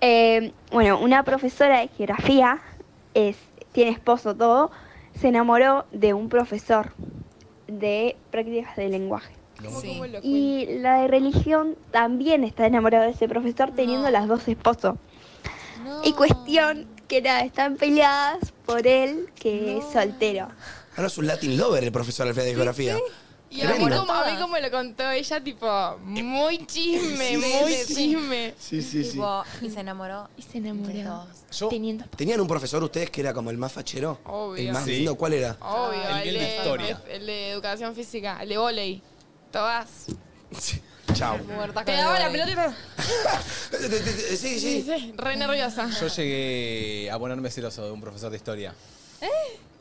Speaker 16: Eh, bueno, una profesora de geografía es, tiene esposo todo, se enamoró de un profesor de prácticas de lenguaje. Y la de religión también está enamorada de ese profesor teniendo las dos esposos. Y cuestión que nada, están peleadas por él que es soltero.
Speaker 2: Ahora es un Latin lover el profesor Alfredo de geografía.
Speaker 3: Y a mí,
Speaker 2: Tremendo.
Speaker 3: como, a mí como lo contó ella, tipo, Ah, muy chisme,
Speaker 4: Sí,
Speaker 3: muy
Speaker 4: sí, sí.
Speaker 3: chisme.
Speaker 2: Sí, sí, sí.
Speaker 4: Tipo, y se enamoró.
Speaker 3: Y se enamoró.
Speaker 2: Yo-
Speaker 3: Teniendo.
Speaker 2: ¿Tenían un profesor ustedes que era como el más fachero?
Speaker 3: Obvio. Oh.
Speaker 2: ¿El más
Speaker 3: Sí.
Speaker 2: lindo? ¿Cuál era?
Speaker 1: Ah,
Speaker 3: Obvio,
Speaker 2: El
Speaker 3: el,
Speaker 2: nivel de
Speaker 3: de,
Speaker 2: historia.
Speaker 3: el de educación física, el de volei. Todas.
Speaker 2: Chao.
Speaker 4: Muerta
Speaker 3: Te
Speaker 4: con el
Speaker 3: daba la
Speaker 4: vóley.
Speaker 3: pelota y te-
Speaker 2: Sí, sí.
Speaker 3: Re nerviosa.
Speaker 1: Yo llegué a ponerme celoso de un profesor de historia.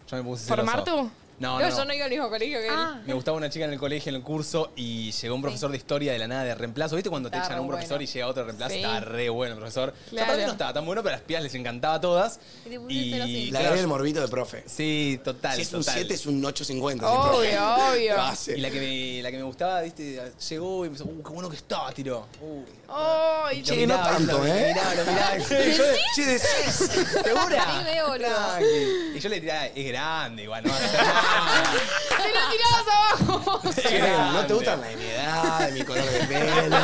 Speaker 1: Yo me puse
Speaker 3: ¿Eh? ¿Por
Speaker 1: celoso.
Speaker 3: Martu?
Speaker 1: No, no, no.
Speaker 4: yo no iba al mismo colegio que él.
Speaker 1: Me gustaba una chica en el colegio, en el curso, y llegó un profesor de historia de la nada de reemplazo. ¿Viste cuando te
Speaker 4: Estaba
Speaker 1: echan a un
Speaker 4: re
Speaker 1: profesor
Speaker 4: bueno.
Speaker 1: y llega otro de reemplazo?
Speaker 4: Sí.
Speaker 1: Estaba re bueno el profesor. O sea, para
Speaker 4: Claro.
Speaker 1: mí no estaba tan bueno, pero a las pibas les encantaba a todas.
Speaker 4: Y te pusiste
Speaker 1: Y
Speaker 4: celosito.
Speaker 2: La
Speaker 1: claro,
Speaker 2: era el morbito de profe.
Speaker 1: Sí, total.
Speaker 2: Si es un
Speaker 1: total.
Speaker 2: 7, es un 850.
Speaker 1: Obvio,
Speaker 2: sí, profe.
Speaker 3: obvio.
Speaker 2: Lo hace.
Speaker 1: Y la que, me, la que me gustaba, viste, llegó y me dijo, uh, qué bueno que está, tiró. Uh,
Speaker 3: Ay,
Speaker 1: Lo
Speaker 2: Che, no
Speaker 1: miraba,
Speaker 2: tanto,
Speaker 1: lo
Speaker 2: ¿eh?
Speaker 1: miraba, lo miraba. Sí, yo le-
Speaker 2: Che, decís.
Speaker 1: ¿Segura?
Speaker 4: Sí, veo, boludo.
Speaker 1: Tranqui. Y yo le tiraba, es grande, igual, no vas a hacer nada.
Speaker 3: ¡Se lo tirabas abajo!
Speaker 1: Es
Speaker 2: Che, ¿No
Speaker 1: grande.
Speaker 2: te gustan la de mi edad, de mi color de pelo?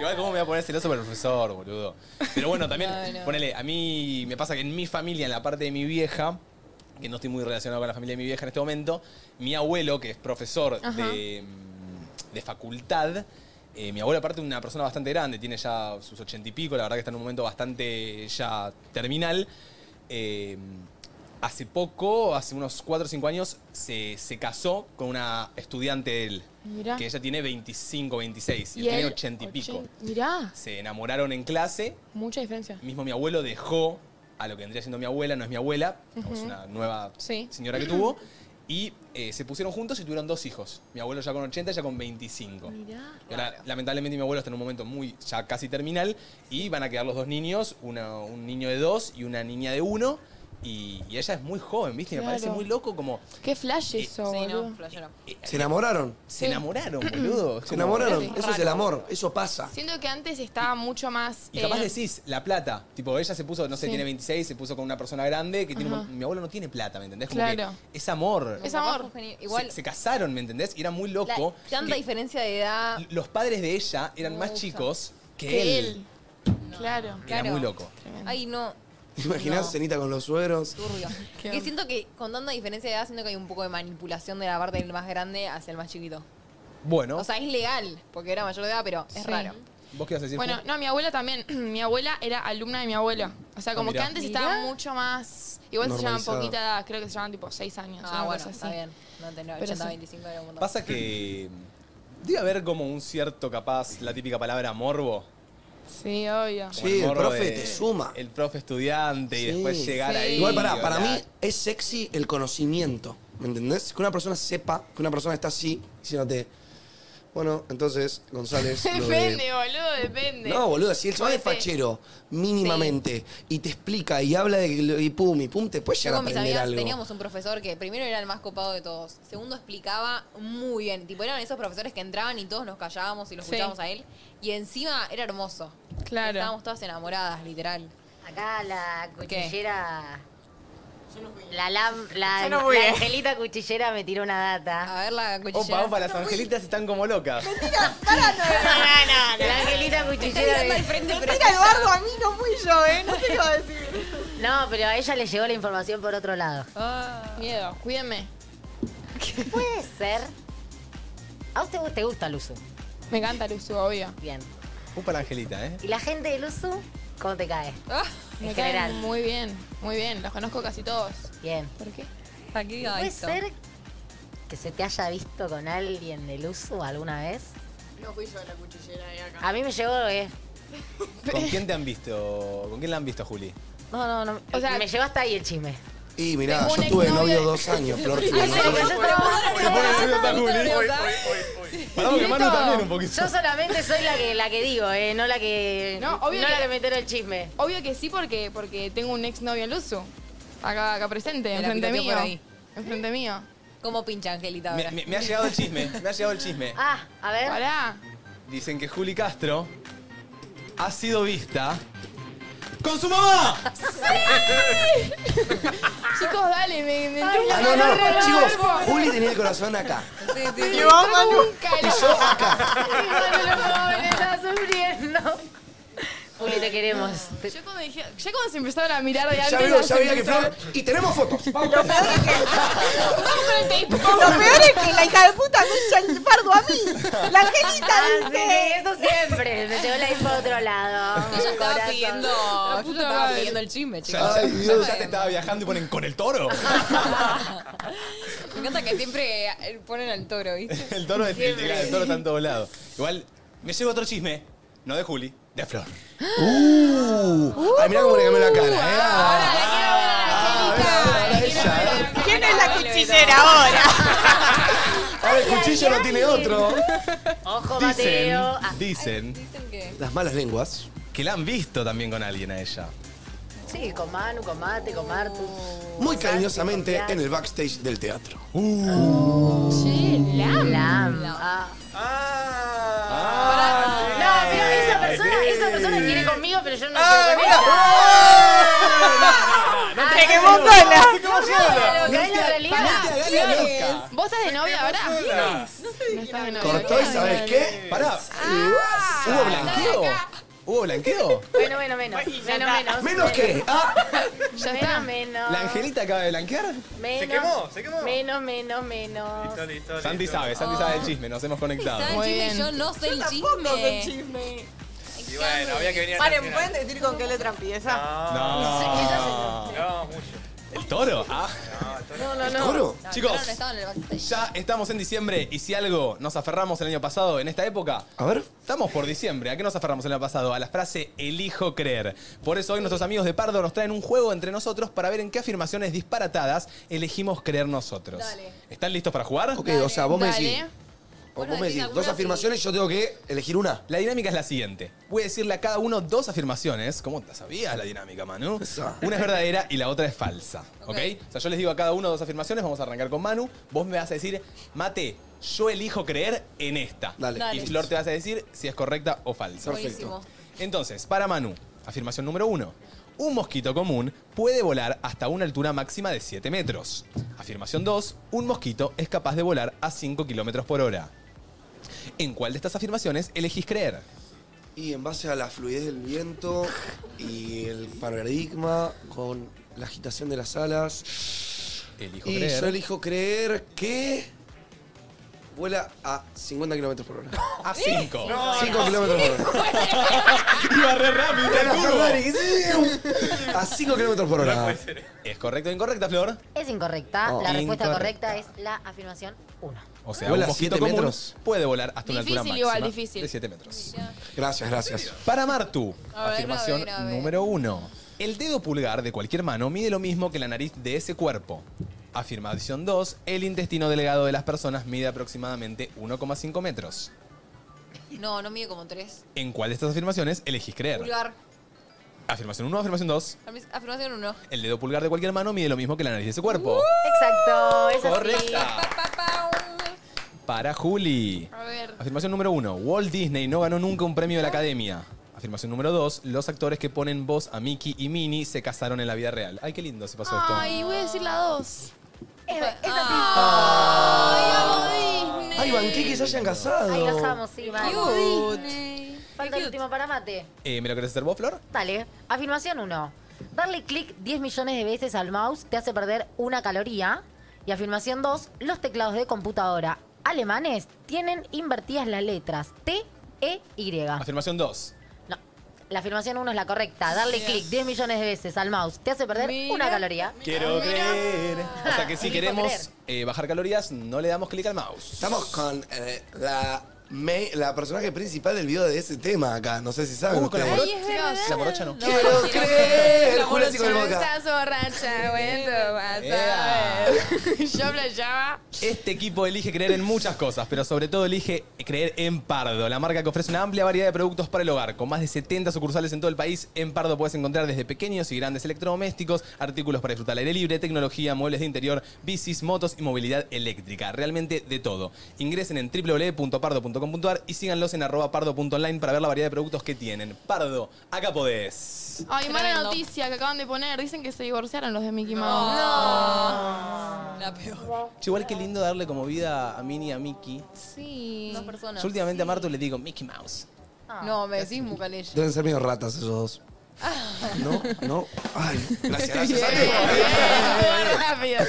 Speaker 1: Igual, ¿cómo me voy a poner celoso por el profesor, boludo? Pero bueno, también,
Speaker 4: No, no.
Speaker 1: ponele, a mí me pasa que en mi familia, en la parte de mi vieja, que no estoy muy relacionado con la familia de mi vieja en este momento, mi abuelo, que es profesor
Speaker 3: Ajá.
Speaker 1: de, mm, de facultad, eh, mi abuelo, aparte, es una persona bastante grande, tiene ya sus ochenta y pico, la verdad que está en un momento bastante ya terminal. Eh, hace poco, hace unos 4 o 5 años, se, se casó con una estudiante de él.
Speaker 3: Mirá.
Speaker 1: Que ella tiene 25, 26. Y, él tiene 80 y pico.
Speaker 3: Mirá,
Speaker 1: Se enamoraron en clase.
Speaker 3: mucha diferencia.
Speaker 1: Mismo mi abuelo dejó a lo que vendría siendo mi abuela, no es mi abuela, es
Speaker 3: Ujú.
Speaker 1: una nueva
Speaker 3: Sí.
Speaker 1: señora que tuvo. Y eh, se pusieron juntos y tuvieron dos hijos. Mi abuelo ya con 80, ella con 25.
Speaker 3: Mirá.
Speaker 1: Y ahora, lamentablemente, mi abuelo está en un momento muy, ya casi terminal, y van a quedar los dos niños, una- un niño de dos y una niña de uno, y, y ella es muy joven, ¿viste? Y Me
Speaker 3: Claro.
Speaker 1: parece muy loco como...
Speaker 3: Qué flash
Speaker 1: Eh,
Speaker 3: eso,
Speaker 4: Sí,
Speaker 3: boludo.
Speaker 4: no, flashero.
Speaker 2: ¿Se enamoraron?
Speaker 1: Se enamoraron, boludo. Es
Speaker 2: Se
Speaker 1: como-
Speaker 2: enamoraron.
Speaker 3: Es
Speaker 2: Eso es
Speaker 3: raro.
Speaker 2: el amor. Eso pasa.
Speaker 3: Siento que antes estaba mucho más...
Speaker 1: Y capaz
Speaker 3: eh,
Speaker 1: decís, la plata. Tipo, ella se puso, no sé,
Speaker 3: Sí.
Speaker 1: tiene 26, se puso con una persona grande que tiene un
Speaker 3: Ajá.
Speaker 1: mon- Mi abuelo no tiene plata, ¿me entendés? Como
Speaker 3: Claro.
Speaker 1: que es amor.
Speaker 3: Es amor.
Speaker 1: Se,
Speaker 4: Igual,
Speaker 1: se casaron, ¿me entendés? Y era muy
Speaker 4: la-
Speaker 1: loco.
Speaker 4: tanta
Speaker 1: que
Speaker 4: diferencia de edad.
Speaker 1: los padres de ella eran más
Speaker 4: Mucho.
Speaker 1: chicos que,
Speaker 3: Que
Speaker 1: él.
Speaker 3: él. Claro.
Speaker 1: Era
Speaker 4: Claro.
Speaker 1: muy loco.
Speaker 4: Ay, no,
Speaker 2: ¿Te imaginás
Speaker 4: No.
Speaker 2: cenita con los suegros?
Speaker 4: turbio.
Speaker 3: Qué
Speaker 4: que
Speaker 3: onda.
Speaker 4: siento que con tanta diferencia de edad, siento que hay un poco de manipulación de la parte del más grande hacia el más chiquito.
Speaker 1: Bueno,
Speaker 4: O sea, es legal, porque era mayor de edad, pero es
Speaker 3: Sí.
Speaker 4: raro.
Speaker 1: vos qué ibas a decir.
Speaker 3: Bueno,
Speaker 1: Ju?
Speaker 3: no, mi abuela también. mi abuela era alumna de mi abuelo. O sea,
Speaker 1: Ah,
Speaker 3: como
Speaker 1: mirá.
Speaker 3: que antes estaba mucho más. Igual se llaman
Speaker 1: Normalizado.
Speaker 3: poquita edad, creo que se llaman tipo 6 años.
Speaker 4: Ah,
Speaker 3: una
Speaker 4: bueno,
Speaker 3: cosa
Speaker 4: está
Speaker 3: así.
Speaker 4: bien. No tenés
Speaker 3: Pero
Speaker 4: 80,
Speaker 3: sí.
Speaker 4: 25 era un montón.
Speaker 1: Pasa que debe haber como un cierto, capaz, la típica palabra morbo.
Speaker 3: Sí, obvio.
Speaker 1: Como morbo de- El profe estudiante y después llegar ahí.
Speaker 2: Igual para,
Speaker 1: y
Speaker 2: para
Speaker 1: hablar.
Speaker 2: mí es sexy el conocimiento. ¿Me entendés? Que una persona sepa que una persona está así diciéndote. Bueno, entonces, González. lo de-
Speaker 3: Depende, boludo, depende.
Speaker 2: No, boludo, si el chaval es
Speaker 3: Porque te-
Speaker 2: fachero, mínimamente, y te explica y habla de que- y pum, y pum, te puedes
Speaker 4: Yo
Speaker 2: llegar a
Speaker 4: con mis
Speaker 2: aprender
Speaker 4: amigas
Speaker 2: algo.
Speaker 4: teníamos un profesor que primero era el más copado de todos, segundo explicaba muy bien, tipo eran esos profesores que entraban y todos nos callábamos y lo
Speaker 3: Sí.
Speaker 4: escuchábamos a él y encima era hermoso.
Speaker 3: Claro.
Speaker 4: Estábamos todas enamoradas, literal.
Speaker 9: Acá la cuchillera. La, lam- la,
Speaker 4: Yo no fui,
Speaker 9: la
Speaker 4: eh.
Speaker 9: angelita cuchillera me tiró una data.
Speaker 4: A ver la
Speaker 1: Opa, opa, las angelitas están como locas.
Speaker 9: La angelita cuchillera.
Speaker 7: mirando
Speaker 9: me-
Speaker 7: al frente, pero Mentira, está- Eduardo, a mí no fui yo, ¿eh? No te iba a decir.
Speaker 9: No, pero a ella le llegó la información por otro lado.
Speaker 3: Miedo, cuídenme.
Speaker 9: Puede ser. ¿A usted te gusta Luzu?
Speaker 3: Me encanta Luzu, obvio.
Speaker 9: Bien.
Speaker 1: Upa, la angelita, ¿eh?
Speaker 9: ¿Y la gente de Luzu? ¿Cómo te cae?
Speaker 3: Me
Speaker 9: en
Speaker 3: caen
Speaker 9: general.
Speaker 3: muy bien, muy bien. Los conozco casi todos.
Speaker 9: Bien.
Speaker 3: ¿Por qué?
Speaker 4: Aquí
Speaker 9: ¿Puede ser que se te haya visto con alguien de Luzu alguna vez?
Speaker 7: No fui yo la cuchillera de acá.
Speaker 9: A mí me llegó, eh,
Speaker 1: ¿Con quién te han visto? ¿Con quién la han visto, Juli?
Speaker 9: No, no, no. me llegó hasta ahí el chisme.
Speaker 2: Y mirá, yo tuve novio dos años, Flor.
Speaker 1: Ah,
Speaker 9: Ay,
Speaker 2: tuve
Speaker 9: sí,
Speaker 2: novio.
Speaker 9: yo estaba-
Speaker 2: Se pone nerviosa, Juli.
Speaker 1: Pará, porque Manu también un poquito.
Speaker 2: Ah,
Speaker 9: Yo solamente soy la que, la que digo, eh, no la que.
Speaker 3: No, obvio
Speaker 9: la
Speaker 3: que-
Speaker 9: que me entero el chisme.
Speaker 3: Obvio que sí, porque, porque tengo un ex novio en Luzu. Acá, acá presente,
Speaker 4: Me la
Speaker 3: enfrente
Speaker 4: piloteó
Speaker 3: mío.
Speaker 4: por ahí.
Speaker 3: Enfrente mío.
Speaker 4: ¿Cómo pincha Angelita
Speaker 1: Me,
Speaker 4: ahora?
Speaker 1: me- me ha llegado el chisme, me ha llegado el chisme.
Speaker 9: Ah, a ver.
Speaker 3: Pará.
Speaker 1: Dicen que Juli Castro ha sido vista con su mamá.
Speaker 3: Chicos, dale, me, me entró un
Speaker 2: Ah, no, no,
Speaker 3: calor en el
Speaker 2: chicos,
Speaker 3: cuerpo.
Speaker 2: Juli tenía el corazón acá.
Speaker 3: Me
Speaker 5: sí.
Speaker 3: entró
Speaker 5: Vos, Manu.
Speaker 3: un calor.
Speaker 5: Y yo acá.
Speaker 3: Ay, Manu, lo pobre,
Speaker 9: está sufriendo. Juli, te queremos.
Speaker 3: Yo cuando dije, ya cuando se empezaron a mirar de antes.
Speaker 2: Ya veo,
Speaker 3: se
Speaker 2: ya veía que
Speaker 3: empezaron-
Speaker 2: Flor. Y tenemos fotos. Vamos.
Speaker 3: Vamos con el tape.
Speaker 7: Lo peor es que la hija de puta me echa el fardo a mí. La angelita
Speaker 9: Ah, sí, sí,
Speaker 7: dice.
Speaker 9: eso siempre. Me llegó la info a otro lado.
Speaker 4: Ella estaba
Speaker 9: Corazón.
Speaker 4: pidiendo,
Speaker 9: La
Speaker 4: yo
Speaker 9: puta
Speaker 4: estaba
Speaker 9: madre.
Speaker 4: pidiendo el chisme, chicos.
Speaker 1: Ya, ya- ya- ya te estaba viajando y ponen con el toro.
Speaker 4: Me encanta que siempre eh, ponen al toro, ¿viste?
Speaker 1: El toro, el, el-
Speaker 4: Siempre.
Speaker 1: el toro está en todos lados. Igual, me llegó otro chisme, no de Juli, de Flor.
Speaker 2: Uh, ay, mirá cómo le cambió la cara, eh.
Speaker 7: ¿Quién es la cuchillera ahora?
Speaker 2: Ahora el cuchillo no tiene otro.
Speaker 9: Ojo,
Speaker 1: Dicen,
Speaker 9: Mateo. Ah,
Speaker 1: dicen
Speaker 2: Las malas lenguas.
Speaker 1: que la han visto también con alguien a ella.
Speaker 9: Sí, con Manu, con Mate, con Martu.
Speaker 2: Muy cariñosamente en el backstage del teatro.
Speaker 9: Lam. Lam. Ah.
Speaker 2: Ah,
Speaker 9: Pará. No, pero esa persona, esa persona quiere conmigo, pero yo no quiero con ella. Ah,
Speaker 5: te
Speaker 9: no,
Speaker 5: quemó
Speaker 9: no,
Speaker 5: sola.
Speaker 9: no,
Speaker 5: Se quemó
Speaker 9: no,
Speaker 5: sola.
Speaker 9: lo que
Speaker 5: No
Speaker 9: es
Speaker 5: te-
Speaker 9: la realidad.
Speaker 5: no te hagas la
Speaker 9: ¿Quién es?
Speaker 5: loca.
Speaker 3: ¿Vos estás de novia ahora?
Speaker 5: sola.
Speaker 3: No estás de novia.
Speaker 2: Cortó y ¿sabes qué?
Speaker 1: Pará.
Speaker 3: Ah.
Speaker 1: ¿Hubo blanqueo? ¿Hubo blanqueo?
Speaker 9: Bueno, bueno, menos. Menos, menos.
Speaker 1: ¿Menos qué? Ah,
Speaker 9: Ya está. Menos,
Speaker 1: ¿La angelita acaba de blanquear?
Speaker 9: menos.
Speaker 12: Se quemó, se quemó.
Speaker 9: Menos, menos, menos.
Speaker 1: Santi sabe, Santi sabe
Speaker 4: Ah.
Speaker 1: el chisme, nos hemos conectado.
Speaker 4: ¿Saben
Speaker 9: Muy
Speaker 4: chisme?
Speaker 9: bien.
Speaker 4: Yo no sé el chisme.
Speaker 7: Tampoco sé chisme.
Speaker 12: Y bueno, había que venir a
Speaker 7: Paren,
Speaker 12: Nacional.
Speaker 7: ¿pueden decir con qué letra
Speaker 4: pues.
Speaker 7: empieza?
Speaker 1: No.
Speaker 12: No, mucho.
Speaker 1: ¿El toro? Ah.
Speaker 4: No, no,
Speaker 1: no. ¿Toro?
Speaker 4: no
Speaker 1: Chicos.
Speaker 4: no estaba en el backstage.
Speaker 1: Ya estamos en diciembre y si algo nos aferramos el año pasado en esta época.
Speaker 2: A ver.
Speaker 1: Estamos por diciembre. ¿A qué nos aferramos el año pasado? A la frase elijo creer. Por eso hoy nuestros amigos de Pardo nos traen un juego entre nosotros para ver en qué afirmaciones disparatadas elegimos creer nosotros. ¿Están listos para jugar?
Speaker 2: Ok, o sea, vos me decís. o vos me decís dos afirmaciones, yo tengo que elegir una.
Speaker 1: La dinámica es la siguiente. Voy a decirle a cada uno dos afirmaciones. ¿Cómo te sabías la dinámica, Manu? Una es verdadera y la otra es falsa. ¿Ok? O sea, yo les digo a cada uno dos afirmaciones. Vamos a arrancar con Manu. Vos me vas a decir, Mate, yo elijo creer en esta.
Speaker 2: Dale.
Speaker 1: Y
Speaker 2: Dale.
Speaker 1: Flor te vas a decir si es correcta o falsa.
Speaker 2: Perfecto. Buenísimo.
Speaker 1: Entonces, para Manu, afirmación número uno. Un mosquito común puede volar hasta una altura máxima de 7 metros. Afirmación 2. Un mosquito es capaz de volar a 5 kilómetros por hora. ¿En cuál de estas afirmaciones elegís creer?
Speaker 2: Y en base a la fluidez del viento y el paradigma con la agitación de las alas.
Speaker 1: Elijo
Speaker 2: y
Speaker 1: creer.
Speaker 2: yo elijo creer que. vuela a 50 kilómetros por hora.
Speaker 1: A 5.
Speaker 2: 5 kilómetros por hora.
Speaker 1: Iba re rápido,
Speaker 2: Era
Speaker 1: el turbo.
Speaker 2: Ferrari, A 5 kilómetros por hora.
Speaker 1: ¿Es correcto o incorrecta, Flor?
Speaker 9: Es incorrecta.
Speaker 1: Oh.
Speaker 9: La respuesta
Speaker 1: Incorrecta.
Speaker 9: correcta es la afirmación 1.
Speaker 1: O sea,
Speaker 2: Vuela
Speaker 1: un mosquito
Speaker 2: siete
Speaker 1: común
Speaker 2: metros.
Speaker 1: puede volar hasta una altura
Speaker 9: Difícil
Speaker 1: máxima
Speaker 9: igual, difícil.
Speaker 1: de 7 metros.
Speaker 2: Gracias, gracias.
Speaker 1: Para Martu,
Speaker 5: A ver,
Speaker 1: afirmación
Speaker 5: grave, grave.
Speaker 1: número 1. El dedo pulgar de cualquier mano mide lo mismo que la nariz de ese cuerpo. Afirmación 2. El intestino delgado de las personas mide aproximadamente 1,5 metros.
Speaker 4: No, no mide como tres.
Speaker 1: ¿En cuál de estas afirmaciones elegís creer?
Speaker 4: Pulgar.
Speaker 1: Afirmación 1, afirmación 2.
Speaker 4: Afirmación uno.
Speaker 1: El dedo pulgar de cualquier mano mide lo mismo que la nariz de ese cuerpo.
Speaker 5: ¡Uh!
Speaker 9: Exacto, es así.
Speaker 1: Correcta. Para Juli.
Speaker 3: A ver.
Speaker 1: Afirmación número uno. Walt Disney no ganó nunca un premio de la academia. Afirmación número dos. Los actores que ponen voz a Mickey y Minnie se casaron en la vida real. Ay, qué lindo se pasó esto.
Speaker 3: Ay, voy a decir la 2.
Speaker 9: Es,
Speaker 3: Ay, amo Disney.
Speaker 2: Ay, banqué que se hayan casado.
Speaker 9: Ay, los amo, sí, vamos.
Speaker 3: Cute.
Speaker 9: Disney. Falta el último para mate.
Speaker 1: Eh, ¿Me lo querés hacer vos, Flor?
Speaker 9: Dale. Afirmación 1. Darle clic 10 millones de veces al mouse te hace perder una caloría. Y afirmación 2. Los teclados de computadora alemanes tienen invertidas las letras T, E, Y.
Speaker 1: Afirmación dos.
Speaker 9: La afirmación 1 es la correcta. Darle clic 10 millones de veces al mouse te hace perder una caloría.
Speaker 1: Quiero creer. O sea que si
Speaker 9: Elijo
Speaker 1: queremos
Speaker 9: creer.
Speaker 1: eh, bajar calorías, no le damos clic al mouse.
Speaker 2: Estamos con eh, la, me- la personaje principal del video de ese tema acá. No sé si saben.
Speaker 1: Uh, con la
Speaker 2: ustedes.
Speaker 1: morocha. La morocha no.
Speaker 2: Quiero creer. Julia sí con el boca.
Speaker 3: Estás borracha, güey, te vas
Speaker 1: Ea.
Speaker 3: a ver. Yo playaba.
Speaker 1: Este equipo elige creer en muchas cosas, pero sobre todo elige creer en Pardo, la marca que ofrece una amplia variedad de productos para el hogar. Con más de 70 sucursales en todo el país, en Pardo puedes encontrar desde pequeños y grandes electrodomésticos, artículos para disfrutar al aire libre, tecnología, muebles de interior, bicis, motos y movilidad eléctrica. Realmente de todo. Ingresen en www.pardo.com.ar y síganlos en arroba pardo.online para ver la variedad de productos que tienen. Pardo, acá podés.
Speaker 3: Ay, mala
Speaker 5: Tremendo.
Speaker 3: noticia que acaban de poner. Dicen que se divorciaron los de Mickey Mouse.
Speaker 5: No.
Speaker 3: La peor.
Speaker 1: Che, igual qué lindo darle como vida a Minnie y a Mickey.
Speaker 4: Sí. Dos personas.
Speaker 1: Yo últimamente a Marto le digo Mickey Mouse.
Speaker 4: No, me decís mucalella.
Speaker 2: Deben ser medio ratas esos dos. No, no. Ay, gracias, gracias. Ale.
Speaker 3: Rápido.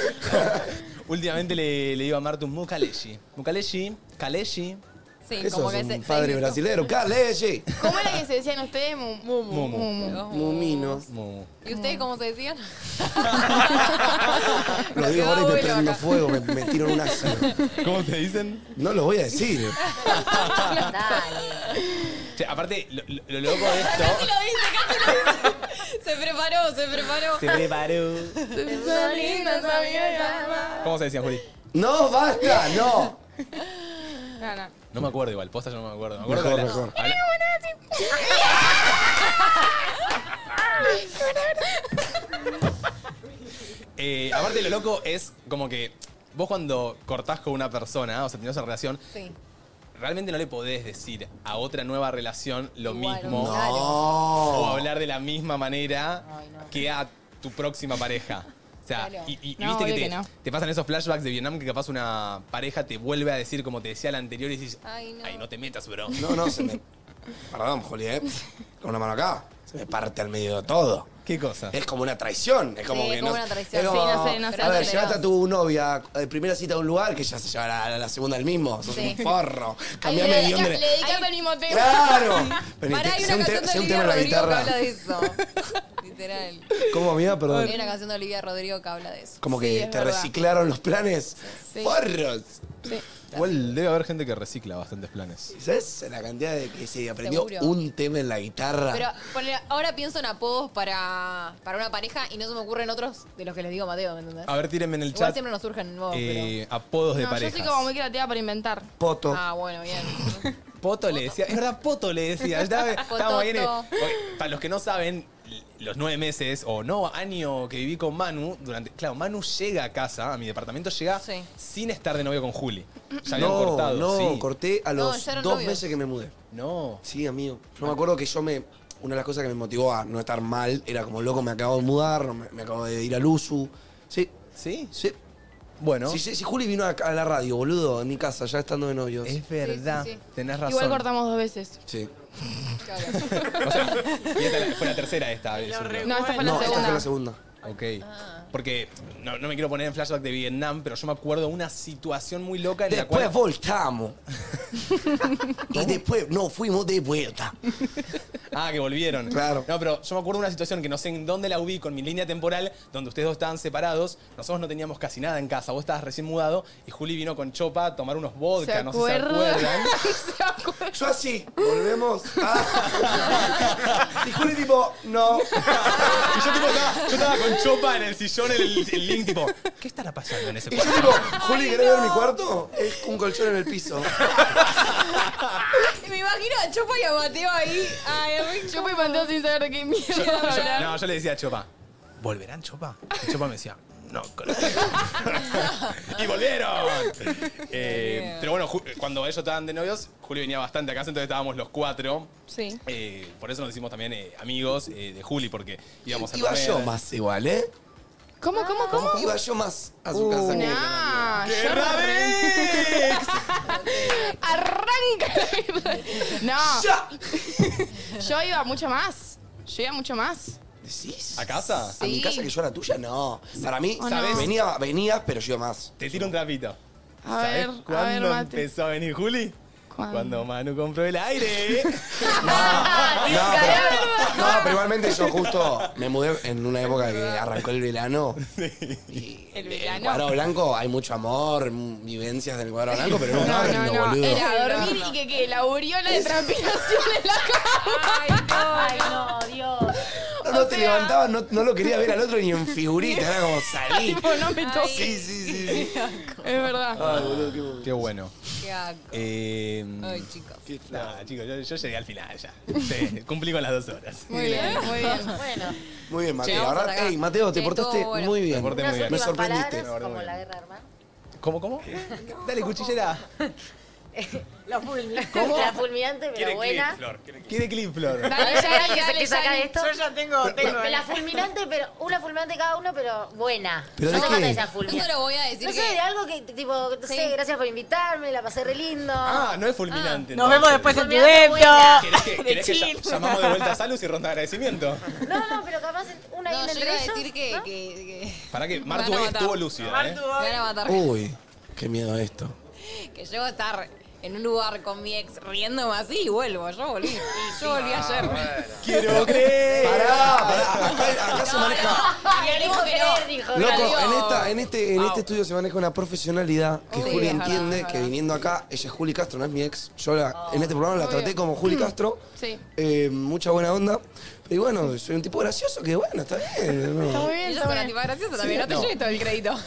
Speaker 1: Últimamente le, le digo a Martu Mucaleshi. Mucaleshi, Kaleshi.
Speaker 3: Sí,
Speaker 2: ¿Qué sos? Un padre brasilero. Caleye.
Speaker 3: ¿Cómo era que se decían ustedes? Mu- mu- mu-
Speaker 1: Mumu.
Speaker 3: mu- mu.
Speaker 2: Mumino.
Speaker 4: ¿Y ustedes cómo se decían?
Speaker 2: Los digo
Speaker 4: quedó
Speaker 2: ahora y me
Speaker 4: abuelo
Speaker 2: prendo
Speaker 4: acá.
Speaker 2: fuego, me, me tiro un ácido.
Speaker 1: ¿Cómo te dicen?
Speaker 2: No lo voy a decir.
Speaker 4: Ah,
Speaker 1: Che, aparte, lo, lo- lo loco de esto.
Speaker 4: Se preparó, se preparó.
Speaker 1: Se preparó.
Speaker 5: Son lindas, amigas.
Speaker 1: ¿Cómo se decían, Juli?
Speaker 2: No, basta, no.
Speaker 3: No, no.
Speaker 1: No me acuerdo igual, posta yo no me acuerdo. Me acuerdo
Speaker 2: Mejor,
Speaker 1: que
Speaker 2: mejor.
Speaker 1: habla- Eh, aparte, lo loco es como que vos cuando cortás con una persona, o sea, tenés una relación,
Speaker 4: Sí.
Speaker 1: realmente no le podés decir a otra nueva relación lo
Speaker 4: Igual,
Speaker 1: mismo.
Speaker 4: claro.
Speaker 1: O hablar de la misma manera que a tu próxima pareja. O sea,
Speaker 4: Claro.
Speaker 1: y, y- y
Speaker 4: No,
Speaker 1: viste que,
Speaker 4: obvio
Speaker 1: te,
Speaker 4: que no.
Speaker 1: te pasan esos flashbacks de Vietnam que capaz una pareja te vuelve a decir como te decía la anterior y dices,
Speaker 4: Ay, no.
Speaker 1: ay, no te metas, bro.
Speaker 2: No, no, se me. Perdón, Juli, ¿eh? Con una mano acá. Se me parte al medio de todo.
Speaker 1: ¿Qué cosa?
Speaker 2: Es como una traición. Es como
Speaker 4: Sí,
Speaker 2: que
Speaker 4: como
Speaker 2: no.
Speaker 4: una traición.
Speaker 2: es como-
Speaker 4: Sí, no sé, no sé,
Speaker 2: A
Speaker 4: no
Speaker 2: ver,
Speaker 4: sé.
Speaker 2: llevaste a tu novia de primera cita a un lugar que ya se llevará a la, la segunda al mismo. Sos
Speaker 4: Sí.
Speaker 2: un forro.
Speaker 3: Ay,
Speaker 2: Cambiame
Speaker 3: le
Speaker 2: el guión
Speaker 3: dedica-
Speaker 2: de.
Speaker 3: Le dedicaste el mismo tema.
Speaker 2: ¡Claro! Vení,
Speaker 4: Pará, hay
Speaker 2: sé
Speaker 4: una
Speaker 2: un te-
Speaker 4: canción de
Speaker 2: sé un
Speaker 4: Olivia
Speaker 2: tema en la
Speaker 4: Rodrigo que
Speaker 2: guitarra.
Speaker 4: habla de eso. Literal.
Speaker 2: ¿Cómo, amiga? Perdón.
Speaker 4: Hay una canción de Olivia Rodrigo que habla de eso.
Speaker 2: Como
Speaker 4: Sí,
Speaker 2: que
Speaker 4: es
Speaker 2: te
Speaker 4: verdad.
Speaker 2: reciclaron los planes.
Speaker 4: Sí.
Speaker 2: ¡Forros!
Speaker 1: Igual debe haber gente que recicla bastantes planes.
Speaker 2: ¿Sabes la cantidad de que se aprendió
Speaker 4: Seguro.
Speaker 2: un tema en la guitarra?
Speaker 4: Pero ponele, ahora pienso en apodos para, para una pareja y no se me ocurren otros de los que les digo Mateo, ¿me entendés?
Speaker 1: A ver, tírenme en el
Speaker 4: Igual
Speaker 1: chat
Speaker 4: siempre nos surgen nuevos,
Speaker 1: eh, apodos de
Speaker 3: No, yo
Speaker 1: parejas.
Speaker 3: soy como muy creativa para inventar.
Speaker 2: Poto.
Speaker 3: Ah, bueno, bien.
Speaker 1: Poto le decía, es verdad, Poto le decía. Ya Estábamos ahí en el-
Speaker 3: Pototo.
Speaker 1: Oye, para los que no saben, los nueve meses o no, año que viví con Manu, durante. Claro, Manu llega a casa, a mi departamento, llega sin estar de novio con Juli. Ya habían
Speaker 2: no,
Speaker 1: cortado.
Speaker 2: no,
Speaker 1: sí.
Speaker 2: corté a
Speaker 1: No,
Speaker 2: los
Speaker 1: ya eran
Speaker 2: dos
Speaker 1: novios.
Speaker 2: meses que me mudé.
Speaker 1: No.
Speaker 2: Sí, amigo. Yo me acuerdo que yo me. Una de las cosas que me motivó a no estar mal era como loco, me acabo de mudar, me, me acabo de ir al USU. Sí.
Speaker 1: ¿Sí?
Speaker 2: Sí.
Speaker 1: Bueno.
Speaker 2: Si, si Juli vino a, a la radio, boludo, en mi casa, ya estando de novios.
Speaker 1: Es verdad,
Speaker 3: Sí, sí,
Speaker 1: tenés razón.
Speaker 3: Igual cortamos dos veces.
Speaker 2: Sí.
Speaker 1: O sea, y esta fue la tercera esta. vez.
Speaker 3: No, esta fue la
Speaker 2: No, esta
Speaker 3: segunda.
Speaker 2: fue la segunda.
Speaker 1: Ok. Porque no, no me quiero poner en flashback de Vietnam, pero yo me acuerdo una situación muy loca en
Speaker 2: Después
Speaker 1: la cual.
Speaker 2: voltamos. y después, no, fuimos de vuelta.
Speaker 1: Ah, que volvieron. Claro. No, pero yo me acuerdo de una situación que no sé en dónde la ubico en mi línea temporal, donde ustedes dos estaban separados. Nosotros no teníamos casi nada en casa. Vos estabas recién mudado y Juli vino con Chopa a tomar unos vodka, no sé si se acuerdan.
Speaker 2: Yo así, volvemos. Ah. Y Juli tipo, no.
Speaker 1: Y yo tipo estaba, yo estaba con Chopa en el sillón, en el, el link, tipo, ¿qué estará pasando en ese
Speaker 2: Y yo
Speaker 1: cuarto?
Speaker 2: tipo, Juli, ¿querés ver mi cuarto? Es un colchón en el piso.
Speaker 4: Me imagino a Chopa y a Mateo ahí. Ay, a mí
Speaker 3: Yo me mandé sin saber de qué
Speaker 1: Yo-
Speaker 3: mierda
Speaker 1: yo-
Speaker 3: hablar.
Speaker 1: no, yo le decía a Chopa, ¿volverán Chopa? Y Chopa me decía, no, con- y volvieron. Eh, pero bueno, Ju- cuando ellos estaban de novios, Juli venía bastante a casa, entonces estábamos los cuatro.
Speaker 4: Sí.
Speaker 1: Eh, por eso nos hicimos también eh, amigos eh, de Juli, porque íbamos a
Speaker 2: Iba
Speaker 1: comer.
Speaker 2: yo más igual, ¿eh?
Speaker 3: ¿Cómo, cómo, cómo?
Speaker 2: Iba yo más a su casa que
Speaker 3: Ah,
Speaker 1: ¡Qué
Speaker 3: yo-
Speaker 1: rabés!
Speaker 3: Arranca la vida. No. Yo iba mucho más. Yo iba mucho más.
Speaker 2: ¿Decís?
Speaker 1: ¿A casa?
Speaker 2: ¿A mi
Speaker 3: Sí.
Speaker 2: casa que yo a la tuya? No. Para mí,
Speaker 3: ¿O no?
Speaker 2: ¿sabes? Venía, venías, pero yo más.
Speaker 1: Te tiro un trapito.
Speaker 3: A
Speaker 1: ¿Sabés
Speaker 3: ver, a ver,
Speaker 1: cuándo
Speaker 3: Mati.
Speaker 1: empezó a venir Juli?
Speaker 3: ¿Cuándo?
Speaker 1: Cuando Manu compró el aire.
Speaker 2: No, pero, no, pero igualmente yo justo me mudé en una época que arrancó el verano.
Speaker 3: El
Speaker 2: El
Speaker 3: verano.
Speaker 2: cuadro blanco, hay mucho amor, mm, vivencias del cuadro blanco, pero no, no,
Speaker 3: No, no, no.
Speaker 2: boludo.
Speaker 3: Era dormir y que, que la aureola de transpiración en la cama. Ay, no. Ay, no, Dios.
Speaker 2: No, no te levantabas, no, no lo querías ver al otro ni en figurita, era como salir.
Speaker 3: Tipo, no me toques.
Speaker 2: Sí, sí, sí. sí.
Speaker 3: Es verdad.
Speaker 1: qué, bueno.
Speaker 4: Qué asco.
Speaker 1: Eh,
Speaker 4: Ay, chicos.
Speaker 1: Nah, Ah, chicos, yo, yo llegué al final ya. Sí, cumplí con las dos horas.
Speaker 3: Muy bien, muy bien. Bueno.
Speaker 2: Muy bien, Mateo.
Speaker 1: Che, vamos
Speaker 2: la
Speaker 1: hasta
Speaker 2: verdad,
Speaker 1: acá.
Speaker 2: ey, Mateo, te
Speaker 1: Che,
Speaker 2: portaste
Speaker 1: estuvo bueno.
Speaker 2: muy
Speaker 1: Me
Speaker 2: bien.
Speaker 1: porté muy bien.
Speaker 2: Me
Speaker 1: Unas últimas
Speaker 2: sorprendiste. Eh,
Speaker 1: palabras.
Speaker 9: Como
Speaker 1: Muy
Speaker 9: la guerra, hermano.
Speaker 1: ¿Cómo, cómo? Dale, cuchillera.
Speaker 9: La fulminante.
Speaker 1: ¿Cómo?
Speaker 9: La fulminante, pero buena.
Speaker 1: ¿Quiere clip, Flor?
Speaker 9: Dale,
Speaker 3: Yanni,
Speaker 9: que sa-
Speaker 3: dale,
Speaker 9: que saca
Speaker 3: Yanni.
Speaker 9: de esto.
Speaker 3: Yo ya tengo-
Speaker 9: Pero-
Speaker 3: tengo,
Speaker 9: La
Speaker 3: eh.
Speaker 9: fulminante, pero una fulminante cada uno, pero buena.
Speaker 2: ¿Pero
Speaker 9: no
Speaker 2: de
Speaker 9: se
Speaker 2: qué?
Speaker 9: mata esa
Speaker 4: Yo
Speaker 9: fulminante.
Speaker 4: solo voy a decir
Speaker 9: No sé,
Speaker 4: que-
Speaker 9: de algo que, tipo, no
Speaker 4: Sí.
Speaker 9: sé, gracias por invitarme, la pasé re lindo.
Speaker 1: Ah, no es fulminante.
Speaker 7: Nos vemos después en tu
Speaker 9: Fulminante buena.
Speaker 1: ¿Querés que,
Speaker 9: De
Speaker 1: querés que
Speaker 9: chill.
Speaker 1: ll- llamamos de vuelta a Salus y ronda de agradecimiento?
Speaker 9: No, no, pero capaz una
Speaker 4: No,
Speaker 9: y una
Speaker 4: yo iba
Speaker 9: entre
Speaker 4: a
Speaker 9: ellos.
Speaker 4: decir que.
Speaker 9: ¿no?
Speaker 4: que, que-
Speaker 1: Para que
Speaker 4: Me
Speaker 1: Martu
Speaker 4: van a
Speaker 1: hoy
Speaker 4: matar.
Speaker 1: estuvo lúcida, ¿eh?
Speaker 4: Me van a matar.
Speaker 2: Uy, qué miedo esto.
Speaker 4: Que yo estar en un lugar con mi ex riéndome así y vuelvo. Yo volví. Yo volví
Speaker 3: Ah,
Speaker 4: ayer.
Speaker 1: Quiero creer.
Speaker 2: Pará, pará. Acá, acá se maneja.
Speaker 4: Aclaremos que no.
Speaker 2: Loco, en, esta, en, este, en este estudio se maneja una profesionalidad que
Speaker 4: Sí,
Speaker 2: Juli
Speaker 4: es verdad,
Speaker 2: entiende
Speaker 4: es
Speaker 2: que
Speaker 4: verdad. Oh.
Speaker 2: viniendo acá, ella es Juli Castro, no es mi ex. Yo la- en este programa la
Speaker 3: Muy
Speaker 2: traté
Speaker 3: bien.
Speaker 2: como Juli Castro.
Speaker 3: Sí.
Speaker 2: Eh, mucha buena onda. Pero y bueno, soy un tipo gracioso que bueno, está bien. ¿no?
Speaker 3: Está muy bien,
Speaker 4: Y yo
Speaker 3: está muy
Speaker 4: soy una
Speaker 3: bien.
Speaker 4: tipa graciosa también. No te
Speaker 1: no.
Speaker 4: lleves todo el crédito.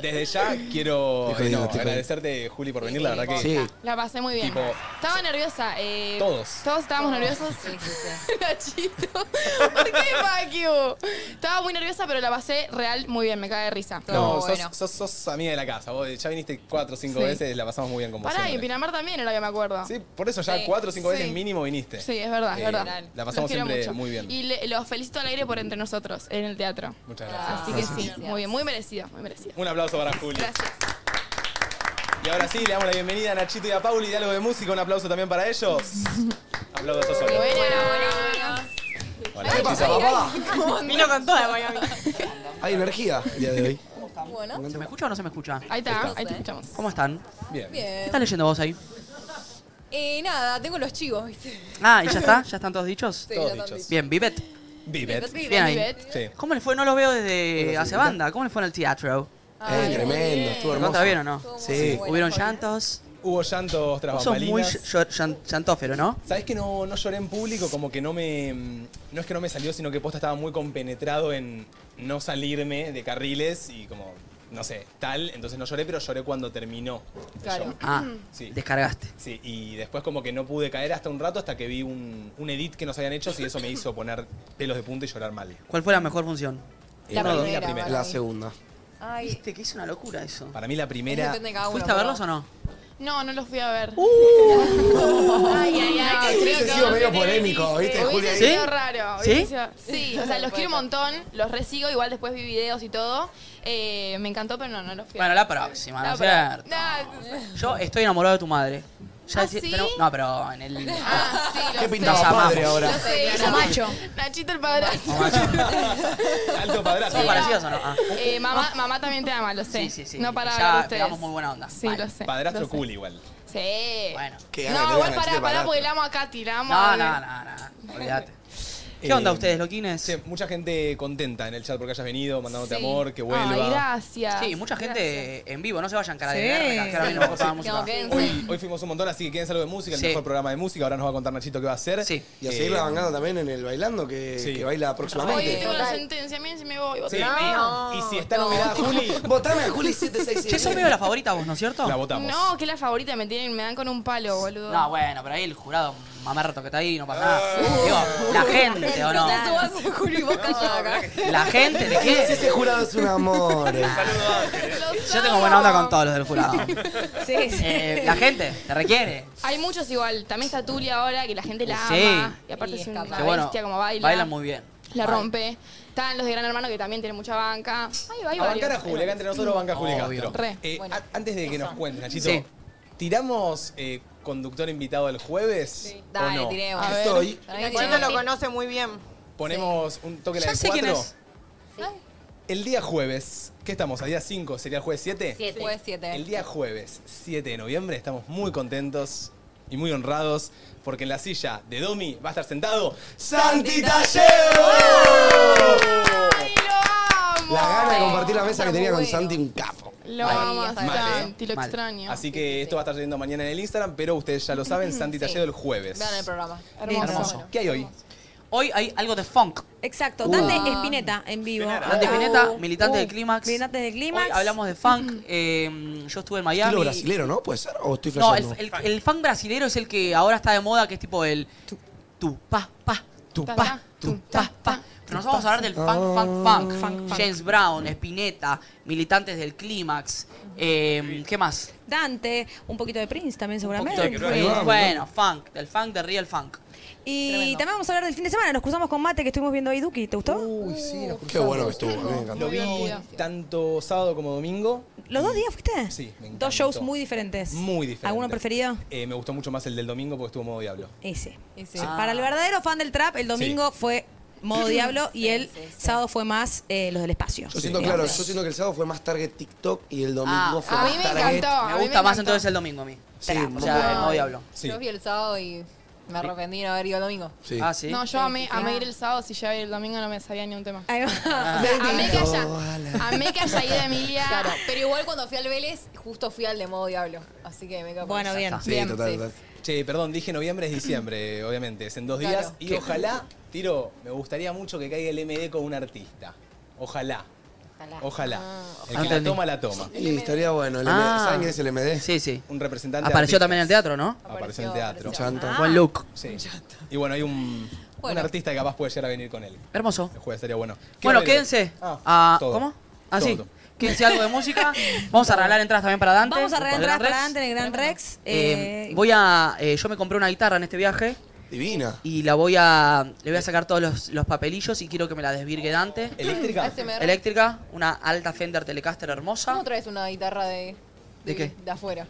Speaker 1: Desde ya quiero no,
Speaker 2: Te jodido, te jodido.
Speaker 1: agradecerte, Juli, por venir. La verdad que
Speaker 2: Sí.
Speaker 3: La pasé muy bien.
Speaker 1: Tipo-
Speaker 3: Estaba nerviosa. eh,
Speaker 1: Todos.
Speaker 3: Todos estábamos nerviosos.
Speaker 4: Sí, sí, sí.
Speaker 3: Nachito. ¿Por qué, Paquio? Estaba muy nerviosa, pero la pasé real muy bien. Me cae de risa.
Speaker 1: no,
Speaker 4: No,
Speaker 1: sos,
Speaker 4: bueno.
Speaker 1: sos- sos amiga de la casa. Vos ya viniste cuatro o cinco
Speaker 3: Sí.
Speaker 1: veces, la pasamos muy bien con vos.
Speaker 3: Pará, y en
Speaker 1: siempre.
Speaker 3: Pinamar también era que me acuerdo.
Speaker 1: Sí, por eso ya
Speaker 4: Sí.
Speaker 1: cuatro o cinco veces
Speaker 3: Sí.
Speaker 1: mínimo viniste.
Speaker 3: Sí, es verdad, es
Speaker 1: Eh,
Speaker 3: verdad.
Speaker 1: La pasamos
Speaker 3: Los quiero
Speaker 1: siempre
Speaker 3: mucho.
Speaker 1: muy bien.
Speaker 3: Y le- los felicito al aire por entre nosotros en el teatro.
Speaker 4: Ah,
Speaker 1: Muchas gracias.
Speaker 3: Así que sí, muy bien, muy merecido, muy merecido.
Speaker 1: Un aplauso para Juli.
Speaker 3: Gracias.
Speaker 1: Y ahora sí, le damos la bienvenida a Nachito y a Pauli, diálogo de música. Un aplauso también para ellos. Aplausos a
Speaker 3: Bueno,
Speaker 1: solo.
Speaker 3: bueno, bueno.
Speaker 1: Hola,
Speaker 2: ¿Qué pasa, papá?
Speaker 7: Vino con toda Miami.
Speaker 2: Hay energía el día de hoy.
Speaker 4: Bueno,
Speaker 19: ¿Se me escucha o no se me escucha?
Speaker 3: Ahí está, ahí te escuchamos.
Speaker 19: ¿Cómo están?
Speaker 1: Bien.
Speaker 19: ¿Qué
Speaker 4: bien.
Speaker 19: estás leyendo vos ahí?
Speaker 4: Eh, nada, tengo los chivos, ¿viste?
Speaker 19: Ah, ¿y ya está? ¿Ya están todos dichos?
Speaker 4: Sí,
Speaker 1: Todos
Speaker 4: ya están
Speaker 1: dichos.
Speaker 19: Bien, Vivet.
Speaker 1: Vivet.
Speaker 4: dichos.
Speaker 19: Bien ahí.
Speaker 3: Vivet.
Speaker 1: Sí.
Speaker 19: ¿Cómo les fue? No los veo desde hace banda. ¿Cómo les fue en el teatro?
Speaker 2: Eh, tremendo, estuvo
Speaker 19: ¿Lo
Speaker 2: hermoso.
Speaker 19: bien o no?
Speaker 4: Estuvo Ah, muy
Speaker 2: Sí.
Speaker 4: bueno.
Speaker 19: ¿Hubieron llantos?
Speaker 1: Hubo llantos tras
Speaker 19: Vos sos muy
Speaker 1: bambalinas.
Speaker 19: ll- llan- llantófero, ¿no?
Speaker 1: ¿Sabes que no, no lloré en público? Como que no me. mm, No es que no me salió, sino que posta estaba muy compenetrado en no salirme de carriles y como. No sé, tal. Entonces no lloré, pero lloré cuando terminó. el
Speaker 4: Claro.
Speaker 1: show.
Speaker 19: Ah,
Speaker 1: Sí.
Speaker 19: descargaste.
Speaker 1: Sí, y después como que no pude caer hasta un rato hasta que vi un, un edit que nos habían hecho y eso me hizo poner pelos de punta y llorar mal.
Speaker 19: ¿Cuál fue la mejor función?
Speaker 4: La
Speaker 1: para mí
Speaker 4: primera,
Speaker 1: la primera.
Speaker 2: La segunda.
Speaker 4: Ay,
Speaker 19: Viste que es una locura eso.
Speaker 1: Para mí la
Speaker 4: es
Speaker 1: primera.
Speaker 4: depende de cada uno.
Speaker 19: ¿Fuiste a verlos o no?
Speaker 3: No, no los fui a ver.
Speaker 19: Uh.
Speaker 4: Ay, ay,
Speaker 19: Ah,
Speaker 4: ay. creo
Speaker 2: Hubiese
Speaker 4: que
Speaker 2: sido
Speaker 4: ahora
Speaker 2: medio
Speaker 4: me
Speaker 2: polémico, ¿viste, Juli?
Speaker 3: Hubiese
Speaker 2: ahí?
Speaker 19: ¿Sí?
Speaker 3: sido raro.
Speaker 19: ¿Sí?
Speaker 3: hubiese sido- Sí, o sea, los quiero un montón, los resigo, igual después vi videos y todo. Eh, me encantó, pero no, no los fui a
Speaker 19: Bueno,
Speaker 3: ver.
Speaker 19: la próxima, ¿no
Speaker 3: No,
Speaker 19: es
Speaker 3: pero-
Speaker 19: cierto?
Speaker 3: No,
Speaker 19: Yo estoy enamorado de tu madre. Ya
Speaker 3: ¿Ah,
Speaker 19: decí-
Speaker 3: sí?
Speaker 19: tenemos- no, pero en el.
Speaker 3: Ah, sí, lo
Speaker 19: ¿Qué
Speaker 3: sé.
Speaker 19: pintaba padre
Speaker 3: Lo
Speaker 19: ahora?
Speaker 3: sé,
Speaker 19: Lo
Speaker 3: lo sé.
Speaker 19: macho.
Speaker 3: Nachito el padrastro.
Speaker 19: Alto padrastro. ¿Son
Speaker 3: Sí.
Speaker 19: parecidos o no? Ah.
Speaker 3: Eh, mamá, mamá también te ama, lo sé. Sí, sí, sí. No para
Speaker 19: Ya
Speaker 3: hablar de ustedes.
Speaker 19: pegamos muy buena onda.
Speaker 3: Sí, lo sé.
Speaker 1: Padrastro
Speaker 3: lo sé.
Speaker 1: cool igual.
Speaker 3: Sí. Bueno.
Speaker 19: Qué gana que
Speaker 3: no,
Speaker 19: le
Speaker 3: igual
Speaker 19: digan
Speaker 3: pará,
Speaker 19: Nachito el
Speaker 3: pará,
Speaker 19: padrastro.
Speaker 3: porque la amo a Katy, la amo
Speaker 19: No,
Speaker 3: a-
Speaker 19: no, no, no. Olvídate. ¿Qué onda ustedes, loquines?
Speaker 1: Eh, mucha gente contenta en el chat porque hayas venido, mandándote
Speaker 3: Sí.
Speaker 1: amor, que
Speaker 3: Ay,
Speaker 1: vuelva.
Speaker 3: gracias.
Speaker 19: Sí, mucha gente en vivo, no se vayan cara de
Speaker 3: Sí.
Speaker 19: verga, que ahora viene mejor para la música.
Speaker 1: Hoy, hoy fuimos un montón, así que quédense algo de música, el
Speaker 19: Sí.
Speaker 1: mejor programa de música. Ahora nos va a contar Nachito qué va a hacer.
Speaker 2: Y a seguir la bancada también en el bailando que, que baila
Speaker 3: Hoy
Speaker 2: próximamente.
Speaker 3: tengo la sentencia, miren si me voy.
Speaker 1: Sí.
Speaker 3: No.
Speaker 1: Y si está
Speaker 3: No.
Speaker 1: nominada Juli.
Speaker 2: Votame a Juli 767.
Speaker 19: Che, sos medio la favorita vos, ¿no es cierto?
Speaker 1: La votamos.
Speaker 3: No, que es la favorita, me tienen, me dan con un palo, boludo.
Speaker 19: No, Ah, bueno, pero ahí el jurado mamerto que está ahí no pasa nada. Digo, la gente, ¿o no?
Speaker 4: Te subas, Julio, y vos callada acá.
Speaker 19: La gente, ¿de qué?
Speaker 2: Ese jurado es un amor.
Speaker 19: Yo tengo buena onda con todos los del jurado.
Speaker 3: Sí, sí.
Speaker 19: Eh, la gente, te requiere.
Speaker 3: Hay muchos igual. También está Tulia ahora, que la gente la
Speaker 19: Sí.
Speaker 3: ama. Y aparte es una
Speaker 19: Que bueno,
Speaker 3: bestia como baila.
Speaker 19: Bailan muy bien.
Speaker 3: La rompe. Están los de Gran Hermano, que también tienen mucha banca. Ay,
Speaker 1: A
Speaker 3: hay
Speaker 1: bancar a
Speaker 3: varios.
Speaker 1: Juli, acá entre nosotros banca a Juli
Speaker 19: Obvio.
Speaker 1: Castro.
Speaker 3: Re,
Speaker 1: Eh, a- antes de que nos cuentes, Nachito,
Speaker 19: Sí.
Speaker 1: ¿tiramos eh, conductor invitado el jueves?
Speaker 7: Dale,
Speaker 1: ¿o no?
Speaker 7: tiremos. A ver.
Speaker 1: Estoy.
Speaker 7: Nachito lo conoce muy bien.
Speaker 1: Ponemos un toque en
Speaker 7: Ya
Speaker 1: la del
Speaker 7: sé quién
Speaker 1: 4.
Speaker 7: es.
Speaker 1: El día jueves, ¿qué estamos? ¿A día 5? ¿Sería el jueves 7?
Speaker 4: Siete. Jueves siete.
Speaker 1: El día jueves 7 de noviembre estamos muy contentos y muy honrados porque en la silla de Domi va a estar sentado Santi Talleo.
Speaker 2: La gana de compartir la mesa que tenía con Santi, un capo.
Speaker 3: Lo
Speaker 1: Mal.
Speaker 3: amo a
Speaker 1: Mal,
Speaker 3: Santi,
Speaker 1: ¿eh?
Speaker 3: lo
Speaker 1: Mal.
Speaker 3: extraño.
Speaker 1: Así que esto va a estar saliendo mañana en el Instagram, pero ustedes ya lo saben, Santi Talledo el jueves.
Speaker 4: Vean el programa.
Speaker 3: Hermoso.
Speaker 1: Hermoso. ¿Qué hay hoy?
Speaker 19: Hoy hay algo de funk.
Speaker 20: Exacto,
Speaker 19: Uh.
Speaker 20: Dante Espineta en vivo.
Speaker 19: Dante Pineta, militante del Clímax.
Speaker 20: Militante del Clímax.
Speaker 19: Hoy hablamos de funk. eh, yo estuve en Miami.
Speaker 2: Estilo brasilero, ¿no? ¿Puede ser? ¿O estoy
Speaker 19: No,
Speaker 2: flasheando?
Speaker 19: el, el, el funk brasilero es el que ahora está de moda, que es tipo el tu, tu, pa, pa, tu, pa, tu, pa, pa. Pero nos vamos a hablar del funk, funk, funk. James Brown, Spinetta, militantes del Clímax. eh, ¿Qué más?
Speaker 20: Dante, un poquito de Prince también seguramente.
Speaker 19: Bueno, funk, del funk, del real funk.
Speaker 20: Y también vamos a hablar del fin de semana. Nos cruzamos con Mate que estuvimos viendo hoy Duki. ¿Te gustó? Uh,
Speaker 2: Uy, sí, Qué bueno que estuvo, a mí me encantó.
Speaker 1: Lo vi tanto sábado como domingo.
Speaker 20: ¿Los dos días fuiste?
Speaker 1: Sí, me encantó.
Speaker 20: Dos shows muy diferentes.
Speaker 1: Muy diferentes.
Speaker 20: ¿Alguno preferido?
Speaker 1: Eh, me gustó mucho más el del domingo porque estuvo modo diablo.
Speaker 20: Ese.
Speaker 1: Ese.
Speaker 20: Ah.
Speaker 1: Ah.
Speaker 20: Para el verdadero fan del trap, el domingo fue modo diablo y el sábado fue más eh, los del espacio.
Speaker 2: Yo siento, claro, yo siento que el sábado fue más target TikTok y el domingo
Speaker 20: Ah,
Speaker 2: fue
Speaker 20: a
Speaker 2: más
Speaker 20: mí me
Speaker 2: target-
Speaker 20: encantó,
Speaker 19: Me gusta más entonces el domingo a mí.
Speaker 2: Sí,
Speaker 19: o sea, el modo diablo.
Speaker 4: Yo vi el sábado y me arrepentí de no haber ido el domingo.
Speaker 2: Sí.
Speaker 19: Ah, sí.
Speaker 3: No, yo amé, amé ir el sábado, si ya el domingo no me sabía ni un tema.
Speaker 20: Ah.
Speaker 3: Amé que haya, amé que haya ido Emilia.
Speaker 4: Claro, pero igual cuando fui al Vélez, justo fui al de modo diablo. Así que me quedo con
Speaker 20: Bueno,
Speaker 4: esa.
Speaker 20: bien.
Speaker 1: Sí, total, total. Che, perdón, dije noviembre es diciembre, obviamente, es en dos
Speaker 4: Claro.
Speaker 1: días. Y
Speaker 4: ¿Qué?
Speaker 1: ojalá, tiro, me gustaría mucho que caiga el MD con un artista. Ojalá. Ojalá. El que la
Speaker 19: Entendí.
Speaker 1: toma, la toma.
Speaker 2: Y estaría bueno. El
Speaker 19: Ah.
Speaker 2: MD. ¿Saben quién es el MD?
Speaker 19: Sí, sí.
Speaker 1: Un representante.
Speaker 19: Apareció
Speaker 1: de
Speaker 19: también en el teatro, ¿no?
Speaker 1: artistas. Apareció en el teatro.
Speaker 19: Chanta. Ah. Buen look.
Speaker 1: Sí. Y bueno, hay un,
Speaker 4: Bueno.
Speaker 1: un artista que capaz puede llegar a venir con él.
Speaker 19: Hermoso.
Speaker 1: El jueves estaría bueno. ¿Qué
Speaker 19: Bueno,
Speaker 1: va a haber?
Speaker 19: quédense. Ah,
Speaker 1: todo.
Speaker 19: ¿Cómo? Ah, sí.
Speaker 1: Todo.
Speaker 19: Quédense algo de música. Vamos a regalar entradas también para Dante.
Speaker 20: Vamos a
Speaker 19: para
Speaker 20: regalar entradas
Speaker 19: Gran
Speaker 20: para
Speaker 19: Rex.
Speaker 20: Dante en el Gran Rex.
Speaker 19: Eh,
Speaker 20: Eh,
Speaker 19: voy a. eh, yo me compré una guitarra en este viaje.
Speaker 2: Divina.
Speaker 19: Y la voy a. Le voy a sacar todos los, los papelillos y quiero que me la desvirgue Dante.
Speaker 20: Ah,
Speaker 1: ¿Eléctrica?
Speaker 4: ASMR.
Speaker 19: Eléctrica, una alta Fender Telecaster hermosa.
Speaker 4: ¿Cómo traes una guitarra de,
Speaker 19: ¿De qué?
Speaker 4: de afuera?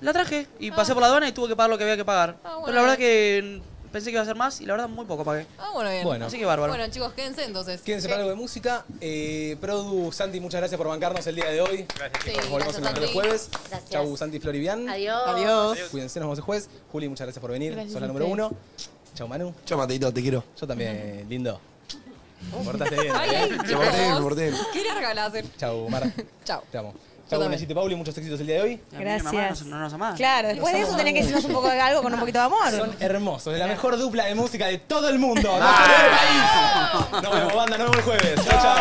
Speaker 19: La traje
Speaker 20: Ah.
Speaker 19: y pasé por la aduana y tuve que pagar lo que había que pagar.
Speaker 4: bueno.
Speaker 19: Pero la verdad que pensé que iba a ser más y la verdad muy poco pagué.
Speaker 4: Ah, bueno, bien.
Speaker 19: Bueno. Así que bárbaro.
Speaker 4: Bueno, chicos, quédense entonces.
Speaker 1: Quédense para algo de música. Eh, Produ, Santi, muchas gracias por bancarnos el día de hoy. Gracias,
Speaker 4: chicos.
Speaker 1: Nos volvemos
Speaker 4: Sí,
Speaker 1: a encontrar el
Speaker 4: gracias,
Speaker 1: jueves.
Speaker 4: Santi. Gracias.
Speaker 1: Chau, Santi Florivian.
Speaker 4: Adiós. Adiós.
Speaker 1: Cuídense, nos vemos el jueves. Juli, muchas gracias por venir.
Speaker 4: Gracias
Speaker 1: Sos
Speaker 4: a
Speaker 1: la número
Speaker 4: ustedes.
Speaker 1: uno. Chau, Manu.
Speaker 2: Chau, Mateito, te quiero.
Speaker 1: Yo también, lindo. Te portaste bien.
Speaker 4: Oh. Ay,
Speaker 1: ¿eh?
Speaker 4: ay,
Speaker 1: Te
Speaker 4: chicos.
Speaker 1: portaste bien, te portaste bien.
Speaker 4: Qué larga la hacen.
Speaker 1: Chau, Mar.
Speaker 4: Chao.
Speaker 1: Te amo. Chau,
Speaker 4: también.
Speaker 1: Nachito y Pauli, muchos éxitos el día de hoy.
Speaker 20: Gracias.
Speaker 19: No nos amás.
Speaker 20: Claro, después de eso tenés que decirnos un poco de algo con un poquito de amor.
Speaker 1: Son hermosos, es la mejor dupla de música de todo el mundo, no solo del país. Nos vemos, banda, nos vemos el jueves. Chau, chau.